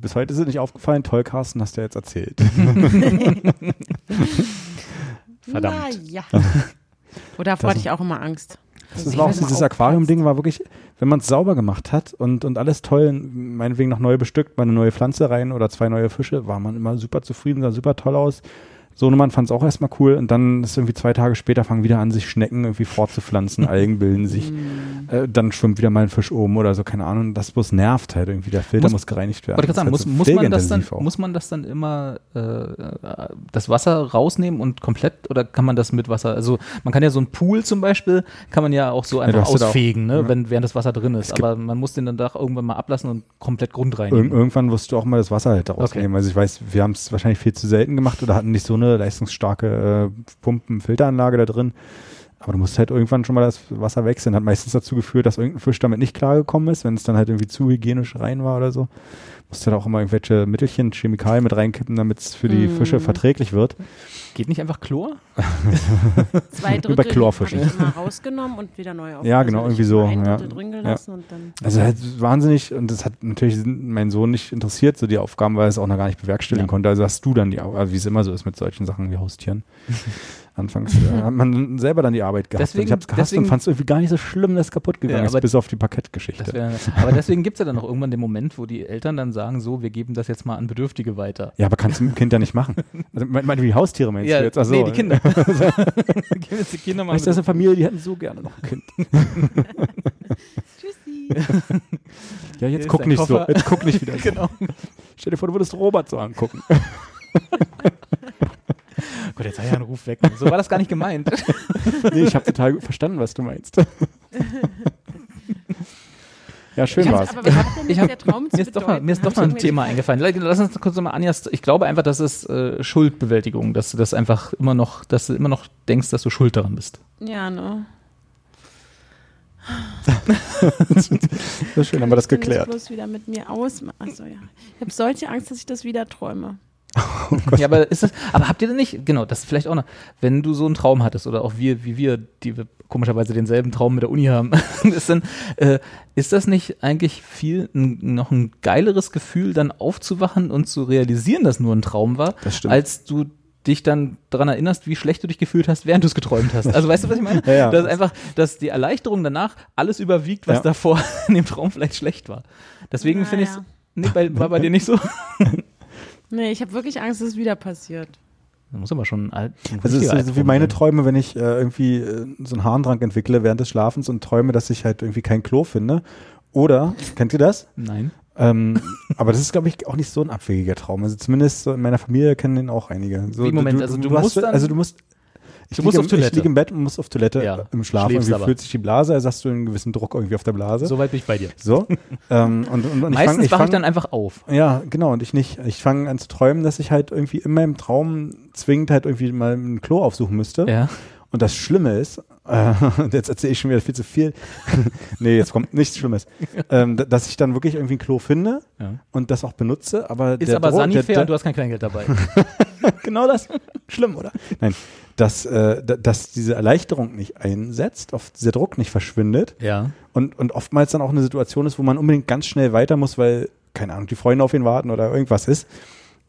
Speaker 2: Bis heute ist es nicht aufgefallen. Toll, Carsten, hast du ja jetzt erzählt.
Speaker 1: Verdammt.
Speaker 3: Na ja. Oder davor hatte ich auch immer Angst. Also
Speaker 2: Das,
Speaker 3: Ich
Speaker 2: war auch
Speaker 3: weiß
Speaker 2: so
Speaker 3: noch,
Speaker 2: dieses
Speaker 3: auch
Speaker 2: Aquarium-Ding war wirklich, wenn man es sauber gemacht hat und, und alles toll, meinetwegen noch neu bestückt, mal eine neue Pflanze rein oder zwei neue Fische, war man immer super zufrieden, sah super toll aus. So Nummern fand es auch erstmal cool und dann ist irgendwie zwei Tage später fangen wieder an, sich Schnecken irgendwie fortzupflanzen, Algen bilden sich,
Speaker 1: Mm.
Speaker 2: äh, dann schwimmt wieder mal ein Fisch oben oder so, keine Ahnung. Das bloß nervt halt irgendwie, der Filter muss,
Speaker 1: Muss-
Speaker 2: gereinigt werden.
Speaker 1: Wollte ich gerade sagen,
Speaker 2: Das
Speaker 1: muss,
Speaker 2: ist
Speaker 1: muss,
Speaker 2: halt so
Speaker 1: man das dann,
Speaker 2: pflegeintensiv auch.
Speaker 1: muss man das dann immer äh, äh, das Wasser rausnehmen und komplett oder kann man das mit Wasser? Also man kann ja so einen Pool zum Beispiel, kann man ja auch so
Speaker 2: du
Speaker 1: einfach
Speaker 2: hast ja da auch-
Speaker 1: ausfegen, ne, wenn während das Wasser drin ist.
Speaker 2: gibt-
Speaker 1: Aber man muss den dann doch irgendwann mal ablassen und komplett
Speaker 2: Irg
Speaker 1: grundreinigen.
Speaker 2: irgendwann wirst du auch mal das Wasser halt daraus
Speaker 1: Okay.
Speaker 2: nehmen. Also ich weiß, wir haben es wahrscheinlich viel zu selten gemacht oder hatten nicht so eine leistungsstarke äh, Pumpenfilteranlage da drin. Aber du musst halt irgendwann schon mal das Wasser wechseln. Hat meistens dazu geführt, dass irgendein Fisch damit nicht klargekommen ist, wenn es dann halt irgendwie zu hygienisch rein war oder so. Musst halt auch immer irgendwelche Mittelchen, Chemikalien mit reinkippen, damit es für die Fische verträglich wird.
Speaker 1: Geht nicht einfach Chlor?
Speaker 3: Zwei Drittel
Speaker 2: Über Chlorfische.
Speaker 3: habe ich immer rausgenommen und wieder neu aufgelassen.
Speaker 2: Ja, genau,
Speaker 3: Also
Speaker 2: irgendwie
Speaker 3: ich
Speaker 2: so,
Speaker 3: habe Ein
Speaker 2: ja.
Speaker 3: Drittel drin gelassen und dann.
Speaker 2: Also halt wahnsinnig, und das hat natürlich mein Sohn nicht interessiert, so die Aufgaben, weil er es auch noch gar nicht bewerkstelligen
Speaker 1: Ja.
Speaker 2: konnte. Also hast du dann die Arbeit, also wie es immer so ist mit solchen Sachen wie Haustieren. Anfangs äh, hat man selber dann die Arbeit gehabt. und
Speaker 1: Deswegen-
Speaker 2: ich habe es gehasst
Speaker 1: deswegen-
Speaker 2: und fand es irgendwie gar nicht so schlimm, dass es kaputt gegangen
Speaker 1: Ja,
Speaker 2: ist,
Speaker 1: aber-
Speaker 2: bis auf die
Speaker 1: Das
Speaker 2: Parkettgeschichte.
Speaker 1: wär, aber deswegen gibt es ja dann auch irgendwann den Moment, wo die Eltern dann sagen, so, wir geben das jetzt mal an Bedürftige weiter.
Speaker 2: Ja, aber kannst du mit dem Kind ja nicht machen. Also, meine, meine, die Haustiere meinst du jetzt? Ach so. äh,
Speaker 1: nee, die Kinder. Geben jetzt die Kinder mal
Speaker 2: Weißt du, das ist eine Familie, die hätten so gerne noch ein Kind.
Speaker 3: Tschüssi.
Speaker 2: Ja,
Speaker 1: ist
Speaker 2: jetzt guck
Speaker 1: dein
Speaker 2: nicht
Speaker 1: Koffer.
Speaker 2: so. Jetzt guck nicht wieder so.
Speaker 1: Genau.
Speaker 2: Stell dir vor, du würdest Robert so angucken.
Speaker 1: Gott, jetzt sei ja ein Ruf weg. So war das gar nicht gemeint.
Speaker 2: Nee, ich habe total gut verstanden, was du meinst. ja, schön war's.
Speaker 3: Aber was hat denn
Speaker 1: Ich
Speaker 3: jetzt
Speaker 1: hab-
Speaker 3: der Traum zu
Speaker 1: Mir ist doch mal,
Speaker 3: bedeuten?
Speaker 1: mir ist doch
Speaker 3: Hast du
Speaker 1: mal ein
Speaker 3: mir
Speaker 1: Thema
Speaker 3: gefragt?
Speaker 1: eingefallen. Lass uns kurz nochmal Anjas, ich glaube einfach, das ist äh, Schuldbewältigung, dass du das einfach immer noch, dass du immer noch denkst, dass du schuld daran bist.
Speaker 3: Ja, ne.
Speaker 2: Das ist schön, haben wir das
Speaker 3: Ich kann
Speaker 2: geklärt.
Speaker 3: bloß wieder mit mir ausmachen. Achso, ja. Ich habe solche Angst, dass ich das wieder träume.
Speaker 1: Ja, aber ist das, aber habt ihr denn nicht, genau, das ist vielleicht auch noch, wenn du so einen Traum hattest oder auch wir, wie wir, die wir komischerweise denselben Traum mit der Uni haben, ist, dann, äh, ist das nicht eigentlich viel n, noch ein geileres Gefühl, dann aufzuwachen und zu realisieren, dass nur ein Traum war,
Speaker 2: Das stimmt.
Speaker 1: als du dich dann daran erinnerst, wie schlecht du dich gefühlt hast, während du es geträumt hast. Also weißt du, was ich meine?
Speaker 2: Ja, ja.
Speaker 1: Dass einfach, dass die Erleichterung danach alles überwiegt, was
Speaker 2: Ja.
Speaker 1: davor in dem Traum vielleicht schlecht war. Deswegen
Speaker 3: Na
Speaker 1: finde ich,
Speaker 3: ja.
Speaker 1: nee, bei, war bei dir nicht so.
Speaker 3: Nee, ich habe wirklich Angst, dass es wieder passiert.
Speaker 1: Da muss aber schon ein alt. ein
Speaker 2: Also es
Speaker 1: richtiger
Speaker 2: ist so wie
Speaker 1: Albtraum
Speaker 2: meine
Speaker 1: sein.
Speaker 2: Träume, wenn ich äh, irgendwie äh, so einen Harndrang entwickle während des Schlafens und träume, dass ich halt irgendwie kein Klo finde. Oder, kennt ihr das?
Speaker 1: Nein.
Speaker 2: Ähm, aber das ist, glaube ich, auch nicht so ein abwegiger Traum. Also zumindest so in meiner Familie kennen den auch einige. So,
Speaker 1: Wie, Moment,
Speaker 2: du,
Speaker 1: also du
Speaker 2: hast-
Speaker 1: musst dann-
Speaker 2: also du musst ich
Speaker 1: Du musst
Speaker 2: lieg
Speaker 1: auf
Speaker 2: im, Ich
Speaker 1: Toilette.
Speaker 2: liege im Bett und muss auf Toilette
Speaker 1: Ja,
Speaker 2: äh, im Schlaf.
Speaker 1: schläfst
Speaker 2: Irgendwie
Speaker 1: aber.
Speaker 2: fühlt sich die Blase, also hast du einen gewissen Druck irgendwie auf der Blase. So.
Speaker 1: Soweit bin ich bei dir.
Speaker 2: ähm, und, und, und ich fang-
Speaker 1: Meistens
Speaker 2: ich
Speaker 1: wache
Speaker 2: fang-
Speaker 1: ich dann einfach auf.
Speaker 2: Ja, genau, und ich nicht. Ich fange an zu träumen, dass ich halt irgendwie in meinem Traum zwingend halt irgendwie mal ein Klo aufsuchen müsste.
Speaker 1: Ja.
Speaker 2: Und das Schlimme ist, äh, jetzt erzähle ich schon wieder viel zu viel. nee, jetzt kommt nichts Schlimmes. ähm, d- dass ich dann wirklich irgendwie ein Klo finde
Speaker 1: Ja.
Speaker 2: und das auch benutze, aber
Speaker 1: Ist
Speaker 2: der
Speaker 1: aber
Speaker 2: Druck- der-
Speaker 1: Sanifair
Speaker 2: der-
Speaker 1: und du hast kein Kleingeld dabei.
Speaker 2: genau das. Schlimm, oder? Nein, dass, äh, d- dass diese Erleichterung nicht einsetzt, oft dieser Druck nicht verschwindet
Speaker 1: ja.
Speaker 2: und, und oftmals dann auch eine Situation ist, wo man unbedingt ganz schnell weiter muss, weil, keine Ahnung, die Freunde auf ihn warten oder irgendwas ist.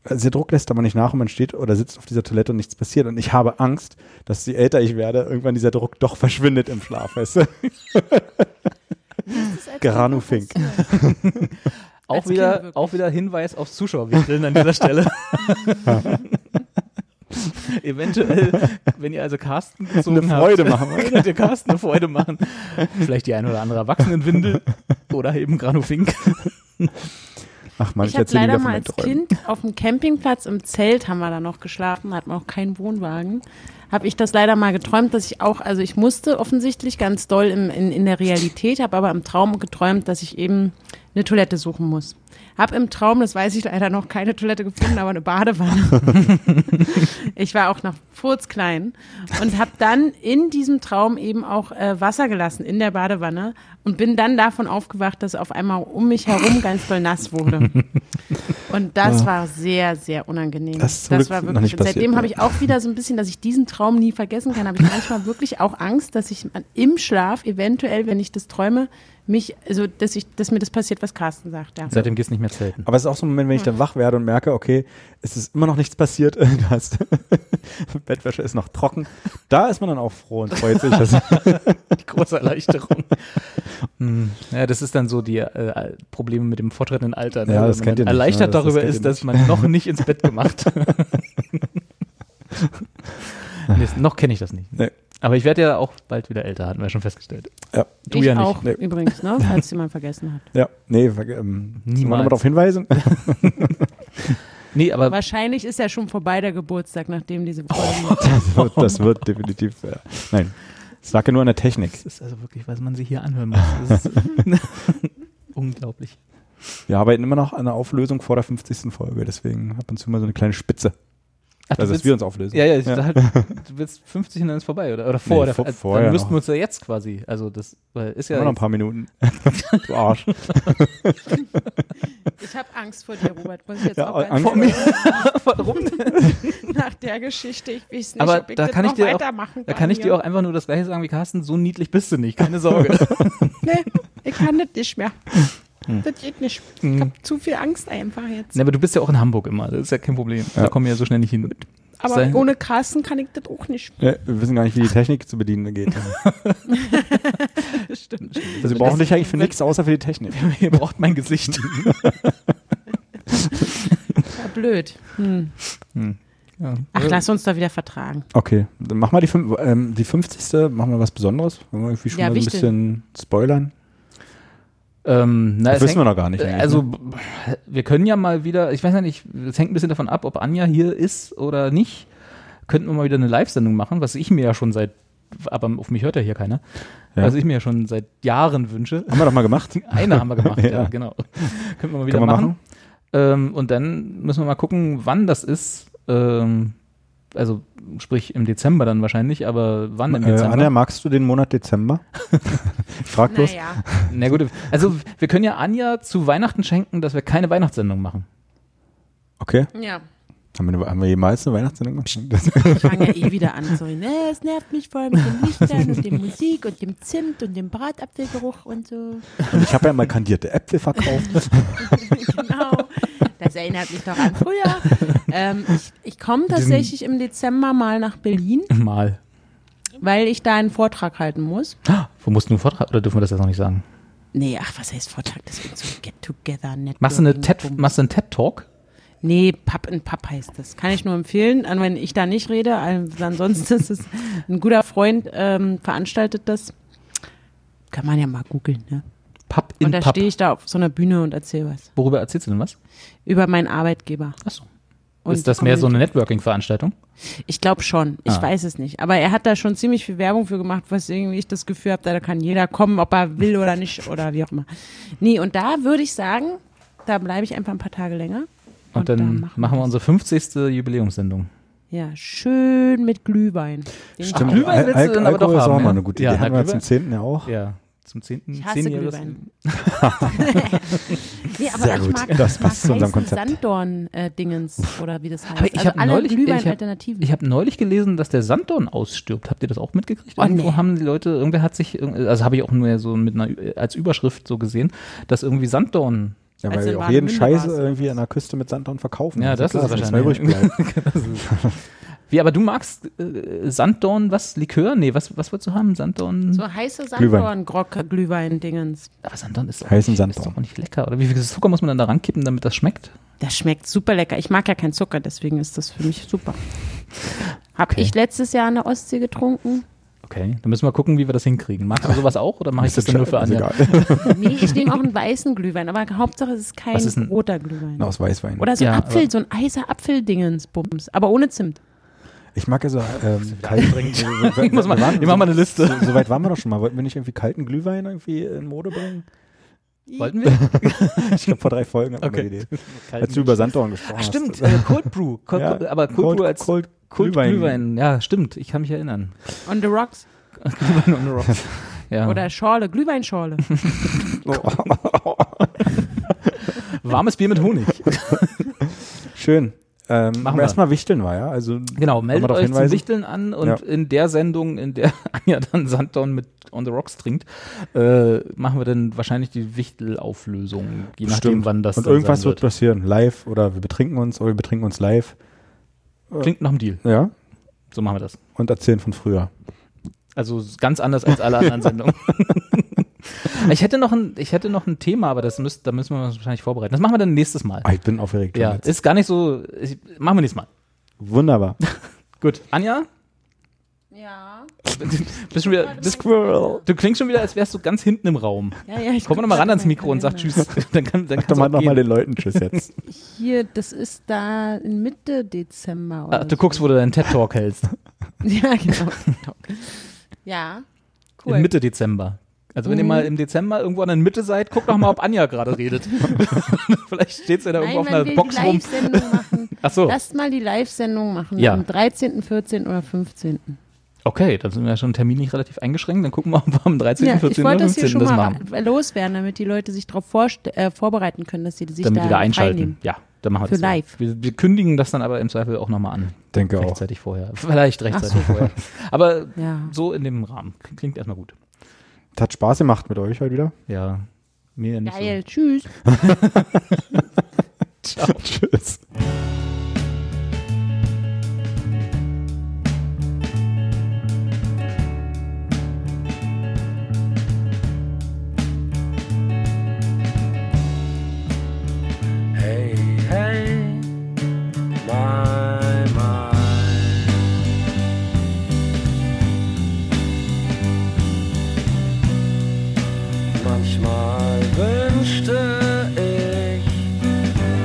Speaker 2: Also der Druck lässt aber nicht nach und man steht oder sitzt auf dieser Toilette und nichts passiert. Und ich habe Angst, dass je älter ich werde, irgendwann dieser Druck doch verschwindet im Schlaf, weißt du?
Speaker 3: Das ist einfach
Speaker 2: Geranu
Speaker 3: passiert.
Speaker 2: Fink.
Speaker 1: Auch
Speaker 3: Als Kind
Speaker 1: wieder,
Speaker 3: wirklich.
Speaker 1: auch wieder Hinweis aufs Zuschauerwinkeln an dieser Stelle. Eventuell, wenn ihr also Carsten gezogen
Speaker 2: Eine Freude
Speaker 1: habt,
Speaker 2: machen.
Speaker 1: könnt ihr Carsten eine Freude machen. Vielleicht die ein oder andere Erwachsenenwindel oder eben Granufink.
Speaker 2: Ach man, ich,
Speaker 3: Ich habe
Speaker 2: erzähle ihm
Speaker 3: leider
Speaker 2: davon
Speaker 3: mal
Speaker 2: meinen
Speaker 3: als
Speaker 2: Träumen.
Speaker 3: Kind auf dem Campingplatz im Zelt haben wir da noch geschlafen, da hatten wir auch keinen Wohnwagen. Habe ich das leider mal geträumt, dass ich auch, also ich musste offensichtlich ganz doll im, in, in der Realität, habe aber im Traum geträumt, dass ich eben eine Toilette suchen muss. Hab im Traum, das weiß ich leider noch, keine Toilette gefunden, aber eine Badewanne. ich war auch noch furzklein und habe dann in diesem Traum eben auch äh, Wasser gelassen in der Badewanne und bin dann davon aufgewacht, dass auf einmal um mich herum ganz doll nass wurde. Und das war sehr, sehr unangenehm.
Speaker 2: Das ist zum Glück
Speaker 3: war
Speaker 2: noch nicht passiert,
Speaker 3: seitdem
Speaker 2: ne?
Speaker 3: habe ich auch wieder so ein bisschen, dass ich diesen Traum nie vergessen kann, habe ich manchmal wirklich auch Angst, dass ich an- im Schlaf eventuell, wenn ich das träume, mich, also dass ich, dass mir das passiert, was Carsten sagt. Ja.
Speaker 1: Seitdem gehst du nicht mehr zelten.
Speaker 2: Aber es ist auch so ein Moment, wenn ich dann wach werde und merke, okay, es ist immer noch nichts passiert. Du hast, Bettwäsche ist noch trocken. Da ist man dann auch froh und freut sich. Dass,
Speaker 1: Die große Erleichterung. Hm, ja, das ist dann so die äh, Probleme mit dem fortschrittenden Alter. Ne?
Speaker 2: Ja,
Speaker 1: Wenn
Speaker 2: das
Speaker 1: man
Speaker 2: kennt ihr nicht, ne?
Speaker 1: Erleichtert
Speaker 2: Das- das
Speaker 1: darüber
Speaker 2: kennt ihr
Speaker 1: ist, dass man noch nicht ins Bett gemacht. nee, noch kenne ich das nicht.
Speaker 2: Nee.
Speaker 1: Aber ich werde ja auch bald wieder älter, hatten wir schon festgestellt.
Speaker 2: ja.
Speaker 1: Du
Speaker 3: ich
Speaker 1: ja nicht.
Speaker 3: auch
Speaker 2: Nee.
Speaker 3: übrigens, ne? falls jemand vergessen hat.
Speaker 2: ja, nee, ver- ähm, soll man
Speaker 1: Niemals.
Speaker 2: nochmal darauf hinweisen?
Speaker 1: Nee, aber
Speaker 3: Wahrscheinlich ist ja schon vorbei der Geburtstag, nachdem diese
Speaker 1: Oh.
Speaker 3: Folge.
Speaker 2: Das wird, das wird definitiv. Äh, nein, es lag ja nur an der Technik.
Speaker 1: das ist also wirklich, was man sich hier anhören muss. Das ist unglaublich.
Speaker 2: Wir arbeiten immer noch an einer Auflösung vor der 50. Folge, deswegen ab und zu mal so eine kleine Spitze.
Speaker 1: Ach,
Speaker 2: Also, dass wir uns auflösen.
Speaker 1: ja, ja, ich dachte Halt, du willst 50 und dann ist vorbei, oder? Oder vor,
Speaker 2: Nee,
Speaker 1: oder,
Speaker 2: vor-
Speaker 1: also,
Speaker 2: vorher
Speaker 1: dann müssten
Speaker 2: noch.
Speaker 1: wir uns ja jetzt quasi, also das weil ist ja
Speaker 2: Immer noch ein
Speaker 1: jetzt-
Speaker 2: paar Minuten. du Arsch.
Speaker 3: Ich habe Angst vor dir, Robert. Muss ich jetzt
Speaker 2: Ja,
Speaker 3: auch
Speaker 2: Angst-
Speaker 3: ganz
Speaker 2: vor mir.
Speaker 1: Warum?
Speaker 3: nach der Geschichte. Ich weiß nicht,
Speaker 1: Aber
Speaker 3: ob ich
Speaker 1: da
Speaker 3: das
Speaker 1: kann ich
Speaker 3: noch
Speaker 1: dir auch,
Speaker 3: weitermachen
Speaker 1: da kann ich dir auch einfach nur das gleiche sagen wie Carsten, so niedlich bist du nicht, keine Sorge.
Speaker 3: Nee, ich kann das nicht mehr.
Speaker 1: Hm.
Speaker 3: Das geht nicht. Ich habe zu viel Angst einfach jetzt.
Speaker 1: nee, aber du bist ja auch in Hamburg immer, das ist ja kein Problem. Da kommen wir ja so schnell nicht hin.
Speaker 3: Aber
Speaker 1: Sei-
Speaker 3: ohne Carsten kann ich das auch nicht.
Speaker 2: Ja, wir wissen gar nicht, wie die Technik zu bedienen geht. Also
Speaker 3: Stimmt.
Speaker 2: wir brauchen dich eigentlich für nichts außer für die Technik.
Speaker 1: Ihr braucht mein Gesicht.
Speaker 3: Ja, blöd. Hm.
Speaker 1: Ja.
Speaker 3: Ach, lass uns da wieder vertragen.
Speaker 2: Okay, dann mach mal die, fünf, ähm, die 50. Machen wir was Besonderes. Wollen wir irgendwie schon
Speaker 3: Ja,
Speaker 2: mal so ein
Speaker 3: wichtig.
Speaker 2: bisschen spoilern?
Speaker 1: Ähm, na,
Speaker 2: Das
Speaker 1: es
Speaker 2: wissen wir
Speaker 1: hängt-
Speaker 2: noch gar nicht. eigentlich,
Speaker 1: Also,
Speaker 2: ne?
Speaker 1: b- wir können ja mal wieder, ich weiß ja nicht, es hängt ein bisschen davon ab, ob Anja hier ist oder nicht. Könnten wir mal wieder eine Live-Sendung machen, was ich mir ja schon seit, aber auf mich hört ja hier keiner,
Speaker 2: Ja.
Speaker 1: was ich mir ja schon seit Jahren wünsche.
Speaker 2: haben wir doch mal gemacht.
Speaker 1: Eine haben wir gemacht, ja.
Speaker 2: Ja.
Speaker 1: genau. Könnten wir mal wieder
Speaker 2: Können wir
Speaker 1: machen.
Speaker 2: machen?
Speaker 1: Ähm, und dann müssen wir mal gucken, wann das ist. Ähm, also, sprich im Dezember dann wahrscheinlich, aber wann im
Speaker 2: Äh, Anja,
Speaker 1: Dezember?
Speaker 2: magst du den Monat Dezember? ich frag bloß.
Speaker 3: Naja.
Speaker 1: Na gut, also wir können ja Anja zu Weihnachten schenken, dass wir keine Weihnachtssendung machen.
Speaker 2: Okay,
Speaker 3: Ja.
Speaker 2: haben wir, haben wir jemals eine Weihnachtssendung gemacht? Das-
Speaker 3: Ich fange ja eh wieder an. Sorry, ne? Es nervt mich voll mit den Lichtern und der Musik und dem Zimt und dem Bratapfelgeruch und so.
Speaker 2: Und ich habe ja mal kandierte Äpfel verkauft.
Speaker 3: genau. Das erinnert mich doch an früher. Ähm, ich ich komme tatsächlich im Dezember mal nach Berlin,
Speaker 1: Mal.
Speaker 3: weil ich da einen Vortrag halten muss.
Speaker 1: Wo musst du einen Vortrag, oder dürfen wir das jetzt noch nicht sagen?
Speaker 3: Nee, ach, was heißt Vortrag? Das wird so ein Get-Together.
Speaker 1: Machst du, eine TED,
Speaker 3: Networking-Bums.
Speaker 1: machst du einen TED-Talk?
Speaker 3: Nee, Papp in Papp heißt das. Kann ich nur empfehlen. An- Wenn ich da nicht rede, an- ansonsten ist es ein guter Freund, ähm, veranstaltet das. Kann man ja mal googeln, ne?
Speaker 1: Papp
Speaker 3: Und
Speaker 1: in
Speaker 3: da
Speaker 1: Papp.
Speaker 3: stehe ich da auf so einer Bühne und erzähle was.
Speaker 1: Worüber erzählst du denn was?
Speaker 3: Über meinen Arbeitgeber.
Speaker 1: Achso.
Speaker 3: Und
Speaker 1: Ist das mehr so eine Networking-Veranstaltung?
Speaker 3: Ich glaube schon. Ich
Speaker 1: Ah.
Speaker 3: weiß es nicht. Aber er hat da schon ziemlich viel Werbung für gemacht, was irgendwie ich das Gefühl habe, da kann jeder kommen, ob er will oder nicht oder wie auch immer. Nee, und da würde ich sagen, da bleibe ich einfach ein paar Tage länger.
Speaker 1: Und, dann
Speaker 3: da
Speaker 1: machen, wir unsere 50. Jubiläumssendung.
Speaker 3: Ja, schön mit Glühwein. Den
Speaker 1: Stimmt. Glühwein willst du
Speaker 2: Al-
Speaker 1: dann aber doch
Speaker 2: Alkohol ist auch
Speaker 1: haben,
Speaker 2: mal
Speaker 1: ja?
Speaker 2: eine gute
Speaker 1: Ja,
Speaker 2: Idee. Hatten
Speaker 1: na,
Speaker 2: wir zum 10. ja auch.
Speaker 1: Ja. Zum 10.
Speaker 3: Ich hasse
Speaker 1: 10-jährigen.
Speaker 3: Glühwein. Nee, aber
Speaker 2: Sehr
Speaker 3: ich
Speaker 2: gut.
Speaker 3: Mag,
Speaker 2: Das
Speaker 3: ich
Speaker 2: passt
Speaker 3: mag
Speaker 2: zu unserem
Speaker 3: heißen
Speaker 2: Konzept.
Speaker 3: Sanddorn-Dingens oder wie das heißt.
Speaker 1: Aber ich
Speaker 3: also
Speaker 1: hab
Speaker 3: alle
Speaker 1: neulich- ich hab-
Speaker 3: Glühwein-Alternativen.
Speaker 1: Ich habe neulich gelesen, dass der Sanddorn ausstirbt. Habt ihr das auch mitgekriegt?
Speaker 3: Oh,
Speaker 1: Irgendwo
Speaker 3: nee.
Speaker 1: haben die Leute, irgendwer hat sich, irgend- also habe ich auch nur so mit einer, Ü- als Überschrift so gesehen, dass irgendwie Sanddorn,
Speaker 2: Ja,
Speaker 3: Als
Speaker 2: weil
Speaker 3: in
Speaker 2: auch jeden
Speaker 3: Warnemünde
Speaker 2: Scheiß
Speaker 3: war's.
Speaker 2: irgendwie an der Küste mit Sanddorn verkaufen.
Speaker 1: Also
Speaker 2: Also
Speaker 1: Ja, das
Speaker 2: klar,
Speaker 1: ist
Speaker 2: dass nichts
Speaker 1: wahrscheinlich-
Speaker 2: mehr übrig bleibt.
Speaker 1: Wie, aber du magst äh, Sanddorn, was? Likör? Nee, was, was wolltest du haben? Sanddorn?
Speaker 3: So heiße
Speaker 2: Glühwein.
Speaker 3: Sanddorngrocke, Glühwein-Dingens.
Speaker 1: Aber Sanddorn ist, auch
Speaker 2: Heißen
Speaker 1: nicht, ist
Speaker 2: Sanddorn.
Speaker 1: doch auch nicht lecker. Oder wie viel Zucker muss man dann da rankippen, damit das schmeckt?
Speaker 3: Das schmeckt super lecker. Ich mag ja keinen Zucker, deswegen ist das für mich super. Habe
Speaker 1: Okay.
Speaker 3: ich letztes Jahr an der Ostsee getrunken?
Speaker 1: Okay, dann müssen wir gucken, wie wir das hinkriegen. Magst du sowas auch oder mache ich das dann nur für
Speaker 2: Ist
Speaker 1: Anja?
Speaker 2: egal.
Speaker 3: Nee, ich nehme auch einen weißen Glühwein, aber Hauptsache es ist kein
Speaker 1: Was ist ein-
Speaker 3: roter Glühwein.
Speaker 2: Genau, Aus Weißwein.
Speaker 3: Oder so ein
Speaker 1: Ja,
Speaker 3: Apfel,
Speaker 1: aber-
Speaker 3: so ein eiser Apfeldingensbums, aber ohne Zimt.
Speaker 2: Ich mag also ähm, kalten
Speaker 1: Ich muss mal- wir machen mal eine Liste.
Speaker 2: So, so weit waren wir doch schon mal. Wollten wir nicht irgendwie kalten Glühwein irgendwie in Mode bringen?
Speaker 1: Wollten wir?
Speaker 2: Ich glaube, vor drei Folgen hatten
Speaker 1: Okay.
Speaker 2: wir die Idee. Als du über Sanddorn gesprochen
Speaker 1: Ach,
Speaker 2: hast.
Speaker 1: stimmt, äh, Cold Brew. Cold,
Speaker 2: Ja,
Speaker 1: aber Cold, Brew als Cold,
Speaker 2: Cold, Glühwein.
Speaker 1: Glühwein. Ja, stimmt, ich kann mich erinnern.
Speaker 3: On the rocks.
Speaker 1: Glühwein on the rocks. Ja.
Speaker 3: Oder Schorle, Glühweinschorle.
Speaker 1: Warmes Bier mit Honig.
Speaker 2: Schön. Ähm,
Speaker 1: Machen
Speaker 2: Machen
Speaker 1: wir.
Speaker 2: wir erstmal Wichteln war, ja? Also,
Speaker 1: Genau, meldet
Speaker 2: darauf
Speaker 1: euch zum
Speaker 2: hinweisen?
Speaker 1: Wichteln an und
Speaker 2: Ja.
Speaker 1: in der Sendung, in der Anja dann Sanddorn mit On the Rocks trinkt, äh, machen wir dann wahrscheinlich die Wichtelauflösung, je nachdem,
Speaker 2: Stimmt.
Speaker 1: wann das
Speaker 2: Und
Speaker 1: dann
Speaker 2: irgendwas
Speaker 1: sein
Speaker 2: wird passieren. Live oder wir betrinken uns oder wir betrinken uns live.
Speaker 1: wird. Klingt nach einem Deal.
Speaker 2: Ja.
Speaker 1: So machen wir das.
Speaker 2: Und erzählen von früher.
Speaker 1: Also ganz anders als alle anderen Sendungen. ich, hätte noch ein, ich hätte noch ein Thema, aber das müsst, da müssen wir uns wahrscheinlich vorbereiten. Das machen wir dann nächstes Mal.
Speaker 2: Ah, ich bin aufgeregt. schon
Speaker 1: Ja,
Speaker 2: jetzt.
Speaker 1: ist gar nicht so. Ich, machen wir nächstes Mal.
Speaker 2: Wunderbar.
Speaker 1: Gut. Anja,
Speaker 3: Ja.
Speaker 1: bist schon wieder, bist,
Speaker 2: Squirrel.
Speaker 1: du klingst schon wieder, als wärst du ganz hinten im Raum.
Speaker 3: Ja, ja, ich
Speaker 1: Komm mal nochmal ran ans Mikro und sag
Speaker 3: Tschüss.
Speaker 1: Tschüss. Dann kann, dann
Speaker 2: Dann
Speaker 1: kannst du
Speaker 2: mal
Speaker 1: auch gehen.
Speaker 2: nochmal den Leuten Tschüss jetzt.
Speaker 3: Hier, das ist da in Mitte Dezember. Oder
Speaker 1: Ah, du guckst, wo du deinen TED-Talk hältst.
Speaker 3: So. Ja, genau. ja. Cool. Mhm.
Speaker 1: In Mitte Dezember. Also wenn ihr mal im Dezember irgendwo an der Mitte seid, guckt doch mal, ob Anja gerade redet. Vielleicht steht sie ja da
Speaker 3: Nein,
Speaker 1: irgendwo auf
Speaker 3: wenn
Speaker 1: einer
Speaker 3: wir
Speaker 1: Box
Speaker 3: die
Speaker 1: rum.
Speaker 3: Live-Sendung machen.
Speaker 1: Ach so.
Speaker 3: Lasst mal die Live-Sendung machen
Speaker 1: Ja.
Speaker 3: am 13., 14. oder 15.
Speaker 1: Okay, dann sind wir schon terminlich relativ eingeschränkt. Dann gucken wir, ob wir am 13.,
Speaker 3: Ja,
Speaker 1: 14.
Speaker 3: ich wollte
Speaker 1: oder
Speaker 3: das
Speaker 1: 15.
Speaker 3: hier schon
Speaker 1: das
Speaker 3: mal
Speaker 1: machen.
Speaker 3: ra- loswerden, damit die Leute sich darauf äh, vorbereiten können, dass sie sich
Speaker 1: Damit
Speaker 3: da,
Speaker 1: die da einschalten.
Speaker 3: reinnehmen.
Speaker 1: Ja, dann machen wir
Speaker 3: Für
Speaker 1: das. so.
Speaker 3: live.
Speaker 1: Wir, wir kündigen das dann aber im Zweifel auch nochmal an.
Speaker 2: Denke auch.
Speaker 1: Rechtzeitig vorher. Vielleicht rechtzeitig
Speaker 3: so.
Speaker 1: vorher. Aber
Speaker 3: Ja.
Speaker 1: so in dem Rahmen. Klingt erstmal gut.
Speaker 2: Hat Spaß gemacht mit euch heute wieder.
Speaker 1: Ja. Mir nicht
Speaker 3: Geil, tschüss.
Speaker 2: Tschüss.
Speaker 5: Hey, hey, my, my. Manchmal wünschte ich,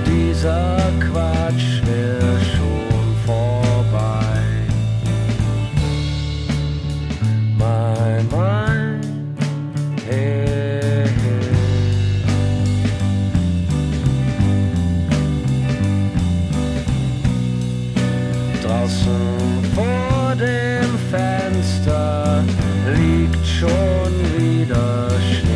Speaker 5: dieser Quatsch wäre schon vorbei. My, my, hey, hey. Draußen vor dem Fenster liegt schon wieder Schnee.